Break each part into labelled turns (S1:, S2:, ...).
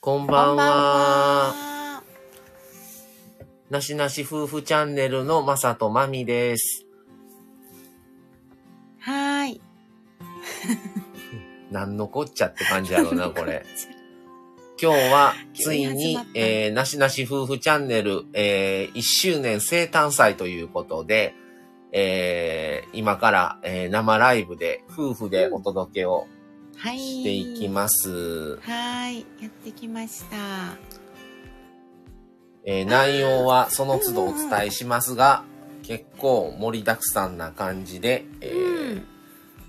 S1: こん
S2: こんば
S1: ばん
S2: ん
S1: は。
S2: は。
S1: なしなし夫婦チャンネルのまさとまみです。
S2: はーい。
S1: なんのこっちゃって感じやろうな、こ れ。今日は、つい
S2: 急に始
S1: に
S2: まっ、た
S1: えー、なしなし夫婦チャンネル、えー、1周年生誕祭ということで、えー、今から、えー生ライブで、夫婦でお届けを
S2: はい。
S1: していきます。
S2: はーい。やってきました。
S1: えー内容はその都度お伝えしますが、結構盛りだくさんな感じで、えー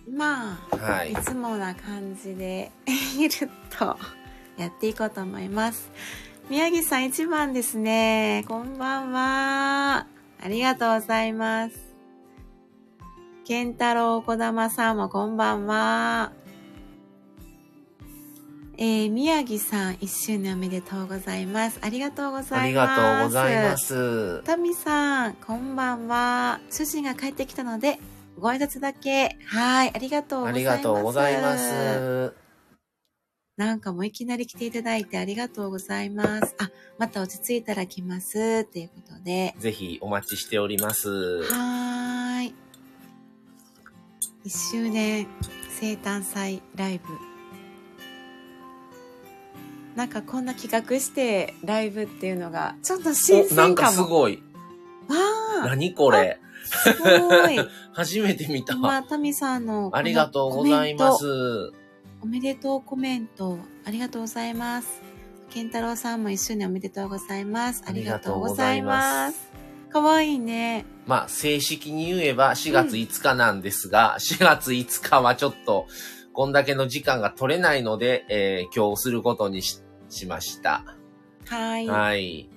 S2: うん。まあ、、
S1: はいい。
S2: つもな感じで、 ゆるっとやっていこうと思います。宮城さん一番ですね。こんばんは。ありがとうございます。健太郎こだまさんもこんばんは。えー、宮城さん一周年おめでとうございます。ありがとうござ
S1: あ
S2: い
S1: り
S2: ま
S1: が
S2: す。
S1: とうございます。
S2: タミさん、こんばんは。主人が帰ってきたので、ご挨拶だけ。はい、ありがとうござ
S1: あり
S2: います。
S1: がとうございます。
S2: なんかもういきなり来ていただいてありがとうございます。あ、また落ち着いたら来ます。ということで。
S1: ぜひお待ちしております。
S2: はーい。1周年生誕祭ライブ。なんかこんな企画してライブっていうのがちょっと新
S1: お、な
S2: 鮮
S1: んか
S2: か
S1: す
S2: も。
S1: ごい。
S2: わ
S1: 何これ。
S2: ー、すごい。
S1: 初めて見た。
S2: 今、タミさんの。
S1: ありがとうございま
S2: コメン
S1: す。
S2: ト。おめでとうコメント。ありがとうございます。健太郎さんも一周年おめでとうございます。ありがとうございます。かわいいね。
S1: まあ、正式に言えば4月5日なんですが、4月5日はちょっと、こんだけの時間が取れないので、えー今日することにししました。
S2: はい。
S1: はい。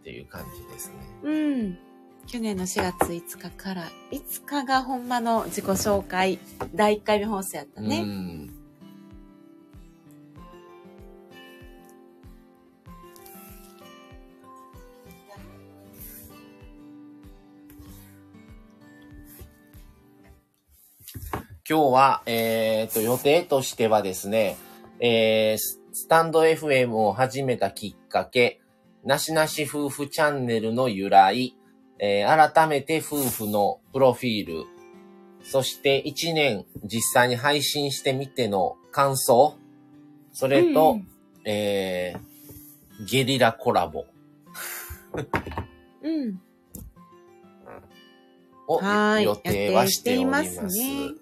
S1: っていう感じですね。
S2: うん。去年の4月5日から、5日がほんまの自己紹介、第1回目放送やった
S1: う
S2: ね。
S1: ん。今日は、えー、と、予定としてはですね、えー、ススタンド FM を始めたきっかけ、なしなし夫婦チャンネルの由来、えー改めて夫婦のプロフィール、そして1年実際に配信してみての感想、それと、えー、ゲリラコラボ
S2: うん、うん。
S1: を
S2: はい。
S1: 予定はしております。
S2: 予定していますね。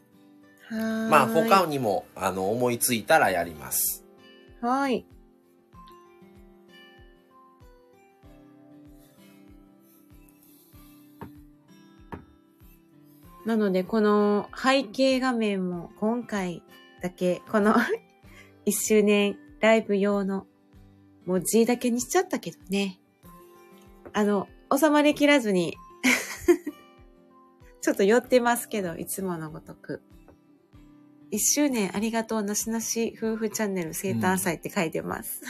S2: はーい。
S1: まあ他にも、あの、思いついたらやります。
S2: はい。なので、この背景画面も今回だけ、この 1周年ライブ用の文字だけにしちゃったけどね。あの、収まりきらずに、ちょっと寄ってますけど、いつものごとく。1周年ありがとうなしなし夫婦チャンネル生誕祭って書いてます。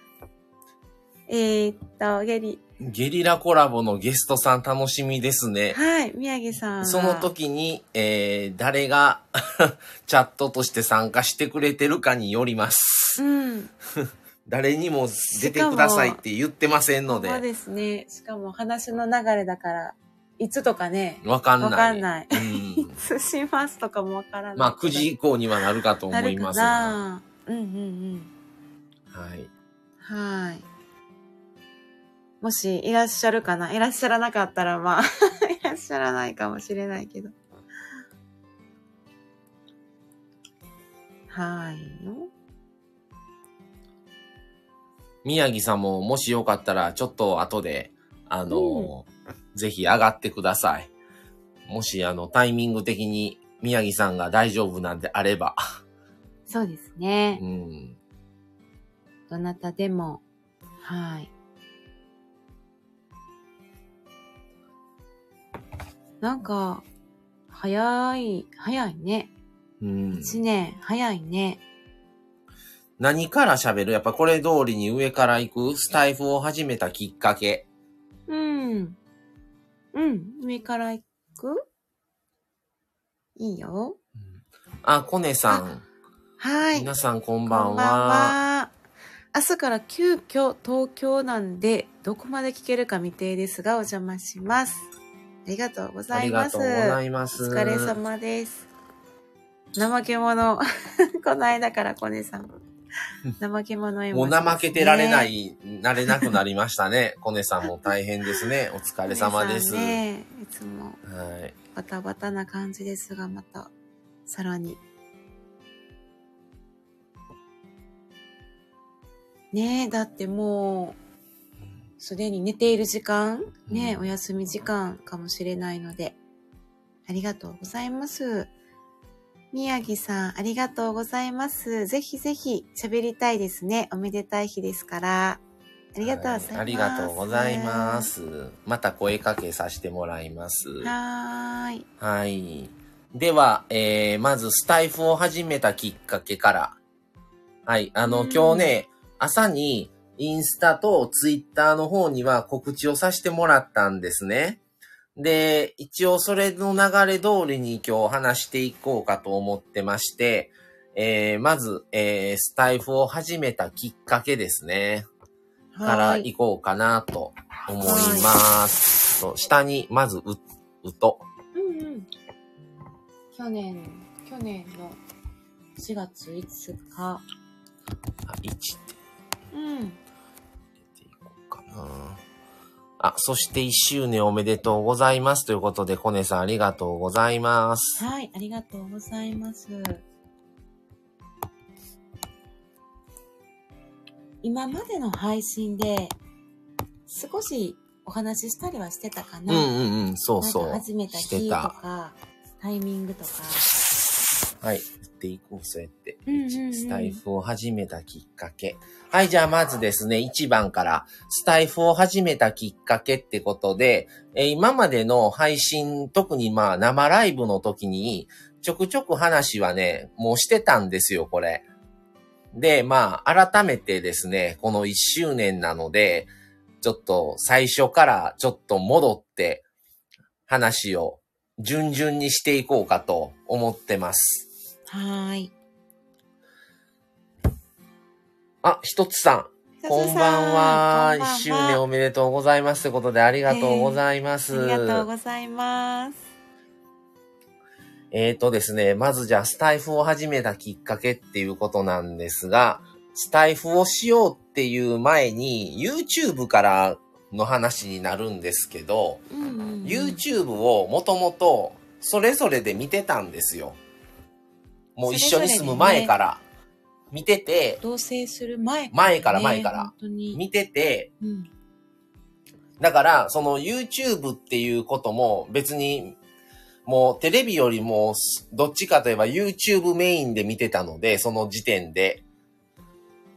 S2: えーっと、ゲリ、
S1: ゲリラコラボのゲストさん楽しみですね。
S2: はい、宮城さんは。
S1: その時に、えー、誰が チャットとして参加してくれてるかによります。
S2: うん。
S1: 誰にも出てくださいって言ってませんの
S2: そう
S1: で、
S2: ですね。しかも話の流れだから、いつとかね、
S1: わかんない。
S2: わかんない。
S1: うん
S2: いつしますとかもわからない。
S1: まあ、9時以降にはなるかと思
S2: なる
S1: い
S2: か
S1: ますが。
S2: な。うんうんうん。
S1: はい。
S2: はい。もしいらっしゃるかないらっしゃらなかったらまあ、 いらっしゃらないかもしれないけど。はいよ。
S1: 宮城さんも、もしよかったら、ちょっと後で、あの、ぜひ上がってください。もし、あの、タイミング的に宮城さんが大丈夫なんであれば。
S2: そうですね
S1: う。ん。
S2: どなたでも。はい。なんか、早い、早いね。
S1: うん、
S2: 一年、早いね。
S1: 何から喋るやっぱこれ通りに上から行くスタイフを始めたきっかけ。
S2: うん。うん。上から行くいいよ。
S1: あ、コネさん。
S2: はい。
S1: 皆さんこん
S2: こ
S1: ばんは。
S2: 朝から急遽東京なんで、どこまで聞けるか未定ですが、お邪魔します。ありがとうござ
S1: あ
S2: い
S1: り
S2: ま
S1: がと
S2: す。
S1: うございます。
S2: お疲れ様です。怠け者。 この間からコネさん。怠け者絵
S1: もう
S2: 文字ですね
S1: 怠けてられな。い、なれなくなりましたね。コネさんも大変ですね。お疲
S2: お
S1: れ様です。
S2: ね、いつも
S1: はい。
S2: バタバタな感じですが、また、さらに。ねえ、だってもう、すでに寝ている時間、ねえ、
S1: うん
S2: お休み時間かもしれないので、ありがとうございます。宮城さん、ありがとうございます。ぜひぜひ喋りたいですね。おめでたい日ですから。ありがとうございます。
S1: はいありがとうございま。す。また声かけさせてもらいます。
S2: はーい。
S1: はい。では、えー、まずスタイフを始めたきっかけから。はい。あの、
S2: うん
S1: 今日ね、朝にインスタとツイッターの方には告知をさせてもらったんですね。で、一応それの流れ通りに今日話していこうかと思ってまして、えー、まず、えー、スタイフを始めたきっかけですね。から
S2: はー
S1: 行こうかなと思います。と下に、まずう、うと。
S2: うんうん。去年、去年の4月5日。
S1: あ、1
S2: うん。
S1: っていこうかな。あ、そして1周年おめでとうございますということで、コネさんありがとうございます。
S2: はい、ありがとうございます。今までの配信で、少しお話ししたりはしてたか
S1: う
S2: な。
S1: んうんうん、そうそ
S2: なん
S1: う
S2: か。始めた
S1: して
S2: 日と
S1: た。
S2: か、タイミングとか。
S1: はい。振っていこう、そうやって。
S2: うんうんうん
S1: スタイフを始めたきっかけ。はい、じゃあまずですね、1番から、スタイフを始めたきっかけってことで、えー今までの配信、特にまあ生ライブの時に、ちょくちょく話はね、もうしてたんですよ、これ。で、まあ、改めてですね、この1周年なので、ちょっと最初からちょっと戻って、話を順々にしていこうかと思ってます。
S2: はーい。
S1: あ、ひとつさん。こんばんは。一周年
S2: あ
S1: おめでとうございます。ということで、ありがとうございます。
S2: りがとうございます。
S1: えーとですね、まずじゃあ、スタイフを始めたきっかけっていうことなんですが、スタイフをしようっていう前に、YouTube からの話になるんですけど、
S2: うんうんうん
S1: YouTube をもともと、それぞれで見てたんですよ。もう一緒に住む前から。見てて、
S2: 同棲する前
S1: 前から前から
S2: 本当に。
S1: 見てて、
S2: うん。
S1: だから、その YouTube っていうことも別に、もうテレビよりもす、どっちかといえば YouTube メインで見てたので、その時点で。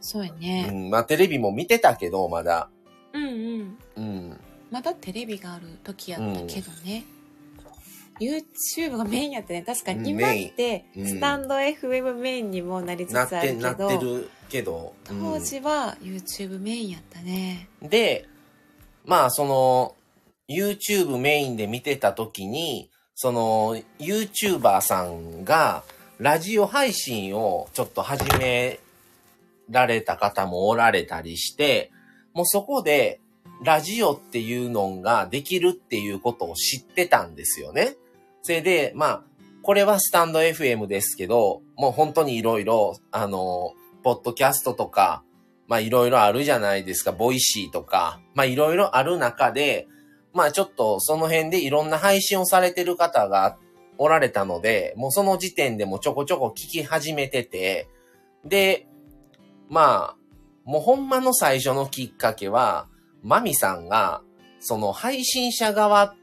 S2: そうや
S1: う
S2: ね。
S1: ん、まあテレビも見てたけど、まだ。
S2: うんうん。
S1: うん。
S2: まだテレビがある時やったけどね。YouTube がメインやってね。確かに
S1: うん
S2: 今って、
S1: メインうん
S2: スタンド FM メインにもなりつつ
S1: な
S2: あ
S1: っ
S2: る
S1: て、
S2: け
S1: なっ
S2: ど、
S1: てるけど。うん
S2: 当時は YouTube メインやったね。
S1: で、まあその、YouTube メインで見てた時に、その、YouTuber さんが、ラジオ配信をちょっと始められた方もおられたりして、もうそこで、ラジオっていうのができるっていうことを知ってたんですよね。それで、まあ、これはスタンド FM ですけど、もう本当にいろいろ、あの、ポッドキャストとか、まあいろいろあるじゃないですか、ボイシーとか、まあいろいろある中で、まあちょっとその辺でいろんな配信をされてる方がおられたので、もうその時点でもちょこちょこ聞き始めてて、で、まあ、もうほんまの最初のきっかけは、マミさんが、その配信者側っ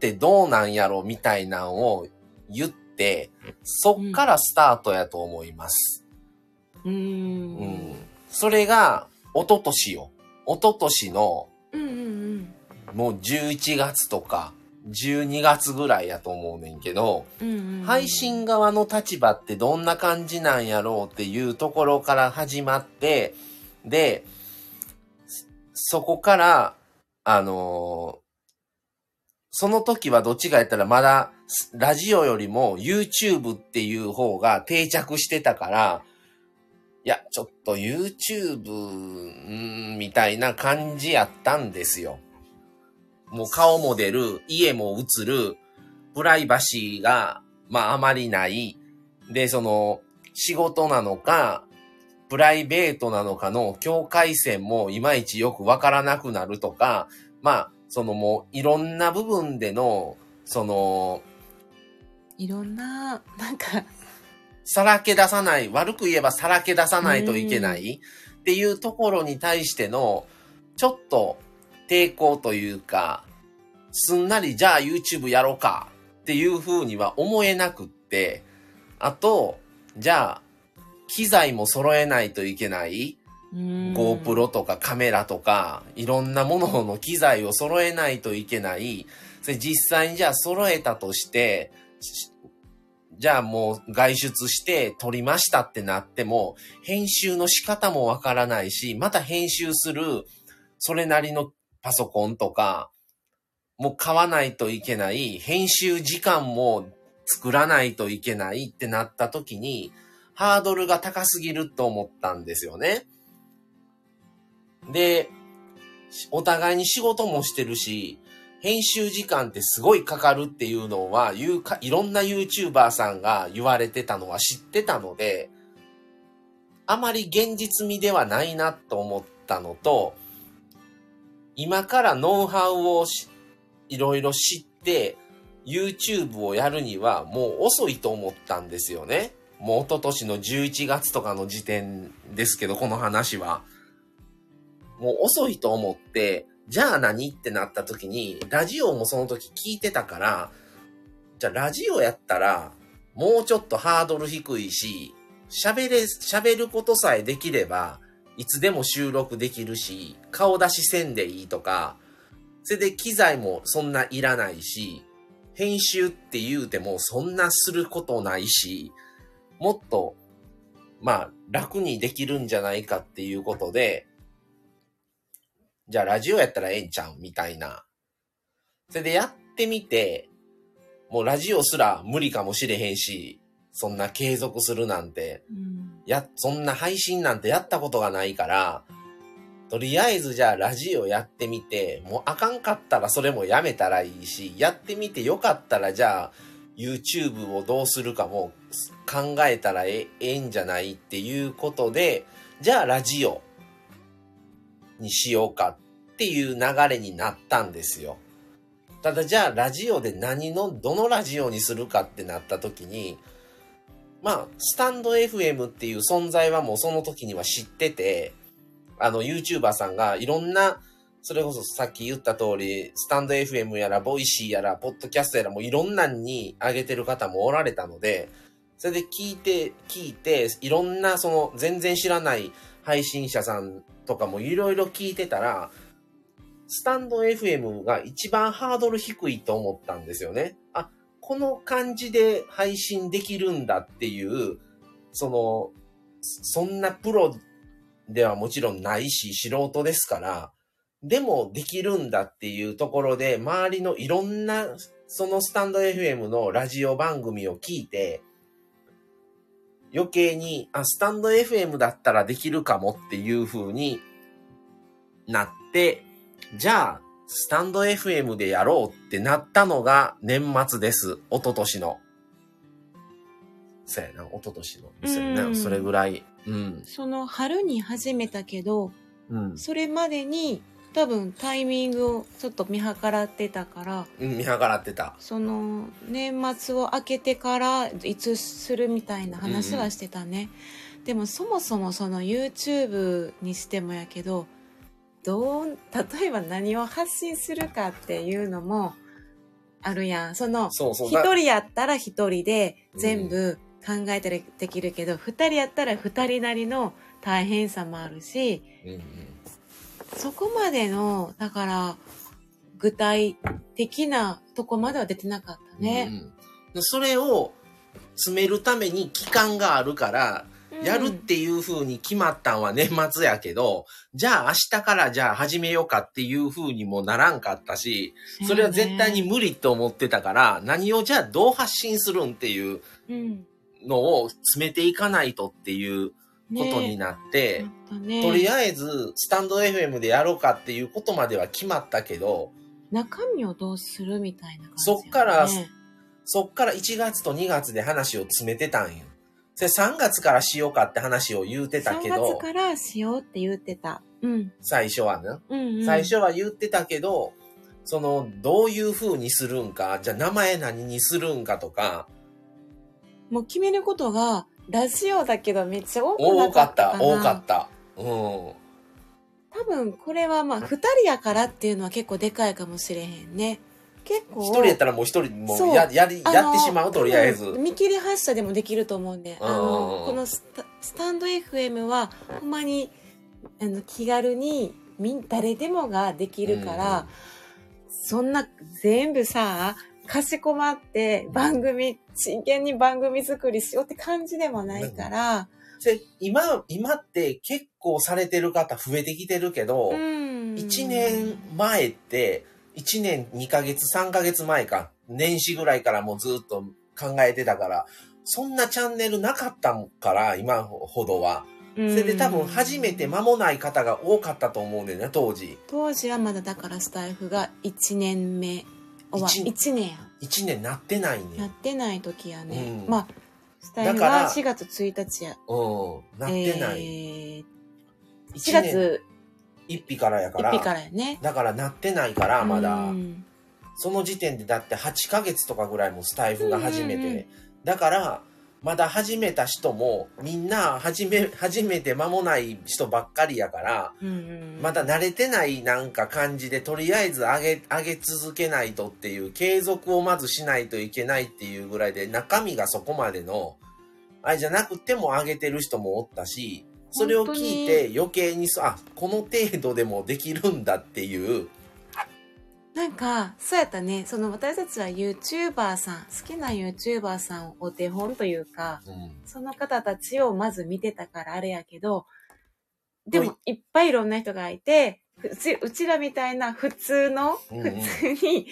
S1: てどうなんやろみたいなんを言って、そっからスタートやと思います。
S2: うー。
S1: うんんそれが、一昨年よ。一昨年の、
S2: うんうんうん。
S1: もう11月とか、12月ぐらいやと思うねんけど、
S2: うんうんうん
S1: 配信側の立場ってどんな感じなんやろうっていうところから始まって、で、そそこから、あのーその時はどっちかやったらまだ、ラジオよりも YouTube っていう方が定着してたから、いや、ちょっと YouTube、うんみたいな感じやったんですよ。もう顔も出る、家も映る、プライバシーが、まああまりない。で、その、仕事なのか、プライベートなのかの境界線もいまいちよくわからなくなるとか、まあ、そのもういろんな部分での、その、
S2: いろんな、なんか、
S1: さらけ出さない、悪く言えばさらけ出さないといけないっていうところに対しての、ちょっと抵抗というか、すんなりじゃあ YouTube やろうかっていうふうには思えなくって、あと、じゃあ、機材も揃えないといけない、
S2: うーん
S1: GoPro とかカメラとか、いろんなものの機材を揃えないといけない。それ実際にじゃあ揃えたとして、しじゃあもう外出して撮りましたってなっても、編集の仕方もわからないし、また編集する、それなりのパソコンとか、もう買わないといけない、編集時間も作らないといけないってなった時に、ハードルが高すぎると思ったんですよね。で、しお互いに仕事もしてるし、編集時間ってすごいかかるっていうのは、ゆうかいろんな YouTuber さんが言われてたのは知ってたので、あまり現実味ではないなと思ったのと、今からノウハウをしいろいろ知って、YouTube をやるにはもう遅いと思ったんですよね。もう一昨年の11月とかの時点ですけど、この話は。もう遅いと思って、じゃあ何ってなった時に、ラジオもその時聞いてたから、じゃあラジオやったら、もうちょっとハードル低いし、喋れ、喋ることさえできれば、いつでも収録できるし、顔出しせんでいいとか、それで機材もそんないらないし、編集って言うてもそんなすることないし、もっと、まあ、楽にできるんじゃないかっていうことで、じゃあラジオやったらええんちゃうみたいな。それでやってみて、もうラジオすら無理かもしれへんし、そんな継続するなんて、
S2: うん
S1: や、そんな配信なんてやったことがないから、とりあえずじゃあラジオやってみて、もうあかんかったらそれもやめたらいいし、やってみてよかったらじゃあ YouTube をどうするかも考えたらええええんじゃないっていうことで、じゃあラジオにしようかっていう流れになったんですよ。ただじゃあラジオで何の、どのラジオにするかってなった時に、まあ、スタンド FM っていう存在はもうその時には知ってて、あの、YouTuber さんがいろんな、それこそさっき言った通り、スタンド FM やら、ボイシーやら、ポッドキャストやら、もういろんなんに上げてる方もおられたので、それで聞いて、聞いて、いろんなその全然知らない配信者さんとかもいろいろ聞いてたら、スタンド FM が一番ハードル低いと思ったんですよね。あ、この感じで配信できるんだっていう、その、そんなプロではもちろんないし、素人ですから、でもできるんだっていうところで、周りのいろんな、そのスタンド FM のラジオ番組を聞いて、余計に、あ、スタンド FM だったらできるかもっていう風になって、じゃあ、スタンド FM でやろうってなったのが年末です。一昨年の。そうやな、一昨年の。ですよ
S2: う
S1: ね。
S2: ん
S1: それぐらい。うん。
S2: その春に始めたけど、
S1: うん。
S2: それまでに多分タイミングをちょっと見計らってたから、
S1: うん見計らってた。
S2: その年末を明けてからいつするみたいな話はしてたね、でもそもそもその YouTube にしてもやけどどう例えば何を発信するかっていうのもあるやんその
S1: そうそう。
S2: 一
S1: だ
S2: 人やったら一人で全部考えたりできるけど二、人やったら二人なりの大変さもあるし
S1: うんうん
S2: そこまでのだから具体的なとこまでは出てなかったね。
S1: うんうんでそれを詰めるために期間があるから、やるっていう風に決まったんは年末やけど、じゃあ明日からじゃあ始めようかっていう風にもならんかったし、それは絶対に、無理と思ってたから、何をじゃあどう発信するんっていう
S2: うん
S1: のを詰めていかないとっていうことになって、
S2: なったね。
S1: とりあえず、スタンド FM でやろうかっていうことまでは決まったけど、
S2: 中身をどうするみたいな感じ、
S1: そっからそっから1月と2月で話を詰めてたんよ。で、3月からしようかって話を言うてたけ
S2: 3
S1: ど
S2: 月、からしようって言ってた。うん。
S1: 最初はね。
S2: うん、うん。
S1: 最初は言ってたけど、その、どういう風にするんか、じゃあ名前何にするんかとか、
S2: もう決めることが、ラジオだけどめっちゃ多くな
S1: 多
S2: か
S1: かっ
S2: った
S1: た
S2: か、な。
S1: 多かった。うん。
S2: 多分これはまあ、二人やからっていうのは結構でかいかもしれへんね。結構。
S1: 一人やったらもう一人、も
S2: そう
S1: うや、やり、
S2: あの
S1: やってしまう、とりあえ
S2: 多分
S1: ず。
S2: 見切り発車でもできると思うんで、あ
S1: うん
S2: の、このスタスタンド FM は、ほんまに、あの、気軽に、みん、誰でもができるから、そんな、全部さ、かしこまって、番組、真剣に番組作りしようって感じでもないから、
S1: うん。で、今、今って結構されてる方増えてきてるけど、
S2: うん
S1: 1年前って、1年2ヶ月、3ヶ月前か、年始ぐらいからもうずっと考えてたから、そんなチャンネルなかったから、今ほどは。
S2: そ
S1: それで多分初めて間もない方が多かったと思うねんな、当時。
S2: 当時はまだだからスタイフが1年目おわ
S1: 一
S2: 1年や
S1: 1年なってない
S2: な
S1: ね
S2: っ。てない時やね、
S1: うん
S2: まあスタイフ
S1: だから
S2: は4月1日や
S1: うん。なってない。
S2: えー、
S1: 一
S2: 4
S1: 年
S2: 月
S1: 1日からやか。
S2: 1日かららやね
S1: だからなってないから、まだ
S2: う。ん
S1: その時点でだって8ヶ月とかぐらいもスタイフが始めて、
S2: うんうんうん
S1: だからまだ始めた人もみんな始め始めて間もない人ばっかりやから
S2: うんうん
S1: まだ慣れてないなんか感じでとりあえず上げ上げ続けないとっていう継続をまずしないといけないっていうぐらいで中身がそこまでのあれじゃなくても上げてる人もおったしそれを聞いて余計にそあこの程度でもできるんだっていう
S2: なんかそうやったねその私たちは YouTuber さん好きな YouTuber さんをお手本というか
S1: うん
S2: その方たちをまず見てたからあれやけど、で
S1: は
S2: もいっぱいいろんな人がいて、うちうちらみたいな普通の、
S1: うんうん
S2: 普通に、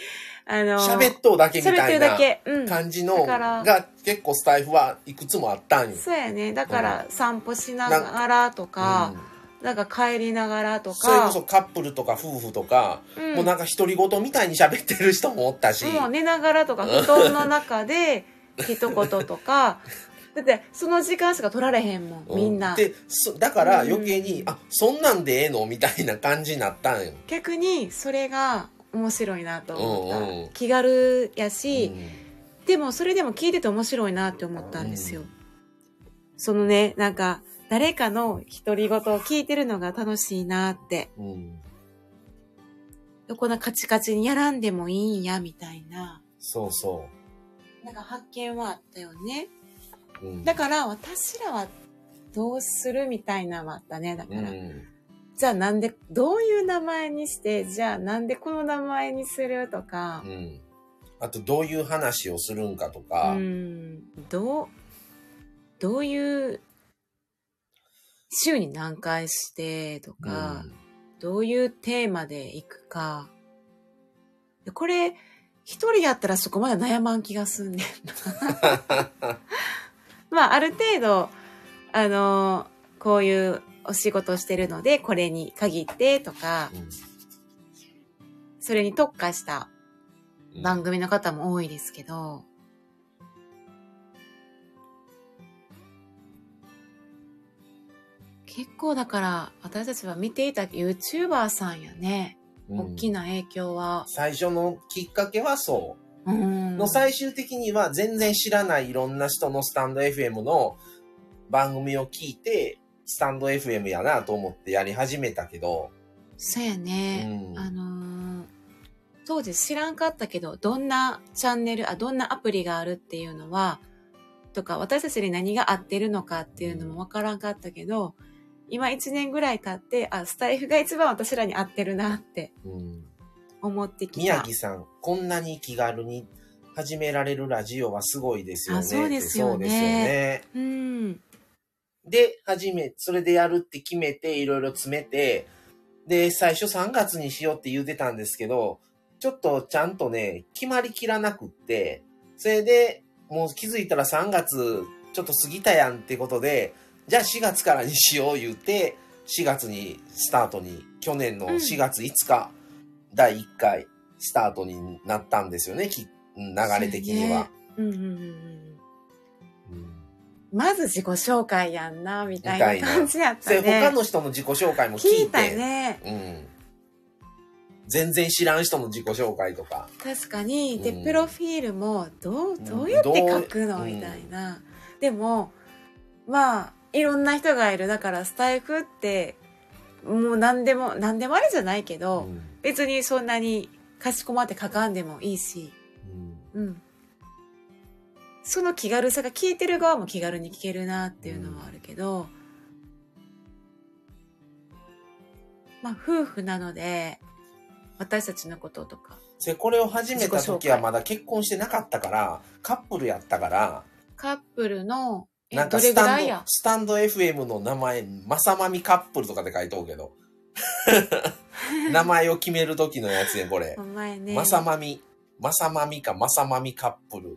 S2: あの、
S1: 喋っとうだけみ
S2: 喋
S1: た
S2: って
S1: い
S2: る
S1: な
S2: だ。け。うん。
S1: 感じの
S2: だから
S1: が結構スタイフはいくつもあったんよ。
S2: そうやね。だから散歩しながらとか、
S1: うん
S2: なんか帰りながらと
S1: それこ
S2: か、
S1: そカップルとか夫婦とか、
S2: うん
S1: もうなんか独り言みたいに喋ってる人もおったし、
S2: もう寝ながらとか、布団の中で一言と か、だってその時間しか取られへんもん、
S1: う
S2: みんな。
S1: でそだから
S2: うん
S1: 余計に、あそんなんでええのみたいな感じになったんよ。
S2: 逆にそれが面白いなと思った。
S1: うんうん
S2: 気軽や
S1: う
S2: し、
S1: ん
S2: でもそれでも聞いてて面白いなって思ったんですよ。
S1: うん
S2: そのね、なんか、誰かの独り言を聞いてるのが楽しいなって。
S1: うん
S2: こんなカチカチにやらんでもいいんや、みたいな。
S1: そうそ
S2: なんか発見はあったよね。
S1: う。うん
S2: だから私らはどうするみたいなのはあったね。だから、
S1: うん
S2: じゃあなんで、どういう名前にして、じゃあなんでこの名前にするとか
S1: う、んあとどういう話をするんかと
S2: う
S1: か、
S2: ん、どう、どういう、週に何回してとか、
S1: うん
S2: どういうテーマで行くか。でこれ、一人やったらそこまで悩まん気がすんねん な。まあ、ある程度、あのこういうお仕事してるので、これに限ってとか、それに特化した
S1: うん
S2: 番組の方も多いですけど、結構だから、私たちは見ていた YouTuber さんやね。
S1: うん
S2: 大きな影響は。
S1: 最初のきっかけはそう。
S2: うん。
S1: の最終的には全然知らないいろんな人のスタンド FM の番組を聞いて、スタンド FM やなと思ってやり始めたけど、
S2: そうや
S1: う
S2: ね。
S1: ん
S2: あのー当時知らんかったけど、どんなチャンネル、あ、どんなアプリがあるっていうのは、とか、私たちに何が合ってるのかっていうのもわからんかったけど、今1年ぐらい経って、あ、スタイフが一番私らに合ってるなって
S1: うん
S2: 思ってきた。
S1: 宮城さん、こんなに気軽に始められるラジオはすごいですよね。
S2: あそうですよ
S1: そ
S2: ね
S1: うですよね。
S2: うん。
S1: で、始め、それでやるって決めて、いろいろ詰めて、で、最初3月にしようって言うてたんですけど、ちょっとちゃんとね、決まりきらなくって、それで、もう気づいたら3月、ちょっと過ぎたやんってことで、じゃあ4月からにしよう言うて、4月にスタートに、去年の4月5日、第1回スタートになったんですよね、き流れ的には。
S2: うんうんうんうん。
S1: うん
S2: まず自己紹介やんな、みた
S1: み
S2: い
S1: た
S2: ない
S1: な
S2: 感じやった
S1: それ
S2: ね。
S1: 他の人の自己紹介も聞いて。
S2: 聞いたね。
S1: うん。全然知らん人の自己紹介とか。
S2: 確かに。で、
S1: うん
S2: プロフィールも、どう、
S1: ん
S2: どうやって書く
S1: ど
S2: の
S1: う
S2: みたいな。でも、まあ、いろんな人がいる。だから、スタイフって、もう何でも、何でもあれじゃないけど、
S1: うん
S2: 別にそんなにかしこまって書かんでもいいし、うん。その気軽さが聞いてる側も気軽に聞けるなっていうのはあるけど、まあ夫婦なので、私たちのこととか、
S1: で、これを始めた
S2: 自己紹
S1: 時
S2: 介
S1: はまだ結婚してなかったから、カップルやったから、
S2: カップルの、え
S1: なんか
S2: どれ
S1: ス
S2: ぐ
S1: タ
S2: ら
S1: ン
S2: い
S1: ド
S2: や、
S1: スタンド FM の名前、まさまみカップルとかで書いとう けど。名前を決める時のやつやん、これ
S2: お。前 ね。
S1: まさまみ。まさまみか、まさまみカップル。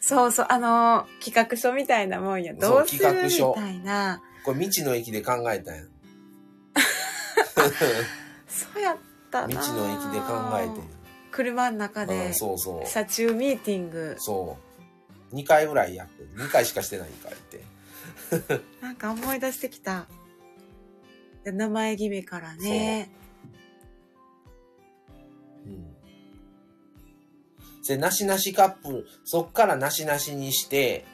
S2: そうそう、あのー企画書みたいなもんや。
S1: そう
S2: どうする
S1: 企画書
S2: みたいな。
S1: これ未知の駅で考えた やん。
S2: そうやったな。
S1: 未知の駅で考えてん。
S2: 車の中
S1: う
S2: で
S1: ん、、そうそう。
S2: 車中ミーティング。
S1: そう。2回ぐらいやって、2回しかしてないんかいって。
S2: なんか思い出してきた。名前決めからね。
S1: うん。で、なしなしカップル、そっからなしなしにして、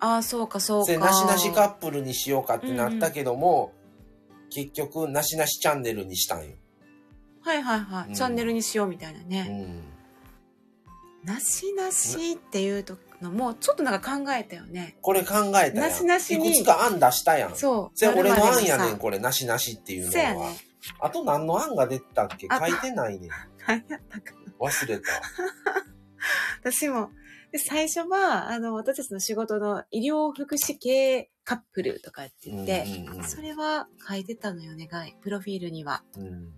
S2: ああ、そうか、そう
S1: で、
S2: か。
S1: なしなしカップルにしようかってなったけども、結局、なしなしチャンネルにしたんよ。
S2: はいはいはい、
S1: うん
S2: チャンネルにしようみたいな
S1: う
S2: ね。
S1: ん。
S2: なしなしっていうとのも、ちょっとなんか考えたよね。
S1: これ考えたやん。
S2: なしなしに
S1: いくつか案出したやん。そ
S2: そう。
S1: れ俺の
S2: 丸々
S1: 案や
S2: さ
S1: ねん、これ、なしなしっていう
S2: そうや
S1: のは。
S2: ね。
S1: あと何の案が出てたっけ
S2: あ
S1: 書いてないねん。
S2: 何やったかな
S1: 忘れた。
S2: 私も。で、最初は、あの、私たちの仕事の医療福祉系カップルとかって言って、
S1: うんうんうん
S2: それは書いてたのよね、がい。プロフィールには。
S1: うん。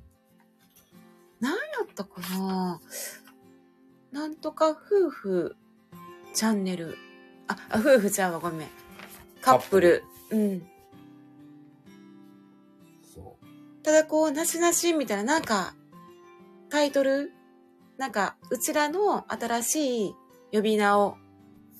S2: だったかななんとか夫婦チャンネル。あ、あ夫婦ちゃんはごめん。カップル。うん。
S1: そ
S2: ただこう、なしなしみたいな、なんか、タイトルなんか、うちらの新しい呼び名を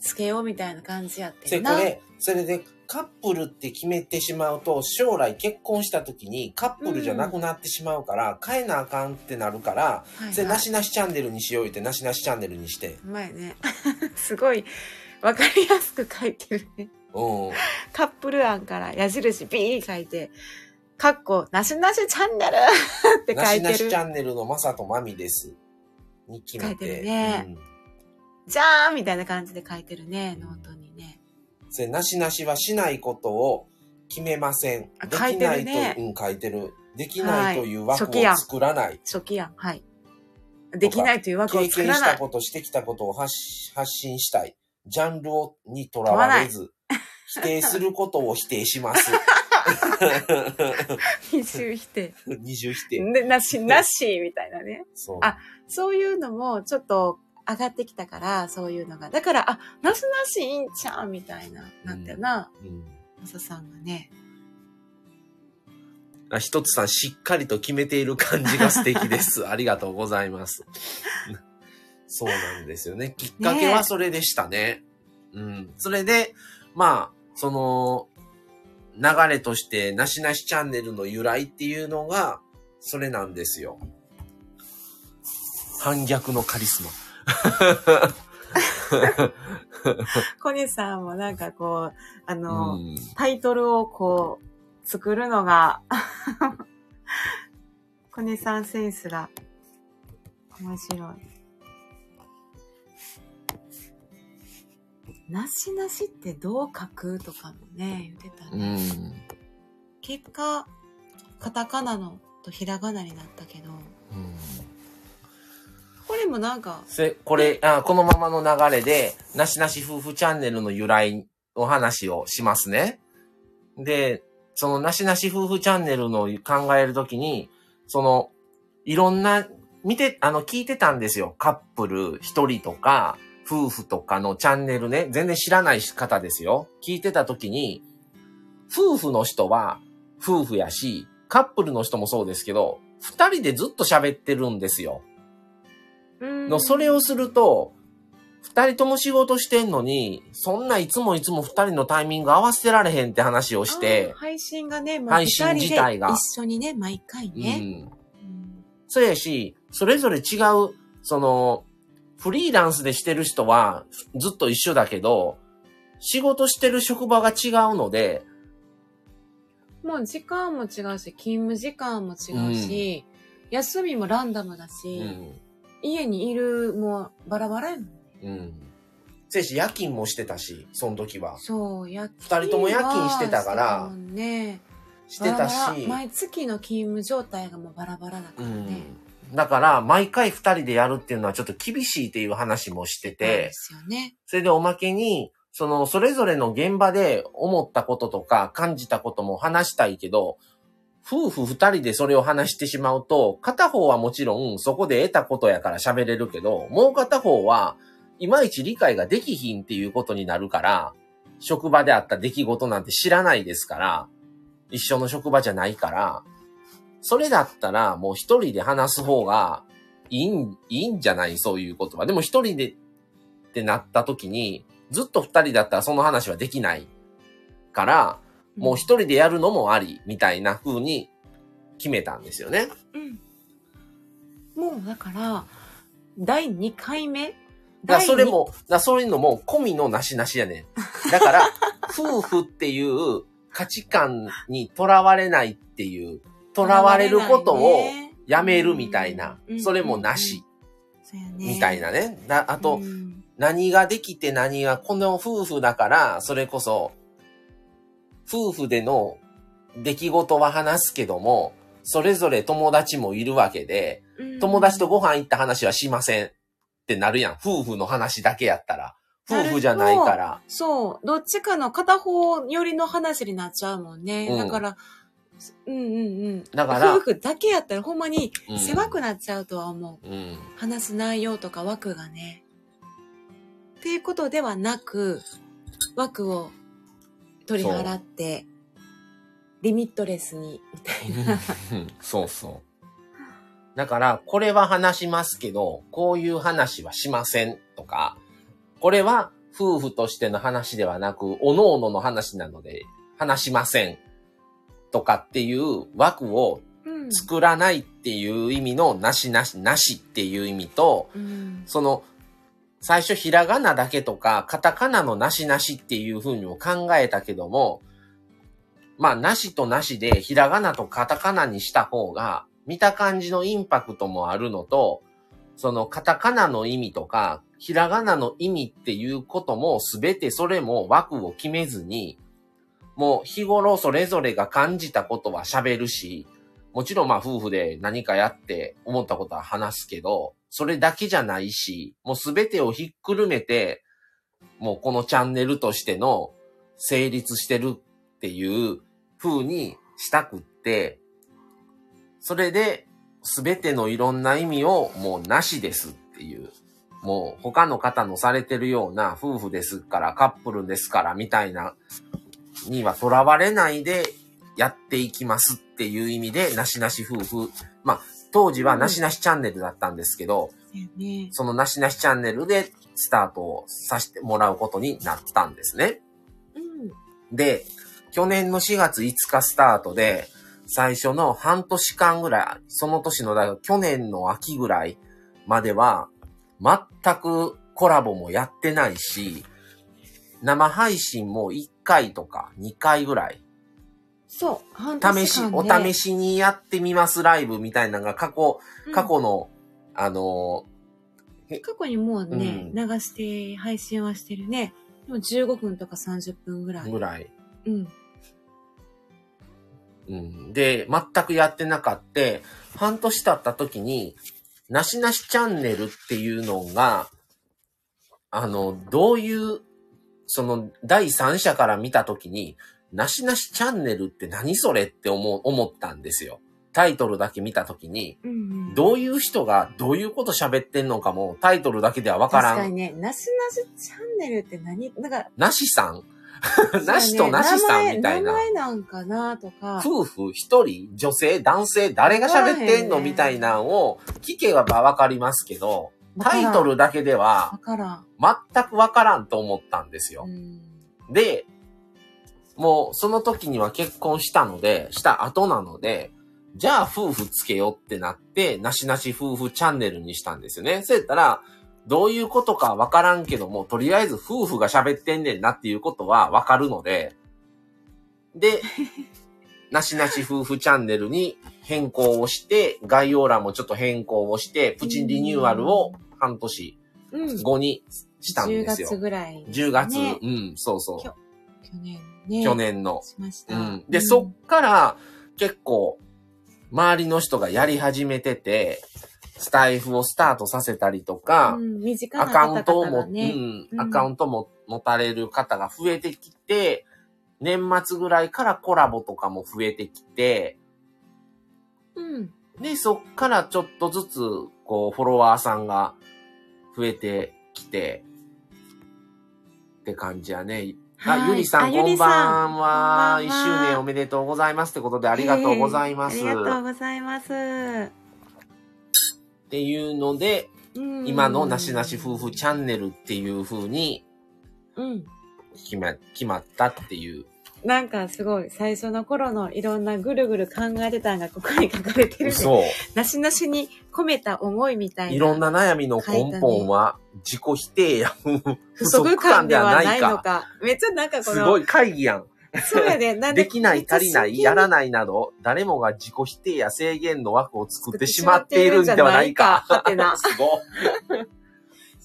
S2: つけようみたいな感じやっ
S1: う。
S2: て
S1: で、
S2: ん
S1: こ
S2: な。
S1: れ、それで、カップルって決めてしまうと、将来結婚した時にカップルじゃなくなってしまうから、変えなあかんってなるから、
S2: はいはい
S1: それなしなしチャンネルにしよう言って、なしなしチャンネルにして。
S2: うまいね。 すごい、わかりやすく書いてるね。
S1: うん。
S2: カップル案から矢印ビー書いて、かっこ、なしなしチャンネル って書
S1: なし
S2: いてる。
S1: なしチャンネルのまさとまみです。に決め
S2: 書いて
S1: て。
S2: るね
S1: うん
S2: じゃーんみたいな感じで書いてるね、ノートにね。
S1: それなしなしはしないことを決めません。
S2: あ
S1: でき
S2: 書いて
S1: な
S2: る
S1: いと、
S2: ね
S1: うん、書いてる。できないという枠
S2: はい初期案
S1: を作らない。
S2: 初期案、はい。できないという枠を
S1: 経
S2: 作
S1: 験
S2: ら
S1: し
S2: な
S1: た
S2: い。
S1: こと、してきたことを発し発信したい。ジャンルをにとらわれず、 否定することを否定します。
S2: 二 重否定。
S1: 二重否定。
S2: で、なし、なし、みたいなね。
S1: そう。
S2: あそういうのも、ちょっと、上がってきたから、そういうのが。だから、あ、なしなしいいんちゃうみたいな、なったよな、
S1: うん
S2: マサさんがね。
S1: あひとつさん、しっかりと決めている感じが素敵 です。ありがとうございます。そうなんですよね。きっかけはそれでしたね。うん。それで、まあ、その、流れとして、なしなしチャンネルの由来っていうのが、それなんですよ。反逆のカリスマ。
S2: コニーさんもなんかこう、あ
S1: う
S2: の、
S1: ん。
S2: タイトルをこう、作るのが、 コネさんセンスが、面白い。なしなしってどう書くとかもね、言ってた
S1: う
S2: ね。
S1: ん。
S2: 結果、カタカナのとひらがなになったけど、
S1: うん
S2: これもなんか、
S1: せ、これ、あこのままの流れで、なしなし夫婦チャンネルの由来、お話をしますね。で、そのなしなし夫婦チャンネルの考えるときに、その、いろんな、見て、あの、聞いてたんですよ。カップル一人とか、夫婦とかのチャンネルね、全然知らない方ですよ。聞いてたときに、夫婦の人は夫婦やし、カップルの人もそうですけど、二人でずっと喋ってるんですよ。
S2: うん
S1: の、それをすると、二人とも仕事してんのに、そんないつもいつも二人のタイミング合わせてられへんって話をし
S2: あー
S1: て、
S2: 配信がね、もう
S1: 配信
S2: 二人で
S1: 自体が
S2: 一緒にね、毎回
S1: う
S2: ね。
S1: ん。
S2: うん
S1: そうやし、それぞれ違う、その、フリーランスでしてる人はずっと一緒だけど、仕事してる職場が違うので、
S2: もう時間も違うし、勤務時間も違うし、休みもランダムだ
S1: う
S2: し、
S1: ん。
S2: 家にいる、もうバラバラやもん。
S1: うん。そうやし、夜勤もしてたし、その時は。
S2: そう、夜
S1: 二人とも夜勤してたから
S2: してたもんね。
S1: してた
S2: バラバラ
S1: し、
S2: 毎月の勤務状態がもうバラバラだか
S1: う
S2: らね。
S1: ん。だから、毎回二人でやるっていうのはちょっと厳しいっていう話もして
S2: そうで
S1: て、
S2: すよね。
S1: それでおまけに、その、それぞれの現場で思ったこととか感じたことも話したいけど、夫婦二人でそれを話してしまうと、片方はもちろんそこで得たことやから喋れるけど、もう片方はいまいち理解ができひんっていうことになるから、職場であった出来事なんて知らないですから、一緒の職場じゃないから、それだったらもう一人で話す方がいいん、いいんじゃないそういうことは。でも一人でってなった時に、ずっと二人だったらその話はできないから、もう一人でやるのもあり、みたいな風に決めたんですよね。
S2: うん。もうだから、第2回目
S1: だから
S2: 第二
S1: それも、だからそういうのも込みのなしなしやねん。だ から、夫婦っていう価値観にとらわれないっていう、とらわれることをやめるみたいな
S2: うん、
S1: それもなし、
S2: そうやね
S1: みたいなね。だあと
S2: う、ん
S1: 何ができて何が、この夫婦だから、それこそ、夫婦での出来事は話すけども、それぞれ友達もいるわけで、友達とご飯行った話はしませんってなるやん。夫婦の話だけやったら。夫
S2: なるほど
S1: 婦じゃないから。
S2: そう、どっちかの片方寄りの話になっちゃうもんね。
S1: うん
S2: だから、うんうんうん。
S1: だから
S2: 夫婦だけやったらほんまに
S1: うん
S2: 狭くなっちゃうとは思う。
S1: うん。
S2: 話す内容とか枠がね。っていうことではなく、枠を取り払って、リミットレスに、みたいな。
S1: そうそう。だから、これは話しますけど、こういう話はしませんとか、これは夫婦としての話ではなく、おのおのの話なので、話しませんとかっていう枠を
S2: うん
S1: 作らないっていう意味のなしなし、なしっていう意味と、
S2: うん。
S1: その、最初ひらがなだけとか、カタカナのなしなしっていう風にも考えたけども、まあ、なしとなしで、ひらがなとカタカナにした方が、見た感じのインパクトもあるのと、そのカタカナの意味とか、ひらがなの意味っていうことも、すべてそれも枠を決めずに、もう日頃それぞれが感じたことは喋るし、もちろんまあ夫婦で何かやって思ったことは話すけど、それだけじゃないし、もうすべてをひっくるめて、もうこのチャンネルとしての成立してるっていう風にしたくって、それで全てのいろんな意味をもうなしですっていう。もう他の方のされてるような夫婦ですからカップルですからみたいなにはとらわれないでやっていきますっていう意味でなしなし夫婦。まあ当時はなしなしチャンネルだったんですけど、
S2: そうやね。
S1: そのなしなしチャンネルでスタートをさせてもらうことになったんですね。
S2: うん。
S1: で、去年の4月5日スタートで、最初の半年間ぐらい、その年の、だから去年の秋ぐらいまでは、全くコラボもやってないし、生配信も1回とか2回ぐらい、
S2: そう、半年間
S1: 試し、お
S2: で
S1: 試しにやってみますライブみたいなのが過去、過。
S2: うん
S1: 去の、あの
S2: 過去にもうね、
S1: うん
S2: 流して配信はしてるね。でも15分とか30分ぐら
S1: ー
S2: い。
S1: ぐらい
S2: うん。
S1: うん。で、全くやってなかって、半年経った時に、なしなしチャンネルっていうのが、あの、どういう、その、第三者から見た時に、なしなしチャンネルって何それって思う、思ったんですよ。タイトルだけ見た時に、
S2: うんうん。
S1: どういう人がどういうこと喋ってんのかも、タイトルだけではわから
S2: 確か
S1: ん。
S2: にね、なしなしチャンネルって何なんか、
S1: なしさん なしとなしさんみたいな
S2: 名。前名前なんかなとか。
S1: 夫婦一人、女性、男性、誰が喋ってんの
S2: わからへんね
S1: みたいなのを聞けばわかりますけど、
S2: わか
S1: タ
S2: らん
S1: イトルだけでは
S2: わからん。
S1: 全くわからんと思ったんですよ
S2: う。ん。
S1: で、もうその時には結婚したので、した後なので、じゃあ夫婦つけようってなって、なしなし夫婦チャンネルにしたんですよね。そうやったら、どういうことかわからんけども、とりあえず夫婦が喋ってんねんなっていうことはわかるので、 で、なしなし夫婦チャンネルに変更をして、概要欄もちょっと変更をして、プチリニューアルを半年
S2: うん。
S1: 後にしたん
S2: 10
S1: ですよ。
S2: 月ぐらい。
S1: 10月、
S2: ね
S1: うん、そうそう。
S2: 去年ね。
S1: 去。年の。
S2: しまし
S1: う
S2: た。
S1: ん。で、そっから結構、周りの人がやり始めてて、スタイフをスタートさせたりとか
S2: う、ん、身近な
S1: アカウント
S2: 方
S1: を
S2: 々
S1: も、
S2: がね。
S1: う、
S2: うんん
S1: アカウントも持たれる方が増えてきて、年末ぐらいからコラボとかも増えてきて、
S2: うん。
S1: で、そっからちょっとずつ、こう、フォロワーさんが増えてきて、って感じやね。あ、
S2: はい
S1: ゆりさん、こんばんは。
S2: こんばんは
S1: 一周年おめでとうございますってことでありがとうございます。
S2: ええありがとう
S1: っ
S2: ございます。
S1: ていうので、
S2: うん
S1: 今のなしなし夫婦チャンネルっていう風に
S2: うん。
S1: 決ま決まったっていう。
S2: なんかすごい、最初の頃のいろんなぐるぐる考えてたんがここに書かれてるね。
S1: そう。
S2: なしなしに込めた思いみたいな。
S1: いろんな悩みの根本は自己否定や
S2: 不
S1: 不
S2: 足
S1: 足
S2: 感
S1: 感で
S2: で
S1: は
S2: は
S1: な
S2: ないいの
S1: か。
S2: か。めっちゃなんかこの、
S1: すごい会議やん。
S2: そうやで、なんで
S1: できない、足りない、やらないなど、誰もが自己否定や制限の枠を作ってしまっているんではないか。
S2: はてな。っ
S1: すごい。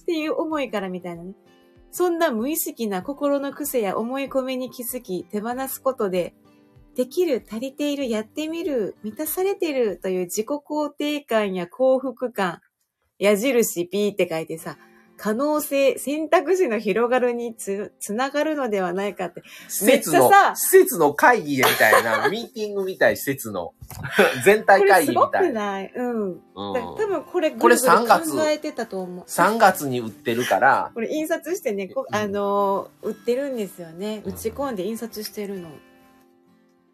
S2: ていう思いからみたいなね。そんな無意識な心の癖や思い込みに気づき、手放すことで、できる、足りている、やってみる、満たされてるという自己肯定感や幸福感、矢印 P って書いてさ、可能性、選択肢の広がるにつ、つながるのではないかって。
S1: 施設
S2: め
S1: の
S2: っちゃさ、
S1: 施設の会議みたい な、ミーティングみたい、施設の 全
S2: こ
S1: 体
S2: れ
S1: 会
S2: す
S1: 議み
S2: ご
S1: た
S2: く
S1: い。
S2: ないうん。
S1: うん
S2: だから多分これ、
S1: これ3月
S2: 考えてたと思う。
S1: 3月に売ってるから、
S2: これ印刷してね、こ
S1: うん
S2: あのー売ってるんですよね。
S1: うん
S2: 打ち込んで印刷してるの。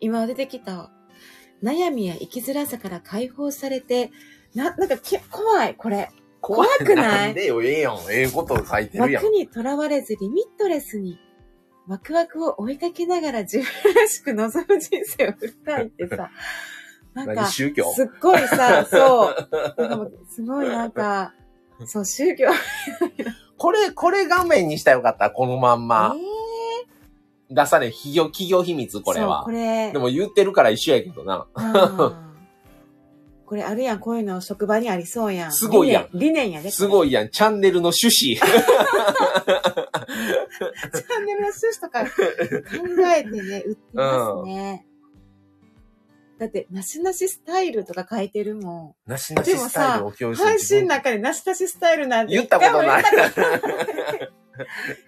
S2: 今出てきた。悩みや生きづらさから解放されて、な、なんかけ、怖い、これ。怖くない
S1: んでよ、ええやん。ええこと書いてるやん
S2: 枠。にとらわれずリミットレスに、ワクワクを追いかけながら自分らしく望む人生を振り返っ てさ、なん
S1: 何
S2: か、
S1: 宗教
S2: すっごいさ、 そう、なんかもうすごいなんか、そう、宗教、
S1: これ、これ画面にしたらよかった。このまんま。
S2: えー
S1: 出され、企業、企業秘密、これ
S2: そう
S1: は
S2: こ。れ
S1: で、も言ってるから一緒やけどな。
S2: あーこれあるやん、こういうの職場にありそうやん。
S1: すごいやん
S2: 理念理念やで。
S1: すごい
S2: い。
S1: やん。チャンネルの趣旨。
S2: チャンネルの趣旨とか考えてね、売ってますね。だって、なしなしスタイルとか書いてるも
S1: なしな
S2: で
S1: し
S2: もさ
S1: スタイルを教
S2: ん。
S1: 室に
S2: 配
S1: 自
S2: 信
S1: 分
S2: の中でなしなしスタイルなんて
S1: 言ったことない。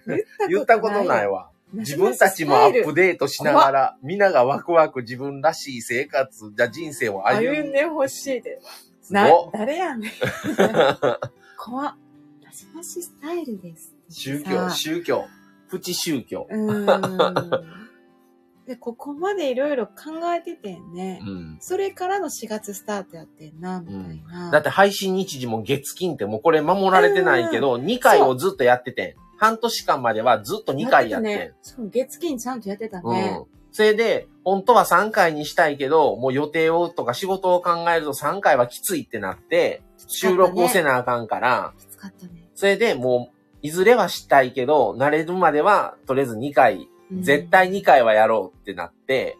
S1: 言
S2: 言
S1: っ
S2: ったた
S1: こ
S2: ことと
S1: な
S2: ないい
S1: わ。
S2: なし
S1: 自
S2: な
S1: 分
S2: したス
S1: ちもア
S2: タイル
S1: ップデートしながら、皆がワクワク自分らしい生活、じゃ人生を歩
S2: 歩 ん
S1: む。
S2: でほしいで。
S1: す
S2: な
S1: ごっ、
S2: 誰やねん。怖っなしなしスタイルです。
S1: 宗
S2: さ
S1: 教、
S2: あ
S1: 宗教、プチ宗教。
S2: う ーんで、ここまでいろいろ考えててんね
S1: う。ん。
S2: それからの4月スタートやってんな、みたいな。
S1: だって配信日時も月金ってもうこれ守られてないけど、2回をずっとやっててん。半年間まではずっと2回やってん。
S2: ね。しかも月金ちゃんとやってたね
S1: う。ん。それで、本当は3回にしたいけど、もう予定をとか仕事を考えると3回はきついってなって、収録をせなあかんから、
S2: きつかったね。
S1: それでもう、いずれはしたいけど、慣れるまでは、とりあえず2回、
S2: うん
S1: 絶対2回はやろうってなって、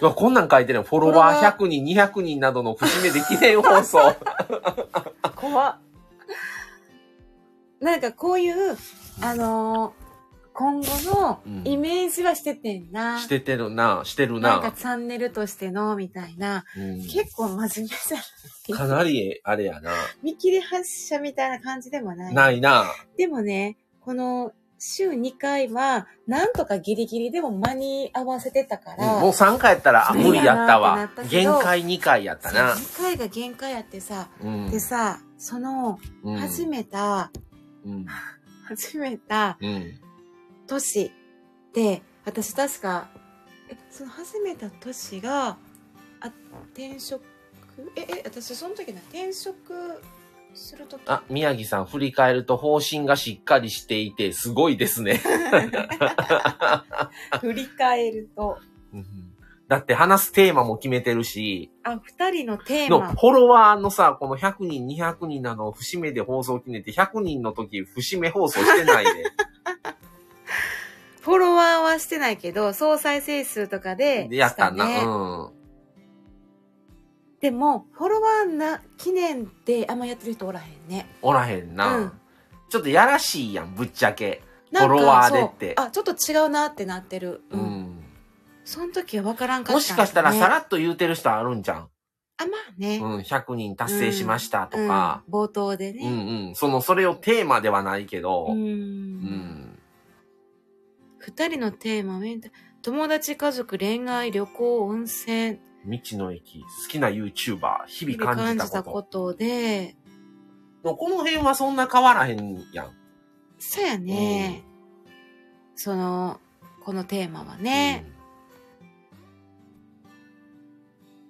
S1: うわこんなん書いてるのフォロワ
S2: フォロワ
S1: ー100人、200人などの節目で記念放 送。
S2: 怖っ なんかこういう、あのー今後
S1: うん
S2: のイメージはしててんな。
S1: しててるな、してる
S2: なんか
S1: な。
S2: チャンネルとしての、みたいな。
S1: うん
S2: 結構真面目じゃ
S1: か
S2: ない。
S1: なり、あれやな。
S2: 見切り発車みたいな感じでもない。
S1: ないな。
S2: でもね、この週2回は、なんとかギリギリでも間に合わせてたか
S1: うん
S2: ら、
S1: もう3回やったら、あ、無理やった
S2: 無理やな
S1: わ
S2: ってなっ。たけど
S1: 限界2回やったな。
S2: 2回が限界やってさ、
S1: うん
S2: でさ、その、
S1: うん
S2: 始めた、
S1: うん
S2: 始めた
S1: うん
S2: 年で私確かえその始めた年があ転職ええ私その時な転職する時
S1: あ、 宮城さん、振り返ると方針がしっかりしていて、すごいですね。
S2: 振り返ると
S1: うんだって話すテーマも決めてるし、
S2: あ二人のテー
S1: の、
S2: マ
S1: フォロワーのさ、この100人、200人なのを節目で放送記念って、100人の時、節目放送してない
S2: フォロワーはしてないけど総再生数とかで
S1: で。でやったな。
S2: したね
S1: うん。
S2: でもフォロワーな記念ってあんまやってる人おらへんね
S1: おらへんな。
S2: うん
S1: ちょっとやらしいやん、ぶっちゃけ。
S2: なんか
S1: フォロワーでって
S2: そうあちょっと違うなってなってる
S1: うん。
S2: その時は分からんかった、
S1: もしかしたらさらっと言うてる人あるんじゃん。
S2: あまあね、
S1: うん、100人達成しましたとか。
S2: うん、冒頭で
S1: うん、う
S2: ね、
S1: ん、その、それをテーマではないけど。
S2: うん
S1: うん。
S2: 2人のテーマメンタ友達家族恋愛旅行温泉
S1: 未知の駅、好きな YouTuber、日
S2: 日
S1: 々
S2: 々
S1: 感
S2: 感
S1: じ
S2: じ
S1: た
S2: た
S1: こ
S2: ことで
S1: と。この辺はそんな変わらへんやん。
S2: そうやね、そのこのテーマはね、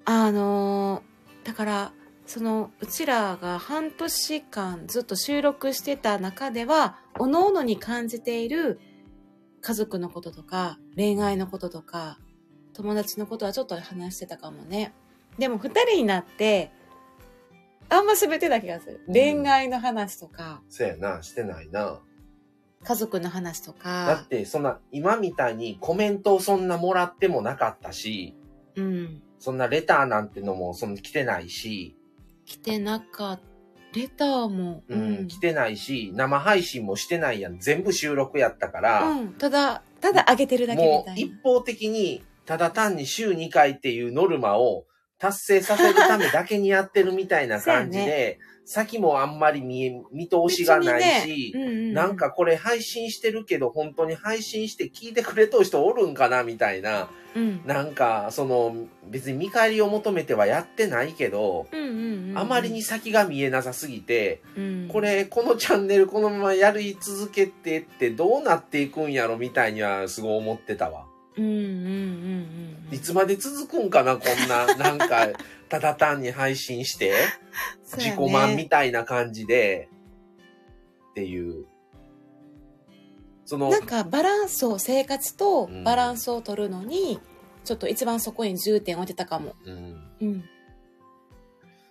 S2: あのーだからそのうちらが半年間ずっと収録してた中ではおのおのに感じている家族のこととか恋愛のこととか友達のことはちょっと話してたかもねでも二人になってあんま喋ってた気がする
S1: うん
S2: 恋愛の話とか、
S1: そやな、してないな。
S2: 家族の話と
S1: だっ
S2: か
S1: て、そんな、今みたいにコメントをそんなもらってもなかったし、
S2: うん
S1: そんなレターなんてのも、その来てないし、
S2: 来てなかったレターも、
S1: うん、来てないし、生配信もしてないやん。全部収録やったから、
S2: うんただただ上げてるだけみ
S1: も
S2: た
S1: う
S2: いな
S1: 一方的に、ただ単に週2回っていうノルマを達成させるためだけにやってるみたいな感じ
S2: そうや
S1: で、先もあんまり見え、見通しがないし、
S2: 別にねうう
S1: なんかこれ配信してるけど、本当に配信して聞いてくれとう人おるんかなみたいな。
S2: うん
S1: なんか、その、別に見返りを求めてはやってないけど、
S2: うんうんうん
S1: あまりに、先が見えなさすぎて、
S2: うん
S1: これ、このチャンネルこのままやり続けてってどうなっていくんやろみたいにはすごい思ってたわ。
S2: うんうんうんうん
S1: いつまで続くんかな、こんな、なんか、ただ単に配信して、
S2: そうや
S1: 自
S2: ね
S1: 己満みたいな感じで、っていう。その、
S2: なんかバランスを生活と
S1: うん
S2: バランスを取るのに、ちょっと一番そこに重点を置いてたかも
S1: うん。
S2: うん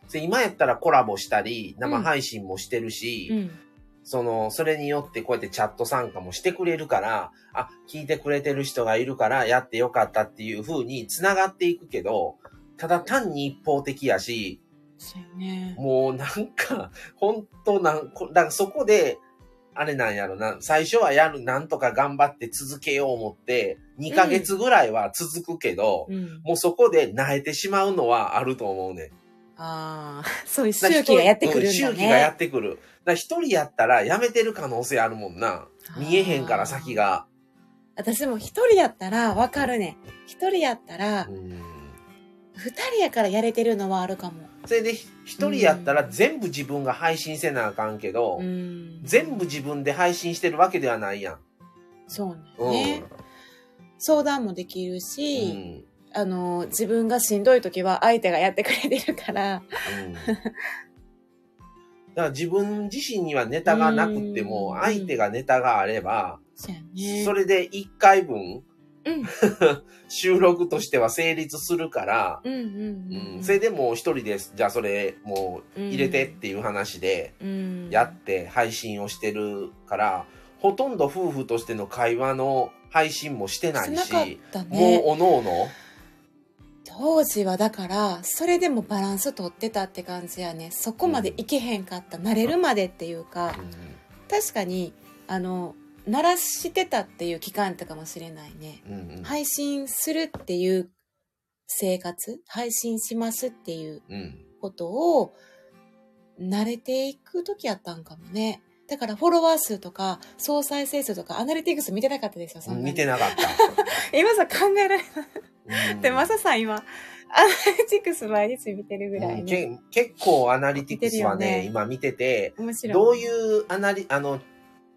S1: で今やったらコラボしたり、生配信もしてるし、
S2: うん
S1: その、それによってこうやってチャット参加もしてくれるから、あ、聞いてくれてる人がいるからやってよかったっていう風に繋がっていくけど、ただ単に一方的やし、
S2: そうやね
S1: もうなんか、本当なん、こだからそこで、あれなんやろな、最初はやる、なんとか頑張って続けよう思って、2ヶ月ぐらいは続くけど、
S2: うん
S1: もうそこで慣れてしまうのはあると思うねん。
S2: ああ そういう周期がやってくるんだね
S1: 周期がやってくる。だから一人やったらやめてる可能性あるもんな。見えへんから先が。
S2: 私も一人やったらわかるね一人やったら
S1: うん
S2: 二人やからやれてるのはあるかも
S1: それでひ一人やったら全部自分が配信せなあかんけど、
S2: うん
S1: 全部自分で配信してるわけではないやん。
S2: そうなん
S1: うん
S2: よね相談もできる
S1: う
S2: し、
S1: ん
S2: あの自分がしんどい時は相手がやってくれてるから
S1: うんだから自分自身にはネタがなくても
S2: う、ん
S1: 相手がネタがあれば、
S2: そうや
S1: それで1回分
S2: うん、
S1: 収録としては成立するから、
S2: うんうんうん
S1: うんそれでもう一人です。じゃあそれ、もう入れてっていう話で
S2: うん
S1: やって配信をしてるから、ほとんど夫婦としての会話の配信もしてない
S2: しなかっ
S1: し、
S2: た
S1: もう
S2: ね
S1: おのおの、
S2: 当時はだからそれでもバランス取ってたって感じやねそこまでいけへんかった、慣れるまでっていうか確かにあの鳴らしてたっていう期間やったかもしれないね
S1: うんうん
S2: 配信するっていう生活配信しますっていう
S1: うん
S2: ことを慣れていく時やったんかもね。だからフォロワー数とか総再生数とかアナリティクス見てなかったですよ、そんなに
S1: 見てなかっ
S2: 今さ考えられな
S1: た。
S2: くて、マサさん今、アナリティクス毎日見てるぐら
S1: う
S2: い
S1: ん
S2: ね。
S1: け結構アナリティクスは
S2: 見てる
S1: ね、
S2: よね
S1: 今見てて、
S2: 面白い。
S1: どういうアナリ、あの、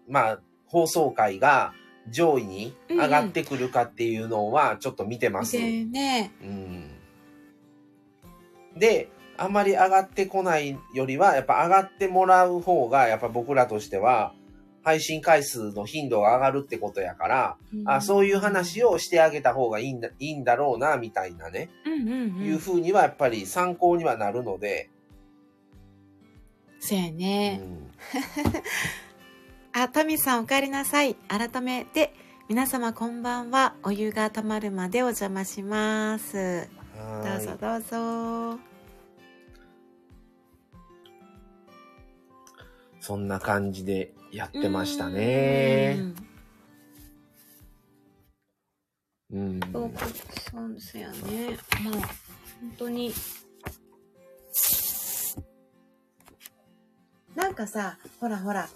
S1: まあ、放送回が上位に上がってくるかっていうのはちょっと見てます。
S2: 見てるね。
S1: うんで、あんまり上がってこないよりは、やっぱ上がってもらう方が、やっぱ僕らとしては、配信回数の頻度が上がるってことやから、あそういう話をしてあげた方がいいんだいいんだろうな、みたいなね、
S2: うん。うんうんうん。
S1: いうふうにはやっぱり参考にはなるので、
S2: そうや
S1: う
S2: ね。
S1: ん、
S2: あ、タミさんお帰りなさい。改めて、皆様こんばんは。お湯が溜まるまでお邪魔します。
S1: は
S2: どう
S1: ーい
S2: ぞどうぞ。
S1: そんな感じでやってましたね
S2: う。ん。
S1: うん、
S2: そうそうですよね。まあ、本当に。なんかさ、ほらほら、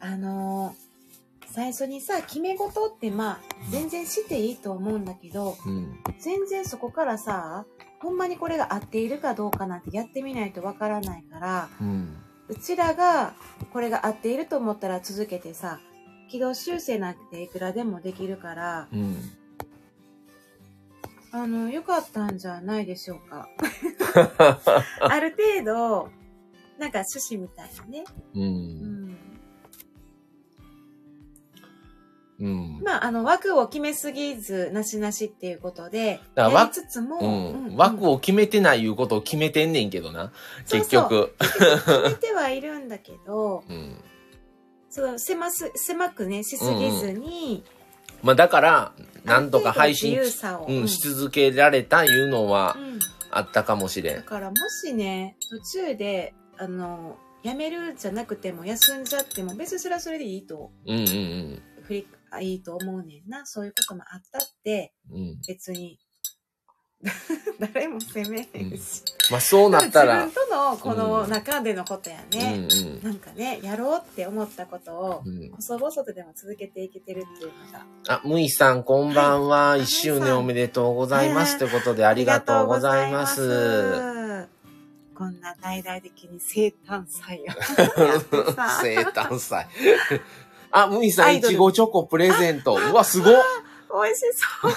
S2: あのー最初にさ、決め事ってまあ、全然していいと思うんだけど、
S1: うん、
S2: 全然そこからさ、ほんまにこれが合っているかどうかなんてやってみないとわからないから、
S1: うん、
S2: うちらがこれが合っていると思ったら続けてさ、軌道修正なんていくらでもできるから、
S1: うん。
S2: あの、良かったんじゃないでしょう か。ある程度、なんか趣旨みたいなね。
S1: う、
S2: うんん。
S1: うん。
S2: まあ、あの、枠を決めすぎず、なしなしっていうことで、
S1: だから
S2: や
S1: 枠
S2: りつつも、
S1: うん。枠を決めてないいうことを決めてんねんけどな。結
S2: そう
S1: 局。
S2: そう決めてはいるんだけど、
S1: うん。
S2: その狭す、狭くね、しすぎずに、
S1: まあだから、なんとか配
S2: あ
S1: 信
S2: る程度、自由さを。
S1: うん、し続けられたいうのは
S2: うん
S1: あったかもしれ
S2: だ
S1: ん。
S2: からもしね、途中で、あの、やめるじゃなくても、休んじゃっても、別にそれはそれでいいと、
S1: うんうん
S2: 振り、あいいと思うねんな。そういうこともあったって、
S1: うん。うん。
S2: 別に 誰も責めへんし、
S1: まあそうなったら、
S2: 自分とのこ
S1: う
S2: の
S1: ん
S2: 中でのことやね、
S1: うん
S2: なんかねやろうって思ったことを
S1: うん。うん、
S2: 細々とでも続けていけてるっていうのが
S1: あ、むいさん、こんばんは。
S2: い
S1: 一周年おめでとうございます。ということで、あ
S2: あ
S1: りがとうございま
S2: りがとうござ
S1: す。
S2: いますこんな大々的に生誕祭を
S1: 生誕祭。あ、むいさ
S2: ア
S1: ん、
S2: イ
S1: い
S2: ドル
S1: ちごチョコプレゼント。うわ、すご っ
S2: 美味しそう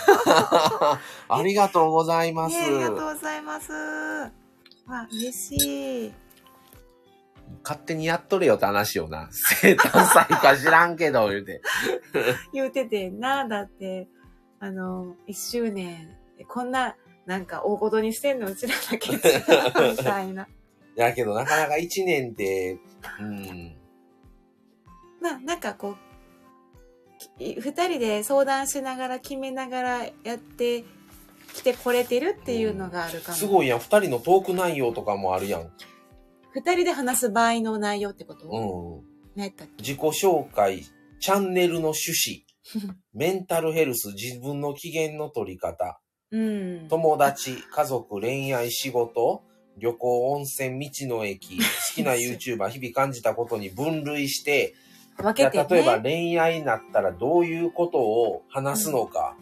S1: ありがとうございます。
S2: ねありがとうございますわ嬉しい
S1: 勝手にやっとれよって話よな。 生誕祭か知らんけど、言うて。
S2: 言うててんな。だって、あの、一周年、こんな、なんか大ごとにしてんのうちらだけじ ゃんみたいな。
S1: やけど、なかなか一年って、うん。
S2: な、なんかこう、き二人で相談しながら決めながらやってきてこれてるっていうのがあるかも。
S1: すごいやん。二人のトーク内容とかもあるやん。うん。
S2: 二人で話す場合の内容ってこと、何やったっけ
S1: 自己紹介、チャンネルの趣旨、メンタルヘルス、自分の機嫌の取り方、
S2: うん。
S1: 友達、家族、恋愛、仕事、旅行、温泉、未知の駅、好きな YouTuber、日々感じたことに分類して、
S2: 分
S1: じゃ
S2: け
S1: あ
S2: てね。
S1: 例えば恋愛になったらどういうことを話すのか、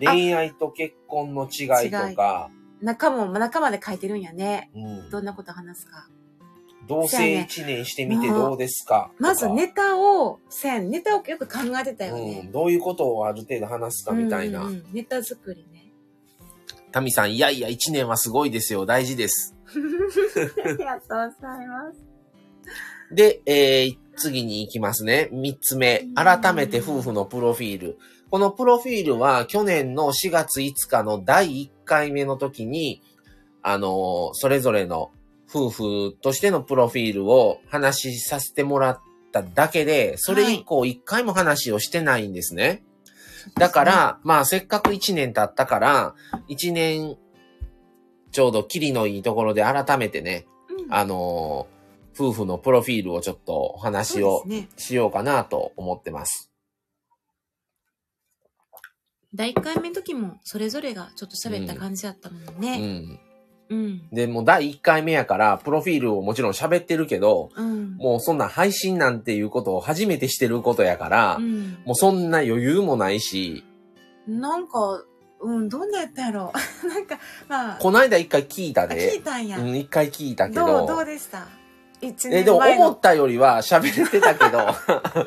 S2: んあ
S1: 恋愛と結婚の違いとか、
S2: 中も、中まで書いてるんやね。
S1: うん
S2: どんなこと話すか。
S1: 同
S2: そうや
S1: 棲
S2: ね
S1: 1年してみてどうですかとか
S2: まずネタを、せん、ネタをよく考えてたよね。
S1: うん、どういうことをある程度話すかみたいな
S2: うんうん。うんネタ作りね。
S1: タミさん、いやいや、1年はすごいですよ。大事です。
S2: ありがとうございます。
S1: で、えー次に行きますね。3つ目
S2: う。ん
S1: 改めて夫婦のプロフィール。このプロフィールは去年の4月5日の第1回目の時に、あのーそれぞれの夫婦としてのプロフィールを話しさせてもらっただけで、それ以降1回も話をしてないんですね。だか、ら、まあせっかく1年経ったから、1年ちょうどキリのいいところで改めてね、
S2: うん、
S1: あのー夫婦のプロフィールをちょっとお話を
S2: そうですね。
S1: しようかなと思ってます。
S2: 第1回目の時も、それぞれがちょっと喋った感じだったもん
S1: う
S2: ね。
S1: ん。
S2: うん。
S1: で、もう第1回目やから、プロフィールをもちろん喋ってるけど、
S2: うん。
S1: もうそんな配信なんていうことを初めてしてることやから、
S2: うん
S1: もうそんな余裕もないし、
S2: なんか、うん、どんなやったやろ う。なんか、まあ、
S1: こないだ一回聞いた
S2: あ聞い
S1: で、
S2: たんや。
S1: うん、一回聞いたけど、
S2: どう、どうでした ?1
S1: え、
S2: 年
S1: でも
S2: 前
S1: 思っ
S2: の。
S1: たよりは喋れてたけど、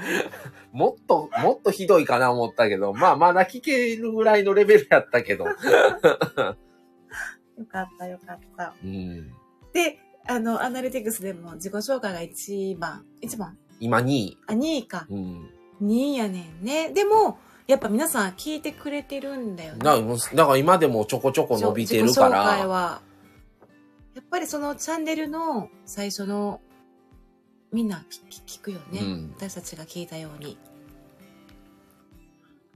S1: もっと、もっとひどいかな思ったけど、まあまだ聞けるぐらいのレベルやったけど。
S2: よかった、よかった。
S1: うん、
S2: で、あの、アナリティクスでも自己紹介が1番、1番
S1: 今2位。
S2: あ、2位か。
S1: うん。
S2: 2位やねんね。でも、やっぱ皆さん聞いてくれてるんだよね。
S1: だだから今でもちょこちょこ伸びてるか
S2: 自己紹介
S1: ら。
S2: は、やっぱりそのチャンネルの最初の、みんな聞聞聞くよね、
S1: うん
S2: 私たちが聞いたように。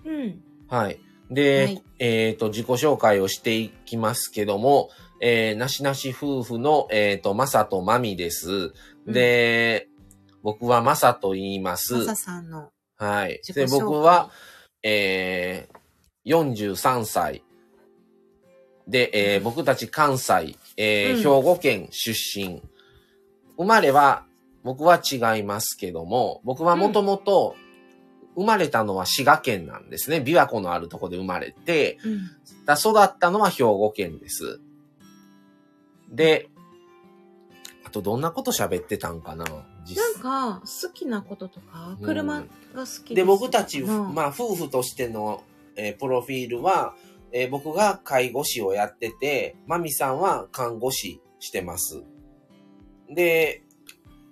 S2: うん。
S1: はい。で、
S2: はい
S1: えっ、と、自己紹介をしていきますけども、えーなしなし夫婦の、えっ、と、まさとまみです。で、僕はまさと言います。
S2: マサさんの
S1: はい。
S2: 自己
S1: で、
S2: 紹介。
S1: 僕は、、えー、43歳。で、えー僕たち関西、えー
S2: うん
S1: 兵庫県出身。生まれは、僕は違いますけども、僕はもともと、生まれたのは滋賀県なんですね。琵琶湖のあるとこで生まれて、
S2: うん、
S1: だ育ったのは兵庫県です。で、あとどんなこと喋ってたんかな実際
S2: なんか、好きなこととか、
S1: うん
S2: 車が好き
S1: で、僕たち、
S2: あ、
S1: まあ、夫婦としての、えープロフィールは、えー僕が介護士をやってて、マミさんは看護師してます。で、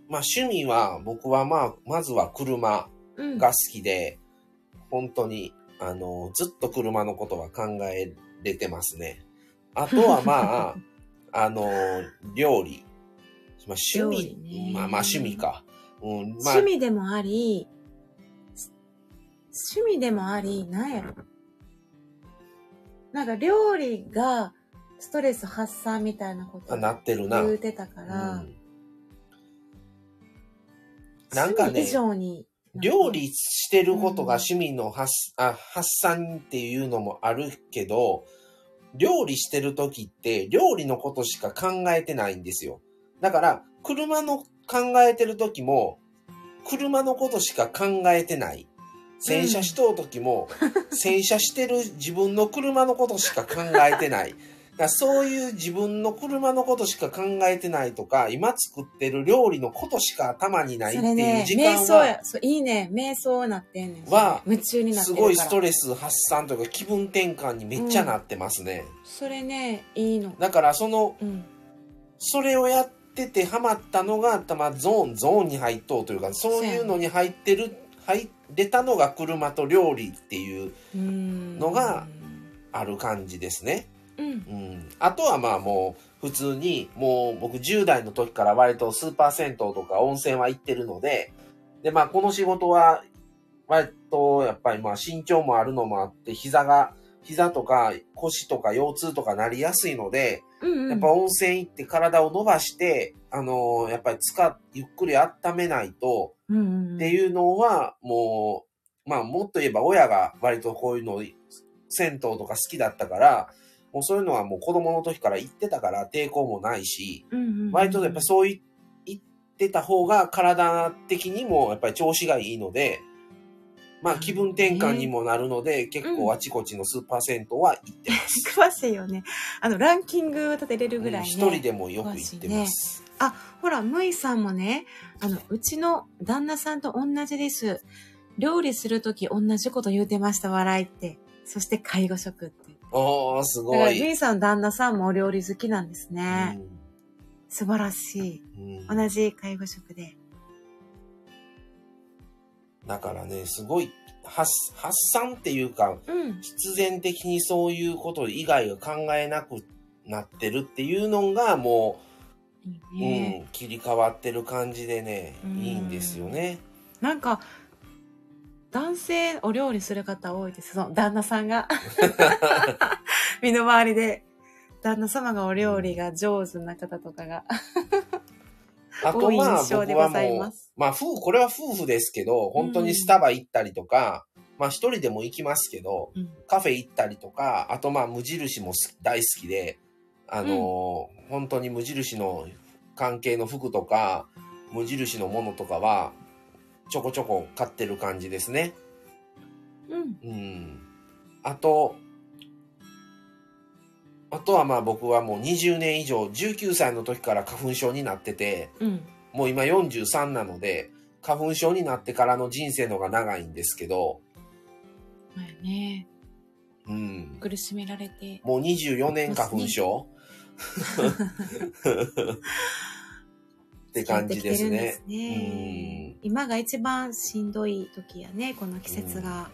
S1: まあ、趣味は、僕はまあ、まずは車
S2: うん、
S1: が好きで、本当に、あの、ずっと車のことは考えれてますね。あとは まあ、あの、料理。まあ、趣味、
S2: 料理ね
S1: まあまあ趣味か。うん、まあ
S2: 趣味でもあり、す趣味でもあり、なんやろ。なんか料理がストレス発散みたいなこと
S1: あなってるな。
S2: 言うてたから、
S1: うんなんかね
S2: 趣味以上に。
S1: 料理してることが趣味の発,、あ発散っていうのもあるけど、料理してる時って料理のことしか考えてないんですよ。だから、車の考えてる時も、車のことしか考えてない。洗車しとう時も、洗車してる自分の車のことしか考えてない。だからそういう自分の車のことしか考えてないとか、今作ってる料理のことしか頭にないって
S2: それ
S1: いう
S2: ね、
S1: 時間
S2: 瞑想
S1: は、
S2: や。そう、いいね。瞑想なってんねん。
S1: は
S2: 夢中になって
S1: す
S2: るから。
S1: ごいストレス発散というか気分転換にめっちゃなってますね、
S2: それね、いいの。
S1: だからその
S2: うん。
S1: それをやっててハマったのがたまゾーンゾーンに入っとうというかそういうのに入ってる入れたのが車と料理っていう
S2: うん。
S1: のが、ある感じですね、
S2: うん。
S1: うん、あとはまあもう普通にもう僕10代の時から割とスーパー銭湯とか温泉は行ってるのででまあこの仕事は割とやっぱりまあ身長もあるのもあって膝が膝とか腰とか腰痛とかなりやすいので
S2: うん、うん。
S1: やっぱ温泉行って体を伸ばしてあのーやっぱり使ゆっくり温めないと
S2: うんうんうん、
S1: っていうのはもうまあもっと言えば親が割とこういうの銭湯とか好きだったからもうそういうのはもう子供の時から行ってたから抵抗もないし
S2: うんうんうん、
S1: 割とやっぱそうい行ってた方が体的にもやっぱり調子がいいのでまあ気分転換にもなるので結構あちこちのスーパー銭湯は行ってます。
S2: 詳しいよね。あの、ランキング立てれるぐらいね。
S1: 一人でもよく行ってます。
S2: ほら、むいさんもね、あの、うちの旦那さんと同じです。料理するとき同じこと言うてました、笑いって。そして介護職って。
S1: おー、す
S2: だか
S1: ご
S2: ら、む
S1: い。
S2: いさんの旦那さんもお料理好きなんですね。素晴らしい。
S1: うんうん
S2: 同じ介護職で。
S1: だからね、すごい発発散っていうか、
S2: うん。
S1: 必然的にそういうこと以外は考えなくなってるっていうのがも、
S2: いういね。
S1: うん、切り替わってる感じでね、
S2: うん
S1: いいんですよね。
S2: なんか、男性お料理する方多いです。その旦那さ んが。身の回りで。旦那様がお料理が上手な方とかが。
S1: あと
S2: 多い
S1: まあ
S2: 印象
S1: 僕
S2: で
S1: は
S2: ござい
S1: も
S2: ま
S1: う
S2: す、
S1: まあ夫婦、これは夫婦ですけど、本当にスタバ行ったりとか、まあ一人でも行きますけど、
S2: うん
S1: カフェ行ったりとか、あとまあ無印もす大好きで、あのー本当に無印の関係の服とか、無印のものとかは、ちょこちょこ買ってる感じですね。
S2: うん。
S1: うん。あと、あとはまあ僕はもう20年以上、19歳の時から花粉症になってて、
S2: うん。
S1: もう今43なので、花粉症になってからの人生の方が長いんですけど、
S2: まあね、
S1: うん。
S2: 苦しめられて。
S1: もう24年花粉症って感じです
S2: や
S1: ね
S2: って。きてるんですね
S1: うん
S2: 今が一番しんどい時やね、この季節が。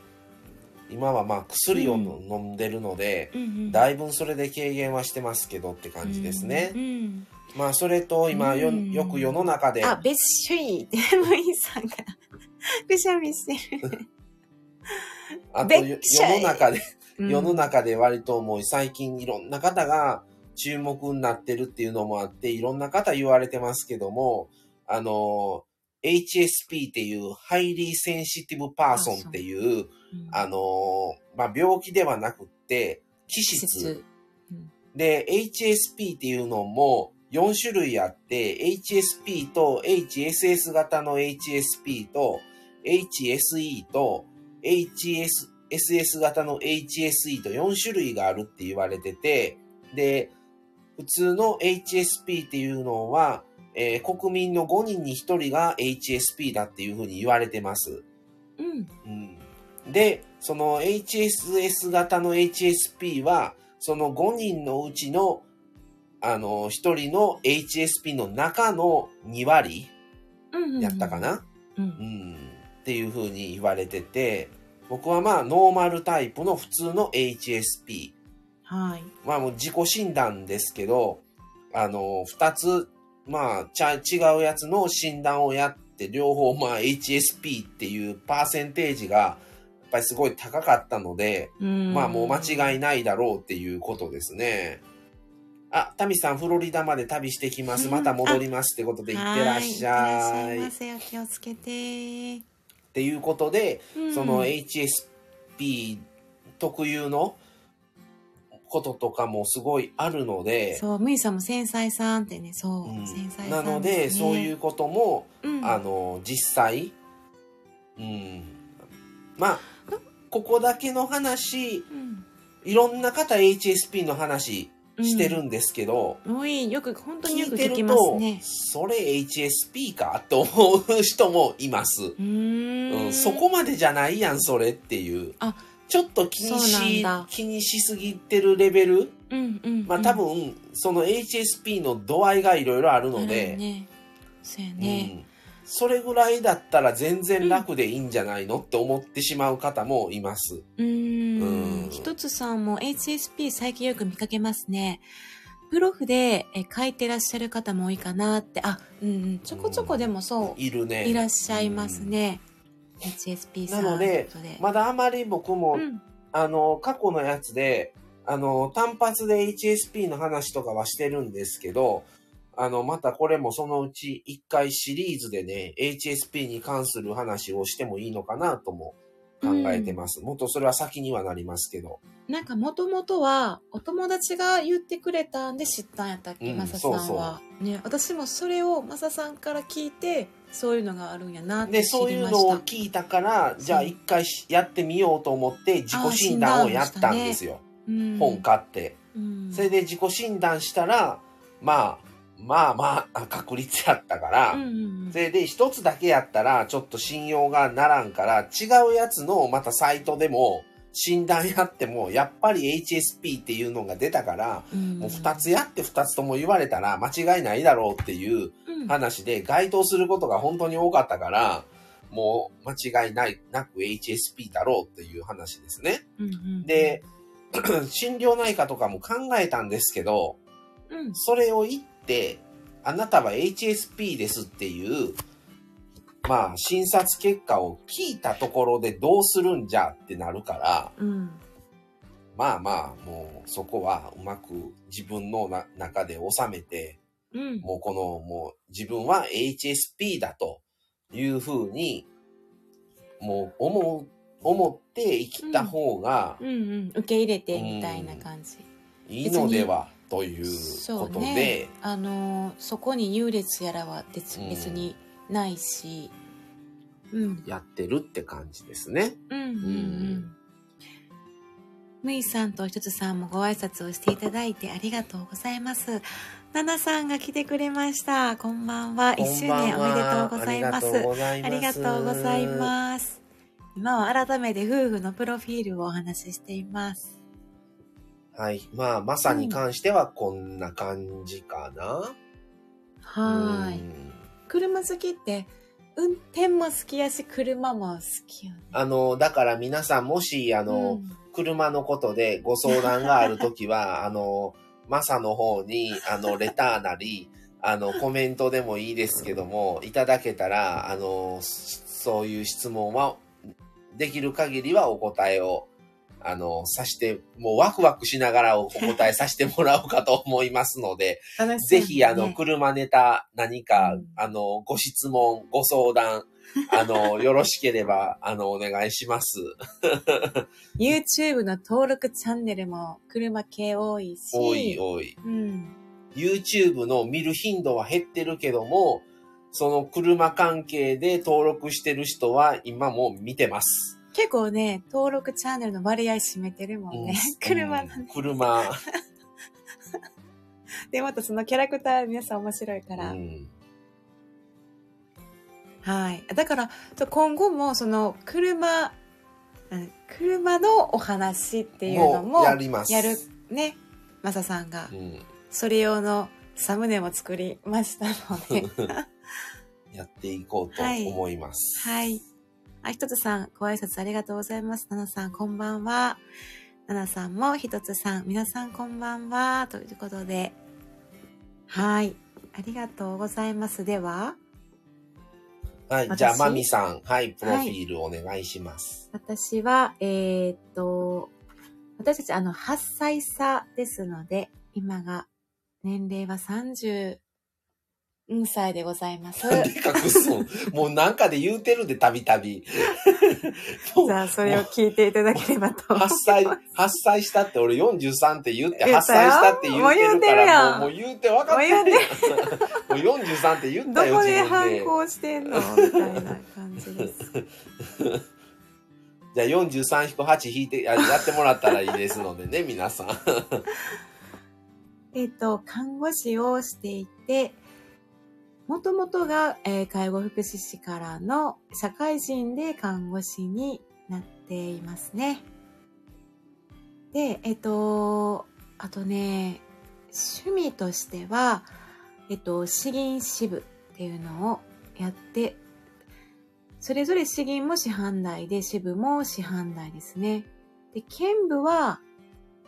S1: 今はまあ薬をの
S2: う
S1: 飲んでるので、
S2: うんうん
S1: だいぶんそれで軽減はしてますけどって感じですね。
S2: うんうん
S1: まあそれと今よ
S2: うん
S1: よく世の中で、
S2: あ、別種意。デブイさんが、 くしゃみしてる。
S1: あと
S2: べっ
S1: よ
S2: ちゃ
S1: 世
S2: い
S1: の中で、
S2: うん
S1: 世の中で割ともう最近いろんな方が注目になってるっていうのもあって、いろんな方言われてますけども、あの、HSP っていう、ハイリーセンシティブパーソンっていう、
S2: うん
S1: あの、まあ、病気ではなくって、気
S2: 季
S1: 質。
S2: 節
S1: で、HSP っていうのも4種類あって、HSP と HSS 型の HSP と HSE と HSS 型の HSE と4種類があるって言われてて、で、普通の HSP っていうのは、えー国民の5人に1人が HSP だっていうふうに言われてます。
S2: うん。
S1: うんで、その HSS 型の HSP は、その5人のうちの、あの、1人の HSP の中の2割
S2: うん。
S1: やったかな、う
S2: う。
S1: んっていう風に言われてて、僕はまあ、ノーマルタイプの普通の HSP。
S2: はい。
S1: まあもう自己診断ですけど、あの、二つ、まあ、ちゃ、違うやつの診断をやって、両方まあ HSP っていうパーセンテージが、やっぱりすごい高かったので、まあもう間違
S2: い。
S1: いないだろうっていうことですね。あ、タミさん、フロリダまで旅してきます。また戻りますってことで、いってらっし
S2: は
S1: ゃ
S2: いいってらっしゃい
S1: い。
S2: ま
S1: っ
S2: せ。お気をつけて。
S1: ていうことで、
S2: うん
S1: その HSP 特有のこととかもすごいあるので、
S2: そう、むいさんも繊細さんってね、そう、
S1: うん
S2: 繊細さ、、
S1: なんので、そういううことも、
S2: うん、
S1: あの、実際、うん。まあ、ここだけの話、
S2: うん、
S1: いろんな方 HSP の話してる
S2: うん
S1: んですけど、
S2: ん。多い、よく、本当によ
S1: 聞
S2: く
S1: いて
S2: 聞き
S1: る
S2: ま
S1: と、
S2: すね。
S1: それ HSP かと思う人もいます。
S2: うーん
S1: うん、そこまでじゃないやん、それっていう。
S2: あ
S1: ちょっと気に
S2: そう
S1: し
S2: なんだ、
S1: 気にしすぎてるレベル
S2: うんうん、うん。
S1: まあ多分、その HSP の度合いがいろいろあるので、
S2: うんね、そうやね。
S1: うん、それぐらいだったら全然楽でいいんじゃないのって思ってしまう方もいます。
S2: うーん。
S1: うん
S2: ひとつさんも HSP 最近よく見かけますね。プロフでえ書いてらっしゃる方も多いかなって、あ、うんうん、ちょこちょこでもそう、
S1: いるね。
S2: いらっしゃいますね。HSP さん
S1: なので
S2: ということ
S1: うん。まだあまり僕も、
S2: うん、
S1: あの、過去のやつで、あの、単発で HSP の話とかはしてるんですけど、あの、またこれもそのうち一回シリーズでね、HSP に関する話をしてもいいのかなとも考えてます。もっとそれは先にはなりますけど。
S2: なんかもともとはお友達が言ってくれたんで知ったんやったっけ、
S1: うん
S2: マサさんはね私もそれをマサさんから聞いてそういうのがあるんやなって
S1: で、
S2: 知
S1: そうい
S2: り
S1: う
S2: ま
S1: の
S2: し
S1: を
S2: た
S1: 聞いたから、じゃあ一回しやってみようと思って自己診断をやったんですよ。
S2: うん
S1: 本買って。
S2: うん
S1: それで自己診断したら、まあ、まあまあ、 確率やったから、
S2: うんうんうん
S1: それで一つだけやったらちょっと信用がならんから、違うやつのまたサイトでも診断やっても、やっぱり HSP っていうのが出たから、
S2: うん
S1: もう二つやって二つとも言われたら間違いないだろうっていう
S2: う ん
S1: 話で該当することが本当に多かったから、もう間違いない、なく HSP だろうっていう話ですね。
S2: うんうん
S1: で、 心療内科とかも考えたんですけど、
S2: うん
S1: それを言って、あなたは HSP ですっていう、まあ、診察結果を聞いたところでどうするんじゃってなるから、
S2: うん
S1: まあまあ、もうそこはうまく自分のな中で収めて、
S2: うん
S1: もうこの、もう自分は HSP だというふうに、もう思う、思って生きた方が
S2: うんうん受け入れてみたいな感じ
S1: いいのではという
S2: そ
S1: こ
S2: う
S1: と
S2: ね
S1: で、
S2: あのそこに優劣やらは別
S1: うん
S2: 別にないしうん
S1: やってるって感じですね。
S2: うんうんう
S1: うんん
S2: むいさんとひとつさんもご挨拶をしていただいてありがとうございます。ななさんが来てくれました。こんばんは。一周年おめでとうございます。あ
S1: あ
S2: りがとうござい
S1: す。
S2: ます。今は改めて夫婦のプロフィールをお話ししています。
S1: はい。まあ、まさに関してはこんな感じかな。
S2: はー
S1: う
S2: い。
S1: ん
S2: 車好きって、運転も好きやし、車も好きよね。
S1: あの、だから皆さんもし、あの、
S2: うん
S1: 車のことでご相談があるときは、あの、マサの方に、あの、レターなり、あの、コメントでもいいですけども、いただけたら、あの、しそういう質問は、できる限りはお答えを、あの、さして、もうワクワクしながらお答えさせてもらおうかと思いますので、
S2: 楽しい
S1: ぜ
S2: ね
S1: ひ、あの、車ネタ、何か、
S2: うん
S1: あの、ご質問、ご相談、あの、よろしければ、あの、お願いします。
S2: YouTube の登録チャンネルも車系多いし、
S1: おいおい。
S2: うん。
S1: YouTube の見る頻度は減ってるけども、その車関係で登録してる人は今もう見てます。
S2: 結構ね、登録チャンネルの割合占めてるもんね。 車なん
S1: うん車。
S2: で、またそのキャラクター皆さん面白いから。
S1: うん
S2: はい。だから、そう今後もその車、うん車のお話っていうのも、
S1: やります。
S2: やるね、マサさんが
S1: う、ん。
S2: それ用のサムネも作りましたの で。
S1: やっていこうと思います。
S2: はい。あ、ひとつさん、ご挨拶ありがとうございます。ななさん、こんばんは。ななさんも、ひとつさん、皆さんこんばんは。ということで。はい。ありがとうございます。では、
S1: はい。
S2: 私
S1: じゃあ、マミさん、はい、プロフィールお願いします。
S2: 私は、えーっと、私たち、あの、8歳差ですので、今が、年齢は30、うん歳でございます。
S1: でかくすん。もうなんかで言うてるで、たびたび。
S2: じゃあ、それを聞いていただければと思い
S1: 8
S2: ます。
S1: 歳、8歳したって、俺43って言って、
S2: 言
S1: 8
S2: った
S1: 歳し
S2: よ
S1: たって言ってるから、も
S2: も
S1: う
S2: う
S1: もう言うて分かってるやん
S2: も う
S1: もう43って言っ
S2: ど
S1: たよ、
S2: こ
S1: 自
S2: で
S1: 分
S2: 反
S1: で。
S2: 抗してんのみたいな感じです。
S1: じゃあ43-8引いて、あやってもらったらいいですのでね、皆さん。
S2: えっと、看護師をしていて、もともとが、えー介護福祉士からの社会人で看護師になっていますね。で、えっと、あとね、趣味としては、えっと、詩吟支部っていうのをやって、それぞれ詩吟も師範代で、支部も師範代ですね。で、剣部は、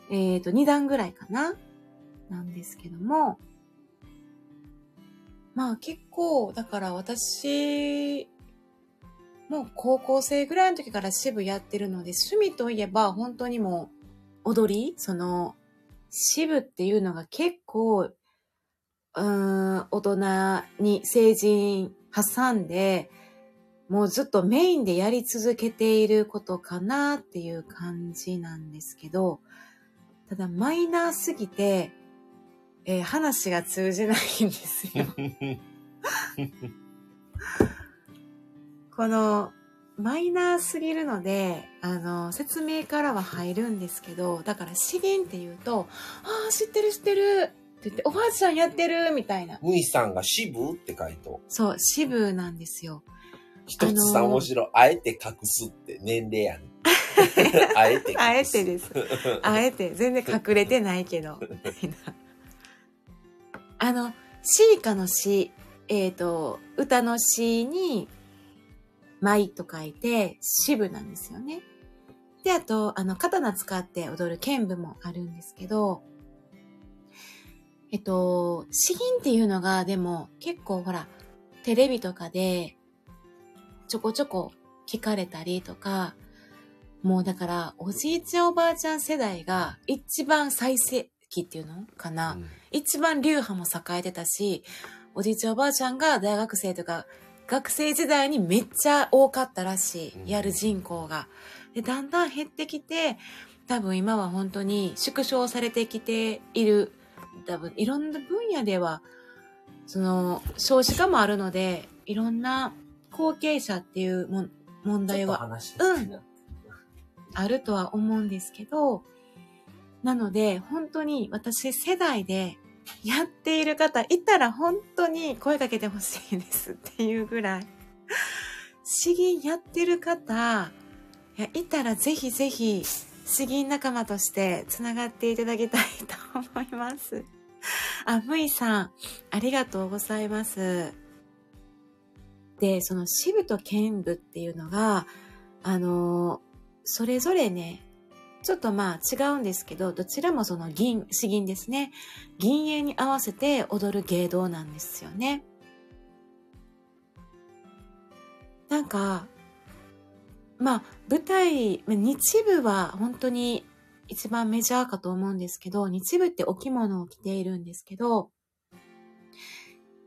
S2: えっ、と、2段ぐらいかななんですけども、まあ結構、だから私、もう高校生ぐらいの時から支部やってるので、趣味といえば本当にもう踊りその、支部っていうのが結構、うーん、大人に成人挟んで、もうずっとメインでやり続けていることかなっていう感じなんですけど、ただマイナーすぎて、えー話が通じないんですよ。この、マイナーすぎるので、あの、説明からは入るんですけど、だから詩吟って言うと、ああ、知ってる知ってるって言って、おばあちゃんやってるみたいな。
S1: むいさんが支部って書いと。
S2: そう、支部なんですよ。
S1: 一つさん
S2: あのー
S1: 面白い。あえて隠すって年齢やね。 あえて隠す。
S2: あえ てです。あえて、全然隠れてないけど、みたいな。あの、シーカの詩、えっ、と、歌の詩に、舞と書いて、詩部なんですよね。で、あと、あの、刀使って踊る剣舞もあるんですけど、えっと、詩吟っていうのが、でも、結構ほら、テレビとかで、ちょこちょこ聞かれたりとか、もうだから、おじいちゃんおばあちゃん世代が一番最盛期っていうのかな、
S1: うん
S2: 一番流派も栄えてたし、おじいちゃんおばあちゃんが大学生とか、学生時代にめっちゃ多かったらし
S1: うん
S2: い。やる人口が。で、だんだん減ってきて、多分今は本当に縮小されてきている。多分いろんな分野では、その、少子化もあるので、いろんな後継者っていうもん問題
S1: ちょっ
S2: は
S1: と話
S2: うんあるとは思うんですけど、なので、本当に私世代でやっている方いたら本当に声かけてほしいですっていうぐらい。詩吟やってる方、いやいたらぜひぜひ詩吟仲間としてつながっていただきたいと思います。あ、むいさん、ありがとうございます。で、その支部と剣部っていうのが、あのそれぞれね、ちょっとまあ違うんですけど、どちらもその銀、詩吟ですね。銀影に合わせて踊る芸道なんですよね。なんか、まあ舞台、まあ日部は本当に一番メジャーかと思うんですけど、日部ってお着物を着ているんですけど、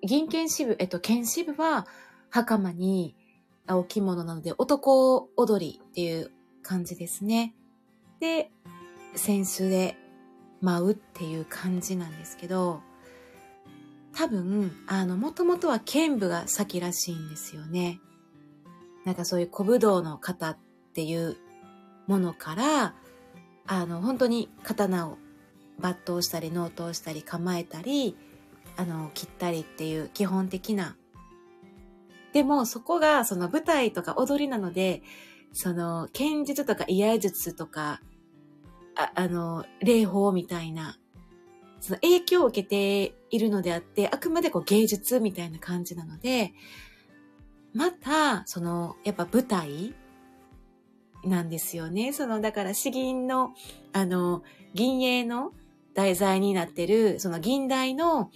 S2: 銀剣支部、えっと、剣支部は袴にあお着物なので男踊りっていう感じですね。で、扇子で舞うっていう感じなんですけど、多分、あの、もともとは剣舞が先らしいんですよね。なんかそういう小武道の型っていうものから、あの、本当に刀を抜刀したり、納刀したり、構えたり、あの、切ったりっていう基本的な。でも、そこが、その舞台とか踊りなので、その、剣術とか居合術とか、ああの、霊法みたいな、その影響を受けているのであって、あくまでこう芸術みたいな感じなので、また、その、やっぱ舞台なんですよね。その、だから詩吟の、あの、銀影の題材になってる、その銀台の、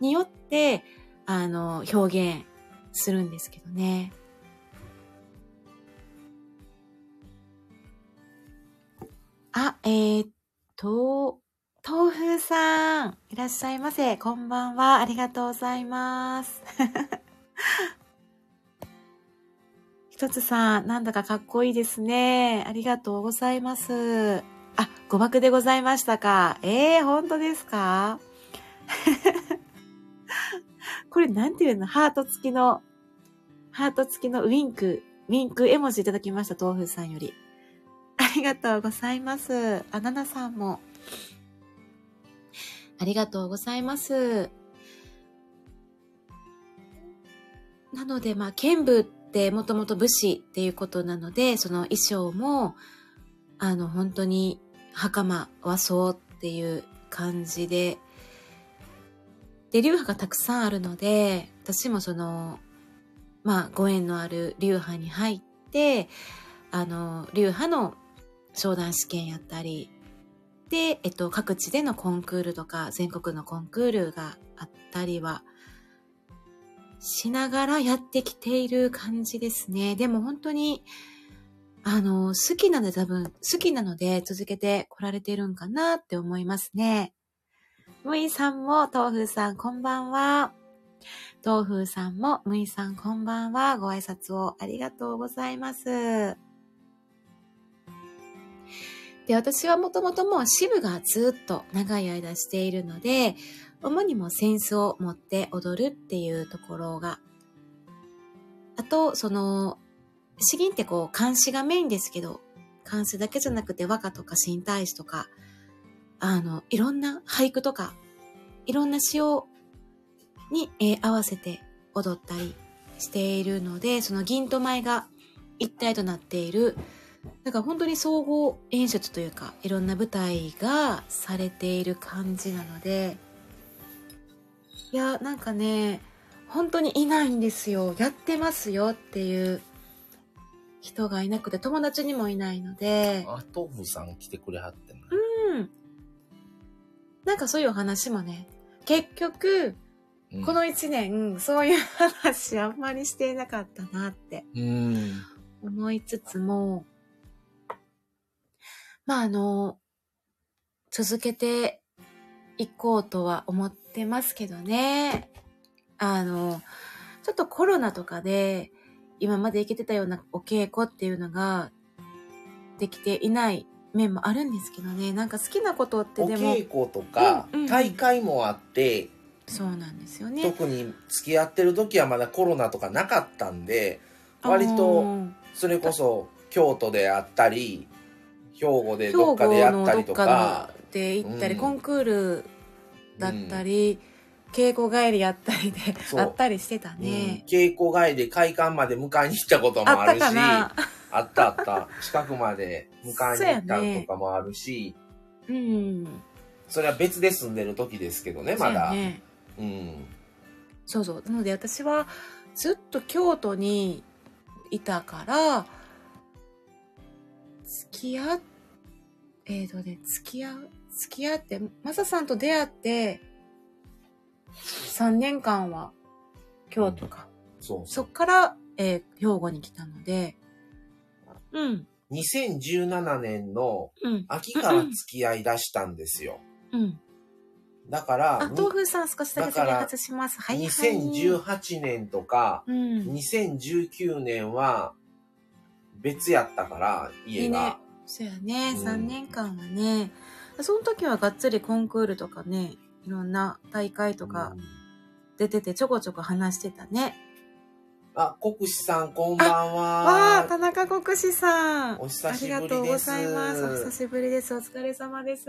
S2: によって、あの、表現するんですけどね。あ、えー、っと、豆腐さん、いらっしゃいませ。こんばんは。ありがとうございます。 ひとつさん、なんだかかっこいいですね。ありがとうございます。あ、誤爆でございましたか。えー、本当ですか これなんていうのハート付きの、ハート付きのウィンク、ウィンク絵文字いただきました、豆腐さんより。ありがとうございます。あななさんも。ありがとうございます。なので、まあ、剣舞ってもともと武士っていうことなので、その衣装も、あの、本当に袴和装っていう感じで、で、流派がたくさんあるので、私もその、まあ、ご縁のある流派に入って、あの、流派の商談試験やったり、で、えっと、各地でのコンクールとか、全国のコンクールがあったりは、しながらやってきている感じですね。でも本当に、あの、好きなので多分、好きなので続けて来られてるんかなって思いますね。むいさんも、とうふうさん、こんばんは。とうふうさんも、むいさん、こんばんは。ご挨拶をありがとうございます。で、私はもともともう支部がずっと長い間しているので、主にもう扇子を持って踊るっていうところが、あと、その、詩吟ってこう、漢詩がメインですけど、漢詩だけじゃなくて和歌とか新体詩とか、あの、いろんな俳句とか、いろんな詩を、に、えー合わせて踊ったりしているので、その銀と舞が一体となっているなんか本当に総合演出というか、いろんな舞台がされている感じなので、いや、なんかね、本当にいないんですよ。やってますよっていう人がいなくて、友達にもいないので、
S1: あ、豆腐さん来てくれはってな。
S2: うん。なんかそういうお話もね、結局、
S1: うん
S2: この一年、そういう話あんまりしていなかったなって
S1: うん。
S2: 思いつつも、まあ、あの、続けていこうとは思ってますけどね。あの、ちょっとコロナとかで、今まで行けてたようなお稽古っていうのが、できていない面もあるんですけどね。なんか好きなことって
S1: お
S2: でも、
S1: 稽古とか
S2: うんうんうん
S1: 大会もあって、
S2: そうなんですよね。
S1: 特に付き合ってる時はまだコロナとかなかったんで割と
S2: うん
S1: それこそ京都であったり兵庫でどっかでやったりとか
S2: 兵庫のどっかって行ったり、
S1: うん
S2: コンクールだったり、稽古帰りやったりで
S1: そう
S2: あったりしてた
S1: うん
S2: ね、
S1: 稽古外で会館まで迎えに行ったことも
S2: あっ
S1: あ
S2: た
S1: るし、
S2: かな
S1: あったあった。近くまで迎えに行ったのとかもあるし、
S2: うん
S1: それは別で住んでる時ですけどね、まだ。
S2: そうう,、ね、
S1: ん。
S2: そうそうなので私はずっと京都にいたから付き合っえーとね付き合う付き合ってマサさんと出会って3年間は京都か、
S1: そうそ。
S2: そうっから、えー兵庫に来たのでうん
S1: 2017年の
S2: うん
S1: 秋から付き合い出したんですよ。
S2: うん
S1: だから、
S2: あ豆腐さん少しだけ
S1: だから
S2: 外しますはいはい
S1: 2018年とか、
S2: うん
S1: 2019年は別やったから、家
S2: いい
S1: が
S2: ね。そうやね、
S1: うん
S2: 3年間はね。その時はがっつりコンクールとかね、いろんな大会とか
S1: うん
S2: 出ててちょこちょこ話してたね。
S1: あ、国士さんこんばん
S2: わあ、
S1: は。
S2: 田中国士さん。
S1: お
S2: あ
S1: 久し
S2: り
S1: ぶりです。
S2: がとうございます。お久しぶりです。お疲れ様です。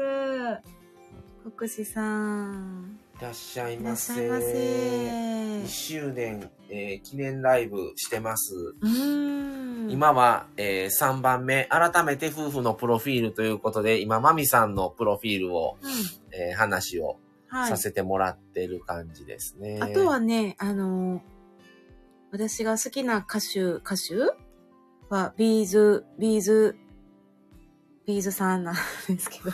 S2: 国士さん。
S1: いらっしゃい
S2: いら
S1: ま
S2: っしゃい
S1: せ。
S2: ま
S1: 1
S2: せ。
S1: 周年、えー記念ライブしてます。
S2: うーん。
S1: 今は、えー3番目、改めて夫婦のプロフィールということで、今、まみさんのプロフィールを、
S2: うん、
S1: えー話を
S2: はい
S1: さ。せてもらってる感じですね。
S2: あと、はね、あのー私が好きな歌手、歌手は、ビーズ、ビーズ、ビーズさんなん ですけど。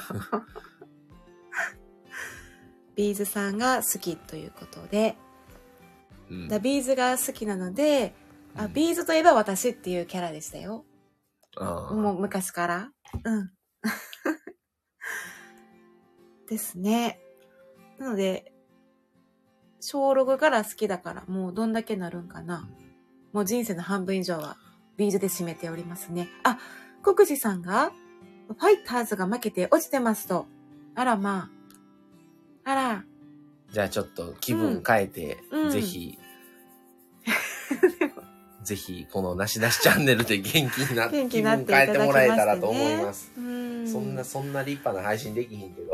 S2: ビーズさんが好きということで、
S1: うん
S2: だビーズが好きなので、あ、
S1: うん
S2: ビーズといえば私っていうキャラでしたよ。
S1: あー
S2: もう昔から。うん。 ですね。なので、小6から好きだから、もうどんだけなるんかな。もう人生の半分以上は、ビーズで締めておりますね。あ、国士さんが、ファイターズが負けて落ちてますと。あらまあ。あら、
S1: じゃあちょっと気分変えて、
S2: うん
S1: ぜひ、ぜひ、このなしなしチャンネルで元気になって、
S2: 元気
S1: 気
S2: になっ
S1: 分
S2: てい
S1: 変
S2: た
S1: え
S2: だ
S1: て
S2: きま
S1: も
S2: し
S1: ら
S2: てね
S1: えたらと思います。
S2: うーん。
S1: そんな、そんな立派な配信できひんけ ど。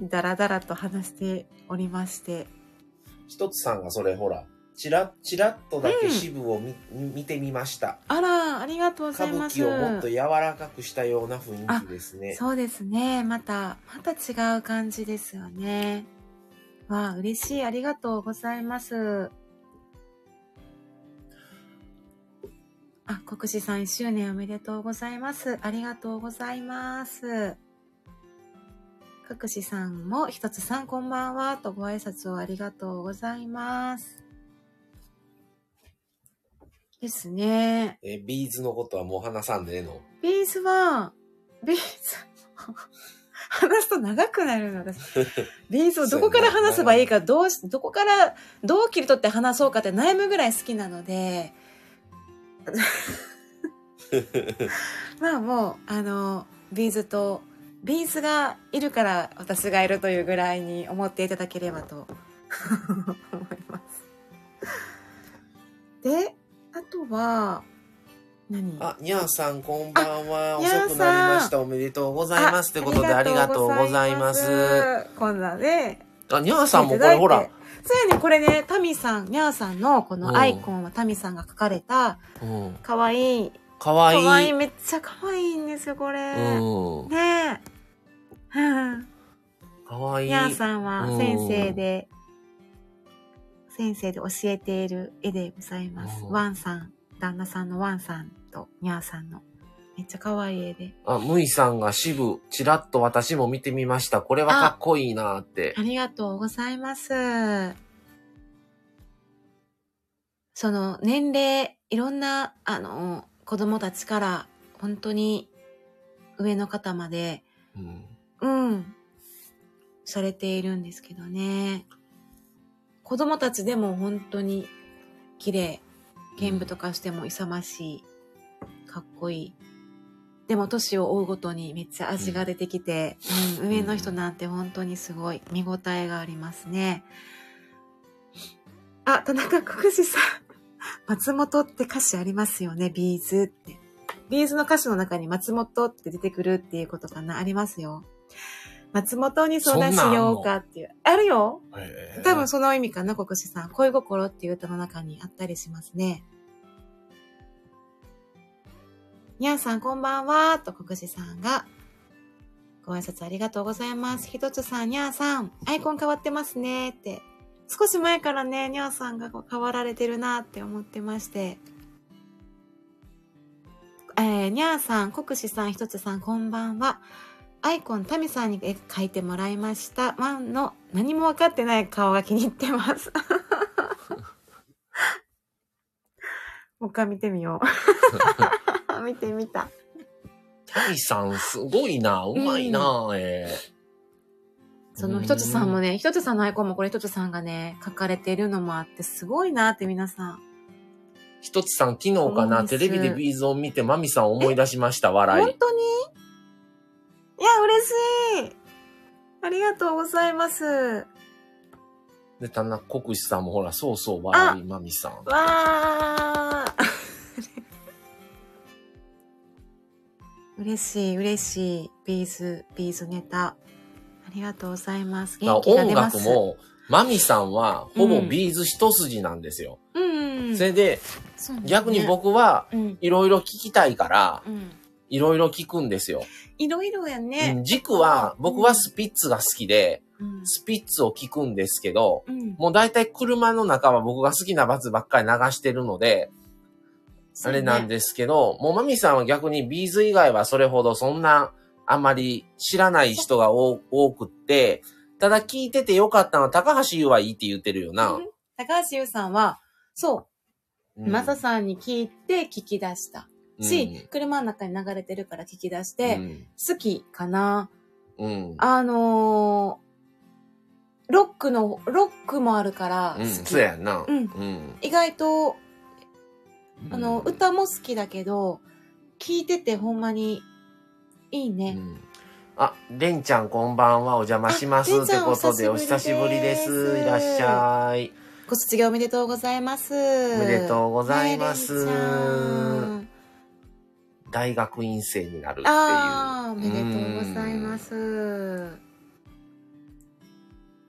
S2: だらだらと話しておりまして。
S1: ひとつさんがそれほら、ちら、ちらっとだけ支部を見,、見てみました。
S2: あら、ありがとうござ
S1: 歌
S2: い
S1: 舞
S2: ます。
S1: 伎をもっと柔らかくしたような雰囲気ですね。
S2: そうですね。また、また違う感じですよね。わあ、嬉しい。ありがとうございます。あ、国士さん1周年おめでとうございます。ありがとうございます。国士さんも、ひとつさんこんばんは、とご挨拶をありがとうございます。ですね。
S1: えービーズのことはもう話さんでええの。
S2: ビーズは、ビーズ、 話すと長くなるのです。ビーズをどこから話せばいいか、どうし、どこから、どう切り取って話そうかって悩むぐらい好きなので、まあもう、あの、ビーズと、ビーズがいるから私がいるというぐらいに思っていただければと思います。で、あとは、何
S1: あ、にゃーさんこんばんは。
S2: あにゃーさん
S1: 遅くなりました。おめでとうございます。ということでありがとうございます。。
S2: こんなね。
S1: あ、にゃーさんもこれほ
S2: いただ
S1: ら
S2: いて。。そうやね、これね、タミさん、ニャーさんのこのアイコンはタミさんが描かれた、
S1: うん。
S2: かわいい。
S1: かわ
S2: か
S1: いい。
S2: わいい。めっちゃかわいいんですよ、これ。
S1: うん。
S2: ね え。うん
S1: かわいい。
S2: ニャーさんは先生で、先生で教えている絵でございます。
S1: うん
S2: ワンさん、旦那さんのワンさんとニャーさんの。めっちゃかわいい絵で。
S1: あ、むいさんが支部、ちらっと私も見てみました。これはかっこいいなーって
S2: あ。りがとうございます。その年齢、いろんな、あの、子供たちから、本当に上の方まで、
S1: うん。
S2: うん、されているんですけどね。子供たちでも本当に綺麗。剣舞とかしても勇ましい。かっこいい。でも年を追うごとにめっちゃ味が出てきて、うん上の人なんて本当にすごい見応えがありますね。 あ、田中国士さん。松本って歌詞ありますよね、ビーズって。ビーズの歌詞の中に松本って出てくるっていうことかな、ありますよ。松本に相談しようかっていう。あるよ
S1: えー
S2: 多分その意味かな、国士さん。恋心っていう歌の中にあったりしますね。にゃんさんこんばんは、と国士さんが。ご挨拶ありがとうございます。ひとつさん、にゃんさん、アイコン変わってますね、って。少し前からね、にゃんさんがこう変わられてるなって思ってまして。えー、にゃんさん、国士さん、ひとつさん、こんばんは。アイコン、タミさんに絵描いてもらいました。ワンの何も分かってない顔が気に入ってます。 もう一回見てみよ う。見てみた。
S1: タミさん、すごいな、うまいな、えー
S2: そのひとつさんもね、ひとつさんのアイコンもこれひとつさんがね、描かれているのもあって、すごいなって皆さん。
S1: ひとつさん、昨日か
S2: そう
S1: な、
S2: です
S1: テレビでビーズを見て、マミさんを思い出しました、笑
S2: 本
S1: い。
S2: 当にいや、嬉しいありがとうございます。
S1: で、たな、国士さんもほら、そうそう、笑い、マミさん。
S2: わー 嬉しい、嬉しい。ビーズ、ビーズネタ。ありがとうございます。
S1: だ
S2: 元
S1: から
S2: 気が
S1: 音
S2: 出ま
S1: 楽
S2: す。
S1: も、マミさんは、ほぼ
S2: うん
S1: ビーズ一筋なんですよ。
S2: うん、
S1: それで、
S2: そうなんだね
S1: 逆に、僕は、
S2: うん、
S1: いろいろ聞きたいから、
S2: うん。
S1: いろいろ聞くんですよ。
S2: いろいろや
S1: う
S2: ね。
S1: ん軸は、僕はスピッツが好きで、
S2: うん。
S1: スピッツを聞くんですけど、
S2: うん、
S1: もう大体車の中は僕が好きなバズばっかり流してるので、あれなん
S2: で。
S1: ですけど、もうマミさんは逆にビーズ以外はそれほどそんな、あんまり知らない人が多多くって、ただ聞いててよかったのは高橋優はいいって言ってるよな
S2: う。ん高橋優さんは、そうう、マサさんに聞いて聞き出した。し、車の中に流れてるから聞き出して、
S1: うん
S2: 好きかな。
S1: うん。
S2: あのー、ロックの、ロックもあるから
S1: うん、
S2: 好き。
S1: そうやんな。
S2: うん
S1: ん
S2: 意外と、あの、歌も好きだけど、聴いててほんまにいいうね。
S1: んあ、レンちゃんこんばんは、お邪魔します。
S2: あレ
S1: っ
S2: ンち
S1: て
S2: ゃん
S1: ことで、お
S2: お
S1: 久
S2: 久
S1: し
S2: し
S1: ぶ
S2: ぶ
S1: り
S2: り
S1: で
S2: です
S1: す。いらっしゃい。
S2: ご卒業おめでとうございます。お
S1: おめでとうございます。
S2: あ
S1: 大学院生になるっていう。
S2: あー、おめでとうございます。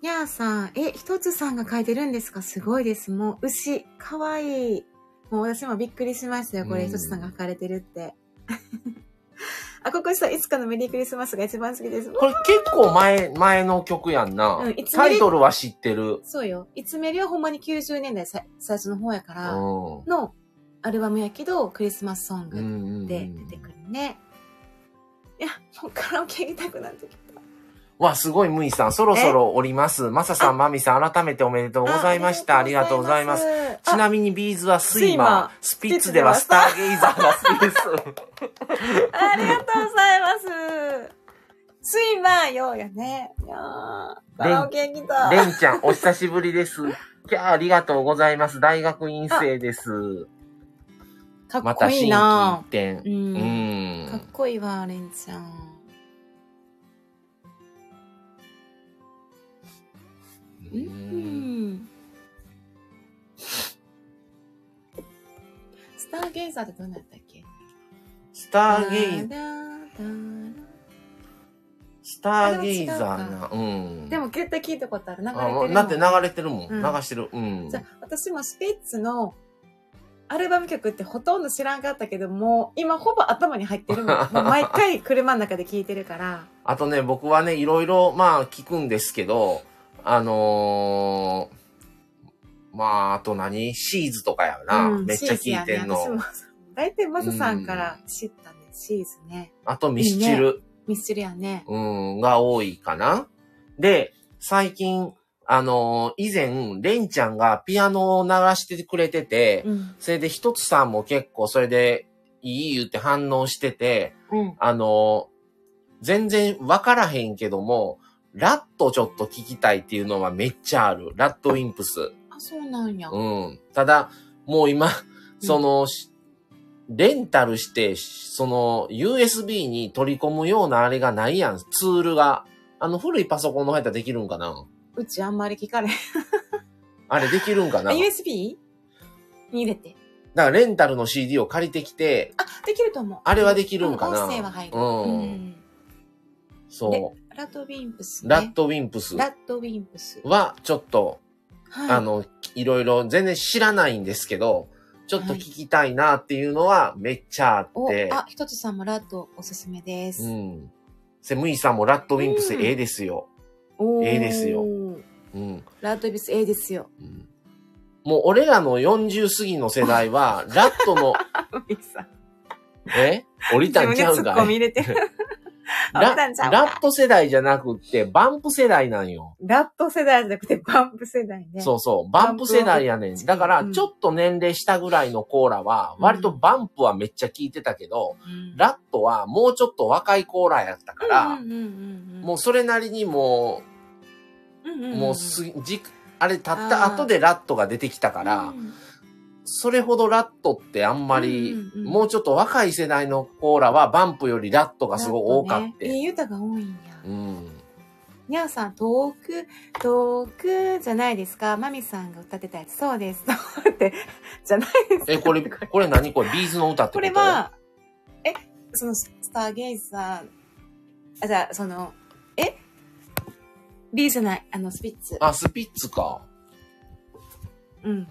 S2: にゃーさん、え、ひとつさんが書いてるんですかすごいです。もう、牛、かわいい。もう私もびっくりしましたよ。こ
S1: う
S2: れ、
S1: ん
S2: ひとつさんが書かれてるって。あ、ここさん、いつかのメリークリスマスが一番好きです。
S1: これ結構前、前の曲やんな。
S2: うんいつま
S1: タ
S2: で
S1: イトルは知ってる。
S2: そうよ。いつめりはほんまに90年代さ最初の方やか
S1: う
S2: ら、
S1: ん。うん
S2: のアルバムやけど、クリスマスソング
S1: う
S2: っ
S1: んう
S2: て
S1: ん。
S2: 出てくるね。いや、もうカラオケ行きたくなってきた。
S1: わ、すごい、むいさん。そろそろ降ります。まささん、まみさん、改めておめでとうございました。ありがとうございます。。ちなみにビーズはスイマー、スピッツではスターゲイザーが好きです。
S2: ありがとうございます。スイマーようやね。いやーカラオケ来た。
S1: レンちゃん、お久しぶりです。キャー、ありがとうございます。大学院生です。
S2: か
S1: ま
S2: ったこい
S1: 新規
S2: いな
S1: 一。点
S2: う。。
S1: うん
S2: かっ
S1: ん。
S2: こいいわ、レンちゃん。
S1: う
S2: うんん。スターゲイザーってどうなったっけ
S1: スターゲイ
S2: ダーダーダー
S1: スターゲイザーな。うん。
S2: でも絶対聞いたことある。流れて
S1: あ、
S2: る
S1: も
S2: も。
S1: うんだって流れてるもん。
S2: うん
S1: 流してる。うん
S2: じ。ゃあ私もスピッツのアルバム曲ってほとんど知らんかったけどもう今ほぼ頭に入っ てるもんもう毎回車の中で聴いてるから
S1: あとね、僕はね、いろいろ、まあ、聞くんですけど、あのー、まあ、あと何シーズとかやな。
S2: うん
S1: めっちゃ
S2: シーズ
S1: 聞
S2: や
S1: い
S2: ね
S1: てんの。
S2: 私も大体マサさんから知ったね、シーズね
S1: あと、ミスチル。
S2: ミスチルやね
S1: うん、が多いかな。で、最近、あのー以前、レンちゃんがピアノを鳴らしてくれてて、
S2: うん
S1: それで一つさんも結構それでいい言って反応してて、
S2: うん
S1: あのー全然わからへんけども、ラットちょっと聞きたいっていうのはめっちゃある。ラットインプス。
S2: あそうなんや、
S1: うん。ただ、もう今、
S2: うん
S1: その、しレンタルして、しその、USB に取り込むようなあれがないやん、ツールが。あの、古いパソコンの入ったらできるんかな
S2: うちあんまり聞かれへん
S1: あれできるんかな
S2: USB? に入れて
S1: だからレンタルの CD を借りてきて、
S2: あ、できると思う。
S1: あれはできるんかな
S2: 音声は入る。
S1: うんそ
S2: ラッドウィンプス、
S1: う。
S2: ね。
S1: ラッドウィンプス
S2: ラッドウィンプス。
S1: は、ちょっと、
S2: はい。
S1: あの、いろいろ全然知らないんですけど、ちょっと聞きたいなっていうのはめっちゃあっ
S2: お
S1: て、
S2: あ、ひとつさんもラッドおすすめで
S1: う
S2: す。
S1: ん。セムイさんもラッドウィンプス
S2: うん
S1: ええですよ。
S2: おー
S1: ええですよ。うん。
S2: ラッドウィンプス、ええですよ。
S1: うんもう俺らの40過ぎの世代 は、ラットの、
S2: おみさん。
S1: え降りたんちゃうん
S2: 自分でツッコ
S1: か
S2: ミ
S1: い
S2: 入れ てる。あ降
S1: ラ
S2: りたんちゃうか
S1: ラット世代じゃなくって、バンプ世代なんよ。
S2: ラッド世代じゃなくて、バンプ世代ね。
S1: そうそう。バンプ世代やね
S2: バンプ
S1: ん。
S2: を
S1: だから、
S2: うん
S1: ちょっと年齢下ぐらいのコーラは、
S2: うん
S1: 割とバンプはめっちゃ聞いてたけど、
S2: うん。
S1: ラットはもうちょっと若いコーラやったから
S2: う、んうんうんうん、
S1: もうそれなりにも
S2: うんうん
S1: う、
S2: うん、
S1: もうすぎ、じ、あれたった後でラットが出てきたから
S2: う、ん
S1: それほどラットってあんまり、
S2: うんうんうん
S1: もうちょっと若い世代のコーラはバンプよりラットがすごい多かっ
S2: ラッドね
S1: て。
S2: いい歌が多いんや。
S1: うん。
S2: にゃおさん、遠く、遠くじゃないですか。まみさんが歌ってたやつ。そうです。 そうって、じゃないですか。
S1: え、 これ、これ何これビーズの歌ってこ
S2: こ
S1: と
S2: れは、え、その、スターゲイズさん、あ、じゃあ、その、えビーじゃない、あの、スピッツ。
S1: あ、スピッツか。
S2: うん。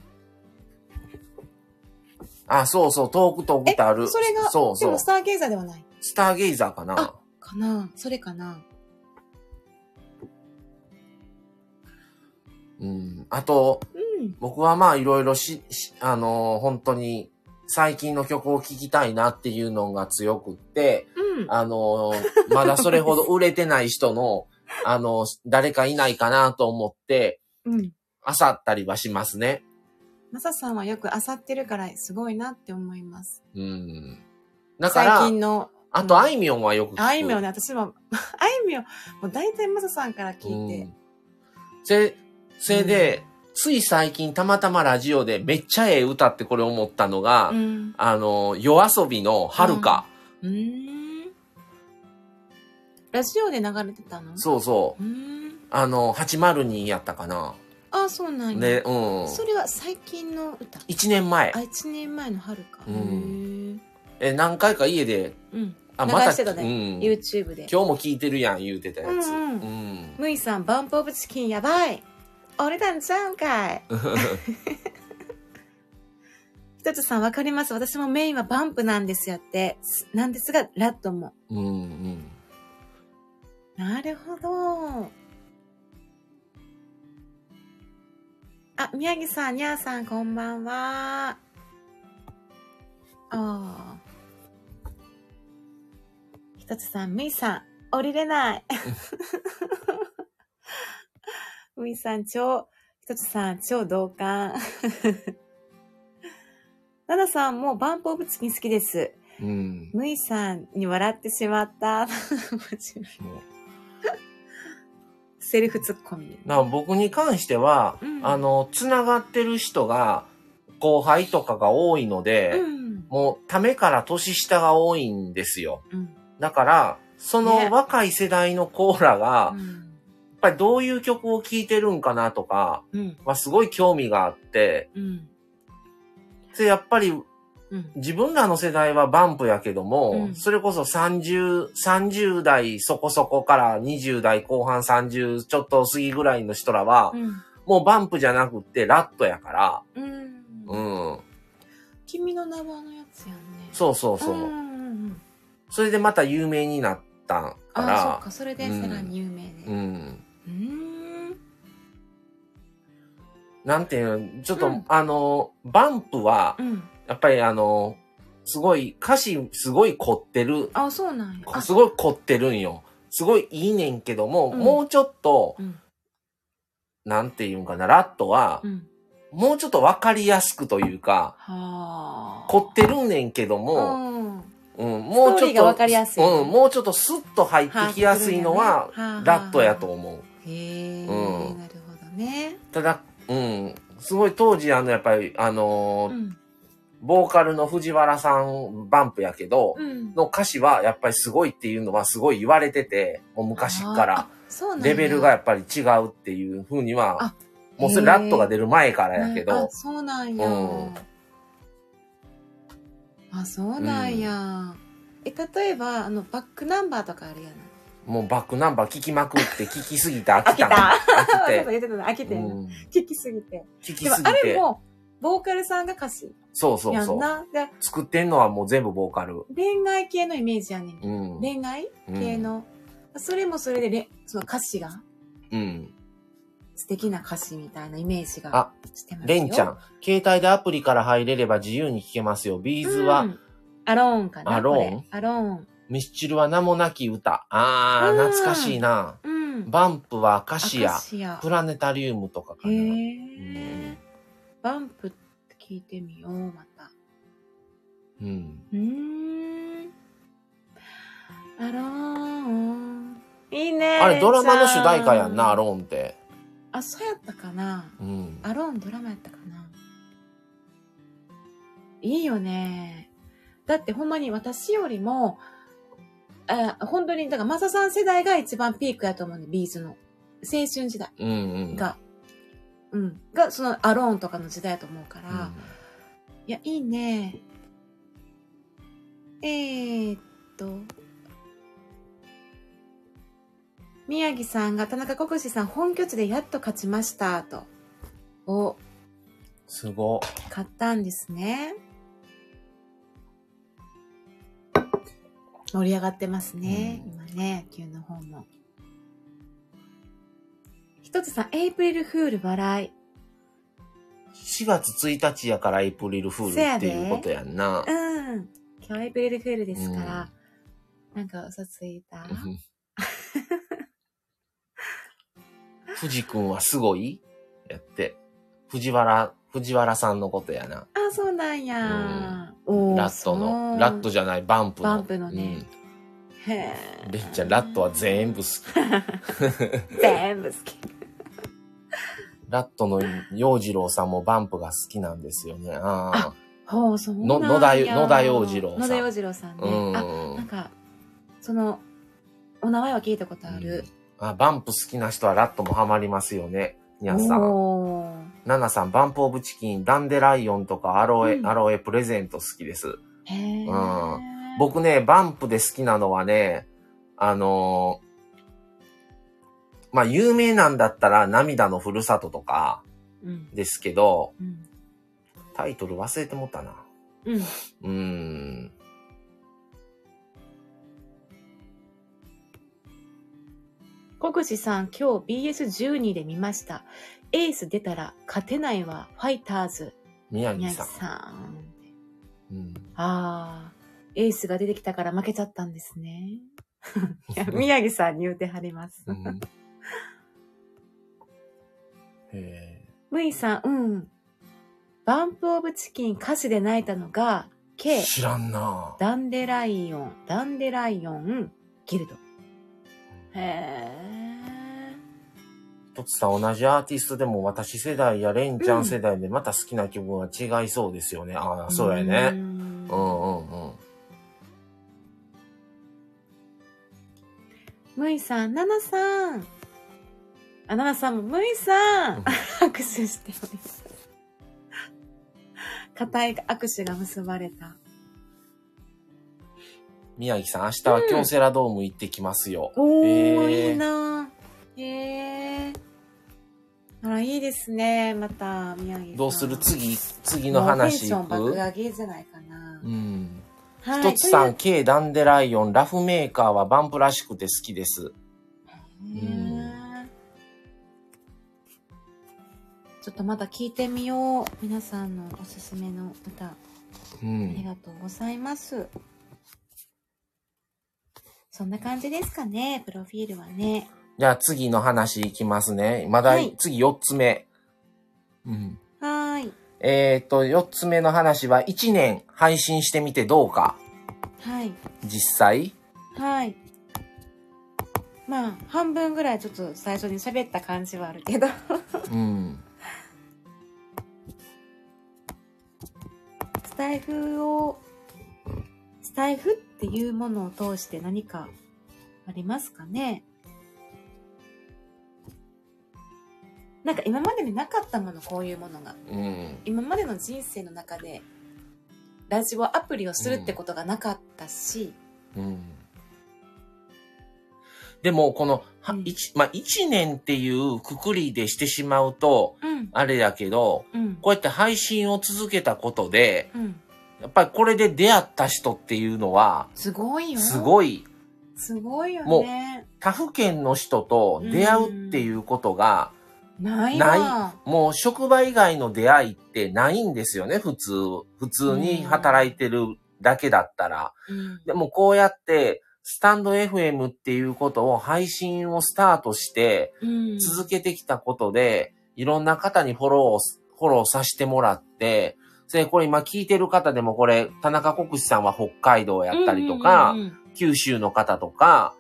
S1: あ、そうそう、遠く遠くってある。
S2: えそれが
S1: そう
S2: で
S1: そう
S2: も、ス。ターゲイザーではない。
S1: スターゲイザーかな
S2: あ。かなそれかな
S1: うん。あと、
S2: うん。
S1: 僕はまあいろいろし、しあのー本当に最近の曲を聴きたいなっていうのが強くって、
S2: うん。
S1: あのーまだそれほど売れてない人の、あのー誰かいないかなと思って、
S2: うん。
S1: あさったりはしますね。
S2: マサさんはよく漁ってるから、すごいなって思います。
S1: うん。だか
S2: 最
S1: ら、
S2: 近の、
S1: あとあいみょんはよく聞く。
S2: あいみょんね、私も、 あいみょん、もう大体マサさんから聞いて、
S1: うんせ、せで、つい最近たまたまラジオでめっちゃええ歌ってこれ思ったのが、
S2: うん。
S1: あの、夜遊びの遥か、
S2: うーん。ラジオで流れてたの
S1: そうそう
S2: う。ーん。
S1: あの、802やったかな。
S2: あ、そうなんや。
S1: ね、うん。
S2: それは最近の歌。
S1: 1年前
S2: あ、。1年前の春か。
S1: う
S2: へ
S1: ん
S2: ー
S1: え、何回か家で、
S2: うん。
S1: あ、
S2: 流
S1: また、
S2: してたね
S1: うん。今
S2: YouTube で
S1: 日。も聞いてるやん、言うてたやつ。
S2: う
S1: うんん、
S2: うんむいさん、バンプオブチキンやばい。俺たんちゃうんか い。ひとつさん、わかります。私もメインはバンプなんですよって。すなんですが、ラッドも。
S1: うん、うん。
S2: なるほど。あ、宮城さん、にゃーさん、こんばんは。あーひとつさん、むいさん、降りれない。むいさん、超、ひとつさん、超同感。ななさん、もうバンプオブチキン好きです。
S1: うん。
S2: むいさんに笑ってしまった。面白い
S1: も
S2: セルフツッコミ。
S1: うな僕に関しては、
S2: うん
S1: あの、つながってる人が、後輩とかが多いので、
S2: うん。
S1: もう、ためから年下が多いんですよ。
S2: うん。
S1: だから、そ
S2: ね
S1: の若い世代のコーラが、
S2: うん
S1: やっぱりどういう曲を聴いてるんかなとか、
S2: うん。
S1: はすごい興味があって、
S2: うん。
S1: で、やっぱり
S2: うん。
S1: 自分らの世代はバンプやけども、
S2: うん
S1: それこそ30、30代そこそこから20代後半30ちょっと過ぎぐらいの人らは、もうバンプじゃなくってラットやから、
S2: うん。
S1: う
S2: うん。
S1: ん。
S2: 君の名はのやつやんね。
S1: そうそうそう。
S2: うんうんうん。
S1: それでまた有名になったか
S2: ああ、そっ
S1: ら、
S2: か。それでさらに有名で。
S1: う。
S2: うんーん。
S1: なんていうの、ちょっと、
S2: うん
S1: あの、バンプは
S2: う、ん。
S1: やっぱりあの、すごい、歌詞すごい凝ってる、
S2: あ、そうなんや。あ、
S1: すごい凝ってるんよ。すごいいいねんけども、
S2: うん
S1: もうちょっと、
S2: うん。
S1: なんていうんかな、ラットは
S2: う、ん。
S1: もうちょっとわかりやすくというか、
S2: はあ。
S1: 凝ってるんねんけども、
S2: うん。
S1: うん、もう
S2: ストー
S1: ちょ
S2: リ
S1: っ
S2: ーが
S1: と、
S2: わかりやすい
S1: うん、もうちょっとスッと入ってきやすいのは、ラットやと
S2: は
S1: 思う。
S2: あ。へえ。
S1: うん
S2: なるほどね。
S1: ただ、うん、すごい当時あの、やっぱり、あ
S2: う
S1: のー
S2: ん。
S1: ボーカルの藤原さん、バンプやけど、
S2: うん。
S1: の歌詞はやっぱりすごいっていうのはすごい言われてて、もう昔か
S2: あー
S1: ら。。
S2: あそうなんや
S1: レベルがやっぱり違うっていう風に
S2: あ
S1: は、もうそれラットが出る前からやけ
S2: うんあ
S1: ど、
S2: そうなんや。
S1: うん
S2: あ、そうなんや。え、例えば、あの、バックナンバーとかあるやん。
S1: もうバックナンバー聞きまくって、聞きすぎて飽
S2: 飽
S1: き
S2: きた
S1: た。飽
S2: そうそう
S1: き
S2: 言ってたの飽き
S1: て。
S2: て、
S1: うん
S2: 聞きすぎて。
S1: 聞き
S2: でも
S1: すぎ
S2: あれ
S1: て。
S2: も、ボーカルさんが歌詞
S1: そうそう
S2: やん
S1: そう。
S2: な。で
S1: 作ってんのはもう全部ボーカル。
S2: 恋愛系のイメージやねん。
S1: うん。
S2: 恋愛系の。それもそれでれ、その歌詞が
S1: うん。うん。
S2: 素敵な歌詞みたいなイメージが
S1: あ
S2: してますよ。
S1: レンちゃん、携帯でアプリから入れれば自由に聞けますよ。ビーズ
S2: う
S1: は、
S2: んアローンかな
S1: アローン
S2: これアローン。
S1: ミスチルは名もなき歌。あ
S2: うん
S1: ー、懐かしいな。
S2: うん。
S1: バンプは歌詞や、
S2: シア
S1: プラネタリウムとかか
S2: へ
S1: な。
S2: え。バンプって聞いてみよう、また。
S1: うん。
S2: うーん。アローン。いいね。
S1: あれ、ドラマの主題歌やんな、ア
S2: ーン。
S1: ローンって。
S2: あ、そうやったかな。
S1: うん。
S2: アローンドラマやったかな。いいよね。だってほんまに私よりも、あ本当に、だからマサさん世代が一番ピークやと思うね、ビーズの。青春時代
S1: うんうん。
S2: が。うん。が、そのアローンとかの時代やと思うから。いや、いいね。えー、っと。宮城さんが、田中国士さん、本拠地でやっと勝ちました、と。を
S1: すご。
S2: 買ったんですね。盛り上がってますね。
S1: うん
S2: 今ね、野球の方も。ひとつさん、エイプリルフール笑い。
S1: 4月1日やからエイプリルフールっていうことやんな。
S2: うん。今日エイプリルフールですから、なんか嘘ついた。
S1: 富士くんはすごいやって。藤原、藤原さんのことやな。
S2: あ、そうなんや。おー
S1: ラット
S2: そ
S1: の、
S2: う
S1: ラットじゃない、バンプの。
S2: バンプのねへ
S1: う
S2: え
S1: ん。レンちゃん、ラットは全部好き。
S2: 全部好き。
S1: ラットの洋次郎さんもバンプが好きなんですよね。ああ。
S2: ほう、そうなんや
S1: の野田野田洋次郎さん
S2: 野田洋次郎さんね。
S1: うん
S2: あ、なんか、その、お名前は聞いたことある。
S1: あ、バンプ好きな人はラットもハマりますよね。にゃんさん。
S2: おー
S1: ナナさん、バンプオブチキン、ダンデライオンとかアロエ、
S2: うん
S1: アロエプレゼント好きです。
S2: へえ。
S1: うん僕ね、バンプで好きなのはね、あのーまあ、有名なんだったら涙のふるさととか
S2: うん。
S1: ですけど、
S2: うん。
S1: タイトル忘れてもったな。
S2: うん。
S1: うーん。
S2: 国士さん、今日 BS12 で見ました。エース出たら勝てないわ。ファイターズ。
S1: 宮城
S2: 宮
S1: さ
S2: 城
S1: ん。
S2: さん。
S1: うん、
S2: ああ、エースが出てきたから負けちゃったんですね。いや宮城さんに言うてはります。
S1: うんへ
S2: むいさん、うん。バンプオブチキン歌詞で泣いたのが、
S1: え
S2: K、
S1: 知らんな
S2: ダンデライオン、ダンデライオン、ギルド。へえ。
S1: とつさん同じアーティストでも私世代やレンちゃん世代でまた好きな曲は違いそうですよね。ああ、そうや
S2: う
S1: ね。
S2: ん
S1: うんうんうん。
S2: むいさん、ななさん。あ、ななさんも、むいさ
S1: うん
S2: ん 握手しております。固い握手が結ばれた。
S1: 宮城さん、明日は京セラドーム行ってきますよ。
S2: おー、
S1: えー
S2: いいなぁへえ。あら、いいですね。また、宮城さん。
S1: どうする次、次の話
S2: も
S1: 行
S2: うテンション爆
S1: く
S2: 上げじゃないかな
S1: う。ん。
S2: は
S1: 一つさ
S2: とい
S1: ん、K ダンデライオン、ラフメーカーはバンプらしくて好きです。
S2: うことでへーちょっとまた聞いてみよう。皆さんのおすすめの歌、あ
S1: う
S2: り
S1: ん。
S2: がとうございます。そんな感じですかね、プロフィールはね。
S1: じゃあ次の話行きますね。まだ、
S2: はい
S1: 次4つ目。うん。
S2: はーい。
S1: えっ、と、4つ目の話は、1年配信してみてどうか。
S2: はい。
S1: 実際
S2: はい。まあ、半分ぐらいちょっと最初に喋った感じはある けど。
S1: うん。
S2: スタイフを、スタイフっていうものを通して何かありますかねなんか今までになかったもの、こういうものが。
S1: うん。
S2: 今までの人生の中でラジオアプリをするってことがなかったし、
S1: うん。でも、この、は
S2: うん
S1: 一、まあ、一年っていうくくりでしてしまうと、
S2: うん、
S1: あれやけど、
S2: うん、
S1: こうやって配信を続けたことで、
S2: うん。
S1: やっぱりこれで出会った人っていうのは、
S2: すごいよ。
S1: す
S2: い。
S1: ごい、
S2: すごいよ
S1: も
S2: ね。
S1: 他府県の人と出会うっていうことが、
S2: ないわ。
S1: なもう職場以外の出会いってないんですよね、普通。普通に働いてるだけだったら。
S2: うん
S1: でもこうやって、スタンド FM っていうことを配信をスタートして、
S2: うん、
S1: 続けてきたことで、いろんな方にフォローをす、フォローさせてもらって、それこれ今聞いてる方でもこれ、田中国士さんは北海道やったりとか、
S2: うんうん
S1: 九州の方とか、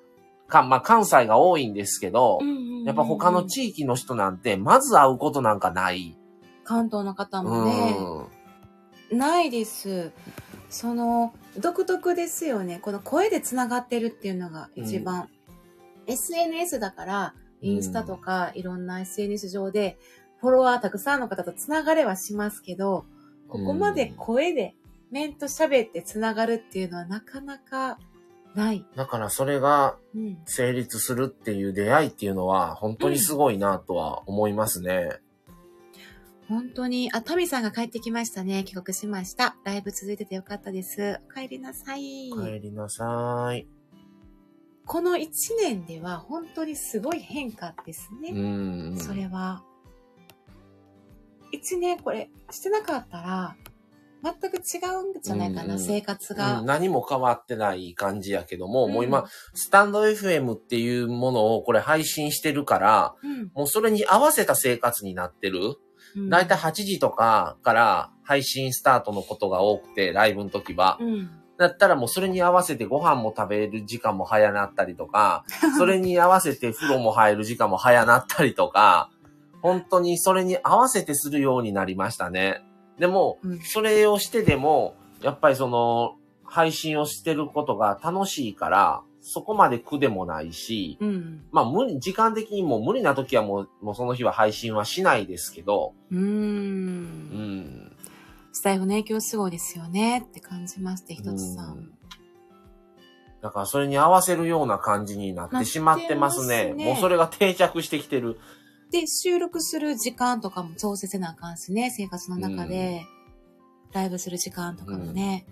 S1: かまあ関西が多いんですけど、
S2: うんうんうんうん
S1: やっぱ他の地域の人なんて、まず会うことなんかない。
S2: 関東の方
S1: う
S2: もね、
S1: ん。
S2: ないです。その、独特ですよね。この声でつながってるっていうのが一番。SNS だから、インスタとかいろんな SNS 上で、フォロワーたくさんの方とつながれはしますけど、ここまで声で、面と喋ってつながるっていうのはなかなかない。
S1: だからそれが
S2: うん。
S1: 成立するっていう出会いっていうのは、本当にすごいなとは思いますね。
S2: 本当に、あ、タミさんが帰ってきましたね。帰国しました。ライブ続いててよかったです。お帰りなさい。
S1: お帰りなさい。
S2: この1年では本当にすごい変化です
S1: う
S2: ね。
S1: ん。
S2: それは。1年これしてなかったら、全く違うんじゃないかな、
S1: うんうん
S2: 生活
S1: う
S2: が
S1: ん。何も変わってない感じやけども、もう
S2: うん
S1: 今、、スタンド FM っていうものをこれ配信してるから、
S2: うん
S1: もうそれに合わせた生活になってる。
S2: うん
S1: だいたい8時とかから配信スタートのことが多くて、ライブの時は。
S2: うん。
S1: だったらもうそれに合わせてご飯も食べる時間も早なったりとか、 それに合わせて風呂も入る時間も早なったりとか、本当にそれに合わせてするようになりましたね。でも、
S2: うん
S1: それをしてでも、やっぱりその、配信をしてることが楽しいから、そこまで苦でもないし、
S2: うん。
S1: まあ無理、時間的にもう無理な時はもう、もうその日は配信はしないですけど、
S2: う。
S1: うんん。
S2: スタイフの影響すごいですよねって感じまして、ひとつさ。
S1: うんだからそれに合わせるような感じになってしまってます
S2: な
S1: ね。
S2: ってますね
S1: もうそれが定着してきてる。
S2: で、収録する時間とかも調整せなあかんしね、生活の中で。ライブする時間とかもね。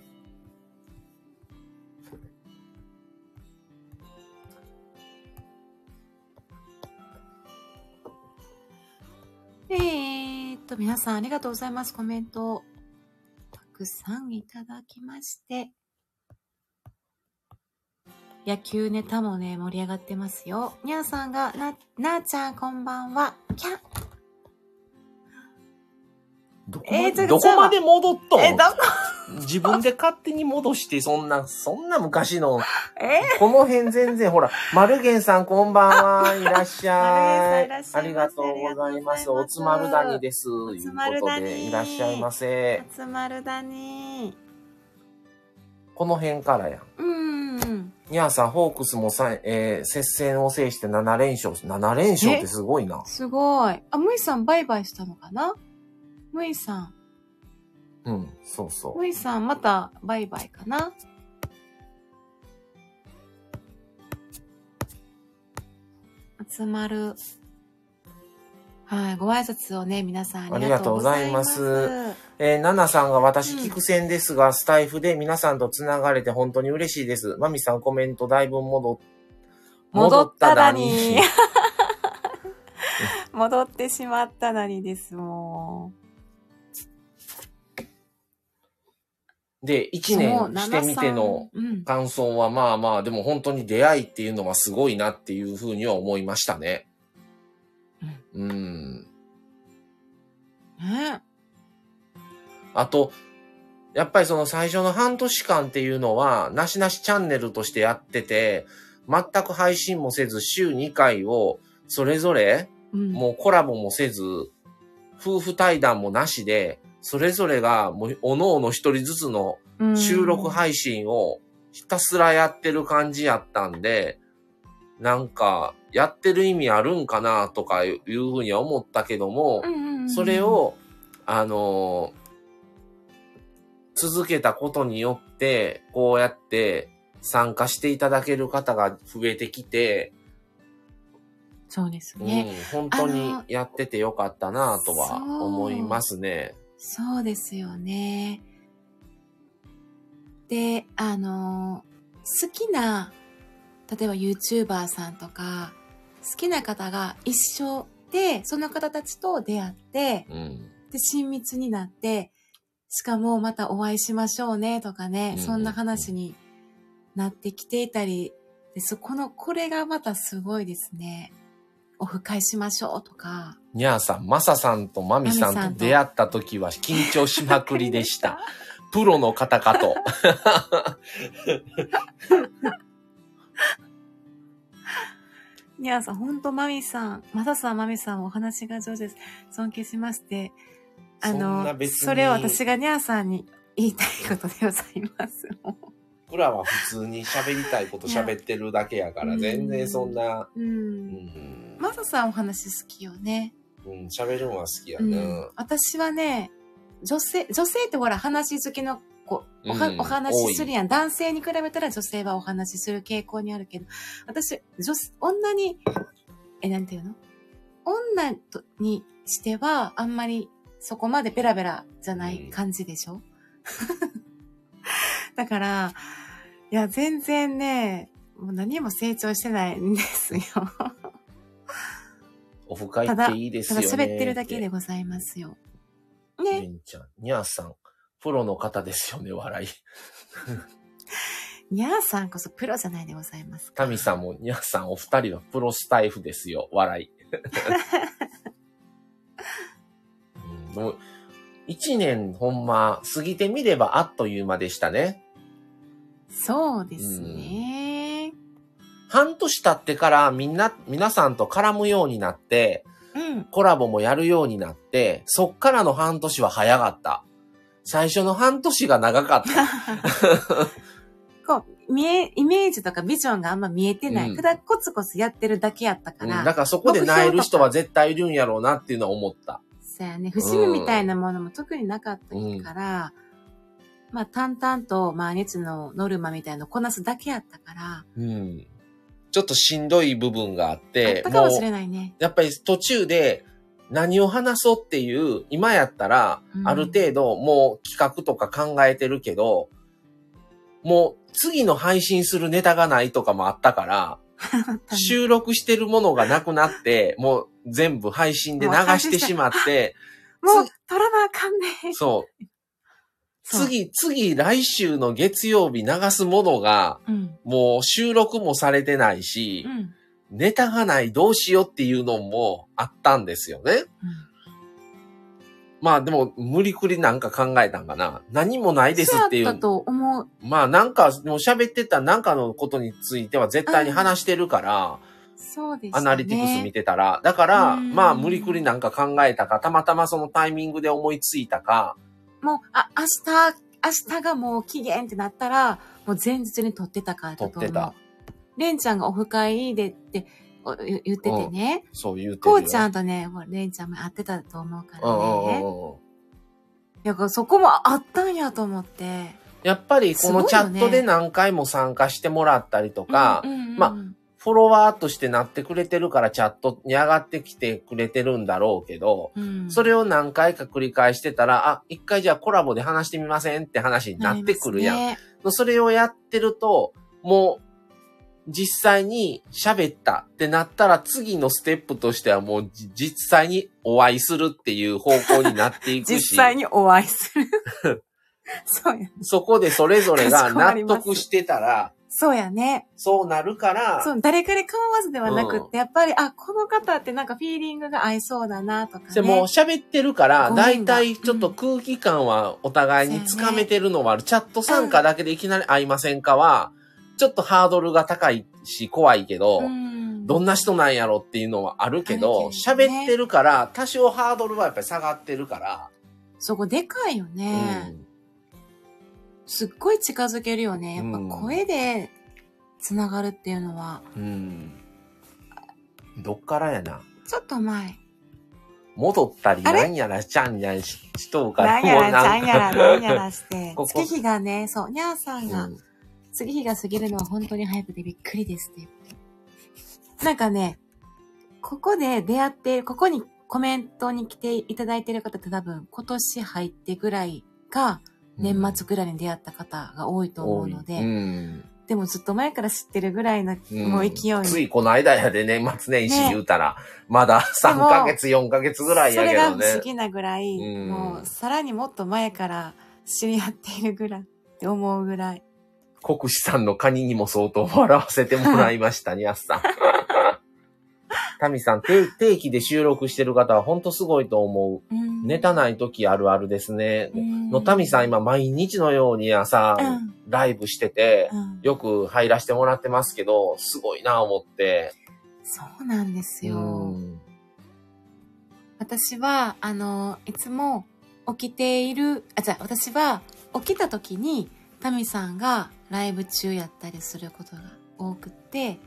S2: えーっと、皆さんありがとうございます。コメントをたくさんいただきまして。野球ネタもね、盛り上がってますよ。にゃーさんが、な、なーちゃんこんばんは。キャン
S1: どこ,、
S2: えーちょっ
S1: ど
S2: と
S1: こまで戻っとん
S2: え、どこ
S1: 自分で勝手に戻して、そんな、そんな昔の、
S2: え
S1: この辺全然、ほら、マルゲンさんこんばんは、いらっしゃい。
S2: マルゲンさ
S1: あ
S2: んい
S1: り
S2: らっ
S1: が
S2: しゃ
S1: と
S2: い
S1: うございます。
S2: ませありがとうございます
S1: おつまるだにです。という
S2: つまる
S1: こ
S2: だ
S1: と
S2: に
S1: で、いらっしゃいませ。
S2: 集まるだに
S1: この辺からやん。
S2: うん。
S1: ニャーさん、ホークスもさ、えー接戦を制して7連勝。7連勝ってすごいな。
S2: すごい。あ、むいさんバイバイしたのかなむいさん。
S1: うん、そうそう。
S2: むいさんまたバイバイかな集まる。はい。ご挨拶をね、皆さんありがとうございます。
S1: ありがとうござえー、ナナさんが私、聞く線ですが、スタイフで皆さんと繋がれて本当に嬉しいです。マミさんコメントだいぶ戻っ、
S2: 戻っただに
S1: 戻っ
S2: 戻ってしまったなりです、も
S1: で、
S2: う。
S1: 1年してみての
S2: そう。うん。
S1: 感想はまあまあ、でも本当に出会いっていうのはすごいなっていうふうには思いましたね。うん。
S2: ね。
S1: あと、やっぱりその最初の半年間っていうのは、なしなしチャンネルとしてやってて、全く配信もせず週2回を、それぞれ、
S2: うん。
S1: もうコラボもせず、夫婦対談もなしで、それぞれが、もう、おのおの一人ずつの
S2: うん
S1: 収録配信をひたすらやってる感じやったんで、なんか、やってる意味あるんかなとかいうふうには思ったけども
S2: うん、うんうんうん
S1: それを、あの続けたことによって、こうやって参加していただける方が増えてきて、
S2: そうです
S1: うん
S2: ね。、
S1: 本当に
S2: あの
S1: やっててよかったなとは思いますね。
S2: そうですよね。で、あの、好きな、例えば YouTuber さんとか、好きな方が一緒で、その方たちと出会って、
S1: うん。
S2: で、親密になって、しかもまたお会いしましょうねとかね
S1: う、ん
S2: そんな話になってきていたり、で、そこの、これがまたすごいですね。オフ会しましょうとか。
S1: にゃーさん、まささんとまみさ
S2: まみさ
S1: ん
S2: ん
S1: と
S2: と
S1: 出会った時は緊張しまくりで した。。プロの方かと。
S2: ニャーさん、ほんと、マミさん、マサさん、マミさん、お話が上手です。尊敬しまして。あ
S1: そんな
S2: の、
S1: 別に
S2: それを私がニャーさんに言いたいことでございます。
S1: 僕らは普通に喋りたいこと喋ってるだけやから、
S2: うん
S1: 全然そんな、
S2: う。
S1: うんん、
S2: マサさんお話好きよね。
S1: うん、喋るのは好きや
S2: う
S1: な。
S2: ん。私はね、女性、女性ってほら、話好きの子、おは
S1: うん
S2: お話しするやん。男性に比べたら女性はお話しする傾向にあるけど、私、女性、女に、え、なんていうの女とにしては、あんまりそこまでペラペラじゃない感じでしょ、 だから、いや、全然ね、もう何も成長してないんですよ。
S1: オフ会っていいです
S2: た
S1: よ
S2: だ
S1: ね。
S2: 喋ってるだけで。ございますよ。ね。
S1: ねんちゃん、にゃーさん、プロの方ですよね、笑い。
S2: にゃーさんこそプロじゃないでございますか。
S1: タミさんも、にゃーさん、お二人はプロスタイフですよ、笑 い。うんもう一年、ほんま、過ぎてみればあっという間でしたね。
S2: そうですね。
S1: 半年経ってからみんな、皆さんと絡むようになって、
S2: うん。
S1: コラボもやるようになって、そっからの半年は早かった。最初の半年が長か った。
S2: こう、見え、イメージとかビジョンがあんま見えてない。
S1: うん
S2: ただコツコツやってるだけやった
S1: う
S2: か
S1: ん、
S2: ら。
S1: だからそこで萎える人は絶対いるんやろうなっていうのは思った。
S2: そうやね。節目みたいなものも特になかったから、まあ淡々と毎日のノルマみたいなのをこなすだけやったから、
S1: うん。ちょっとしんどい部分があっ
S2: あ
S1: て
S2: っ、たかもし
S1: う
S2: れ、ないね。
S1: やっぱり途中で何を話そうっていう、今やったら
S2: う、ん
S1: ある程度もう企画とか考えてるけど、もう次の配信するネタがないとかもあったから、収録してるものがなくな って、もう全部配信で流してしまって、
S2: もう取らなあかんね。
S1: そう。
S2: そう。
S1: 次、次、来週の月曜日流すものが、
S2: うん。
S1: もう収録もされてないし
S2: う、ん。うん
S1: ネタがないどうしようっていうのもあったんですよね。まあでも、無理くりなんか考えたんかな。何もないですってい
S2: そうやった
S1: う。
S2: と思う。
S1: まあなんか、もう喋ってたなんかのことについては絶対に話してるから、
S2: そうでしたね。
S1: アナリティクス見てたら。だから、
S2: うん
S1: まあ無理くりなんか考えたか、たまたまそのタイミングで思いついたか、
S2: もう、あ、明日、明日がもう期限ってなったら、もう前日に撮ってたからだと思う。
S1: 撮ってた。
S2: レンちゃんがオフ会でってお言言っててね。
S1: そう言うてる
S2: こ
S1: よ
S2: うちゃんとね、もうレンちゃんも会ってたと思うか
S1: うんうんう
S2: らね。
S1: んうん。
S2: だからそこもあったんやと思って。
S1: やっぱりこのチャッ
S2: すご
S1: ト
S2: いよ
S1: で
S2: ね
S1: 何回も参加してもらったりとか、
S2: うんうんうん
S1: まフォロワーとしてなってくれてるからチャットに上がってきてくれてるんだろうけど、
S2: うん
S1: それを何回か繰り返してたら、あ、一回じゃあコラボで話してみませんって話になってくるやん。
S2: なりますね
S1: それをやってると、もう、実際に喋ったってなったら次のステップとしてはもうじ実際にお会いするっていう方向になっていくし。
S2: 実際にお会いする。 そうや。
S1: そこでそれぞれ
S2: か
S1: が
S2: しこまり
S1: 納
S2: ます
S1: 得してたら、
S2: そうやね。
S1: そうなるから、
S2: そう、誰かで構わずではなくって、
S1: う
S2: やっぱり、あ、この方ってなんかフィーリングが合いそうだなとかね。
S1: でもう喋ってるから、
S2: ご
S1: だ
S2: 縁
S1: い
S2: が
S1: たいちょっと空気感はお互いにつかめてるのはある。チャット参加だけでいきなり会いませんかは、ちょっとハードルが高いし怖いけど、
S2: うん
S1: どんな人なんやろっていうのはあるけど、
S2: あるけどね
S1: 喋ってるから、多少ハードルはやっぱり下がってるから、
S2: そこでかいよね。すっごい近づけるよね。やっぱ声でつながるっていうのは、
S1: うん。うん。どっからやな。
S2: ちょっと前。
S1: 戻ったり、
S2: あれ
S1: なんやら、ちゃんにゃんししとうから、
S2: なんやら、ちゃんやら、なん
S1: ら。
S2: やらして。
S1: ここ
S2: 月日がね、そう、にゃーさん
S1: う
S2: が、
S1: ん
S2: 月日が過ぎるのは本当に早くてびっくりですって。なんかね、ここで出会って、ここにコメントに来ていただいてる方って多分、今年入ってぐらいか、年末ぐらいに出会った方が多いと思うので、
S1: 多いうん
S2: でもずっと前から知ってるぐらいな、
S1: うん
S2: もう勢いに。
S1: ついこの間やで、年末年始
S2: ね
S1: 言うたら、まだ3ヶ月、4ヶ月ぐらいや
S2: そ
S1: け
S2: れが
S1: ど
S2: 不思
S1: ね。
S2: 議なぐらい、
S1: うん
S2: もうさらにもっと前から知り合っているぐらいって思うぐらい。
S1: 国士さんのカニにも相当笑わせてもらいました、にゃっ さん。タミさん、定定期で収録してる方は本当すごいと思う。ネタない時あるあるですね。のたみさん
S2: 今、
S1: 今毎日のように朝、
S2: うん
S1: ライブしてて、
S2: うん
S1: よく入らせてもらってますけど、すごいな思って。
S2: そうなんですよ。
S1: うん
S2: 私は、あの、いつも起きている、あ、じゃあ私は起きた時に、タミさんがライブ中やったりすることが多くって、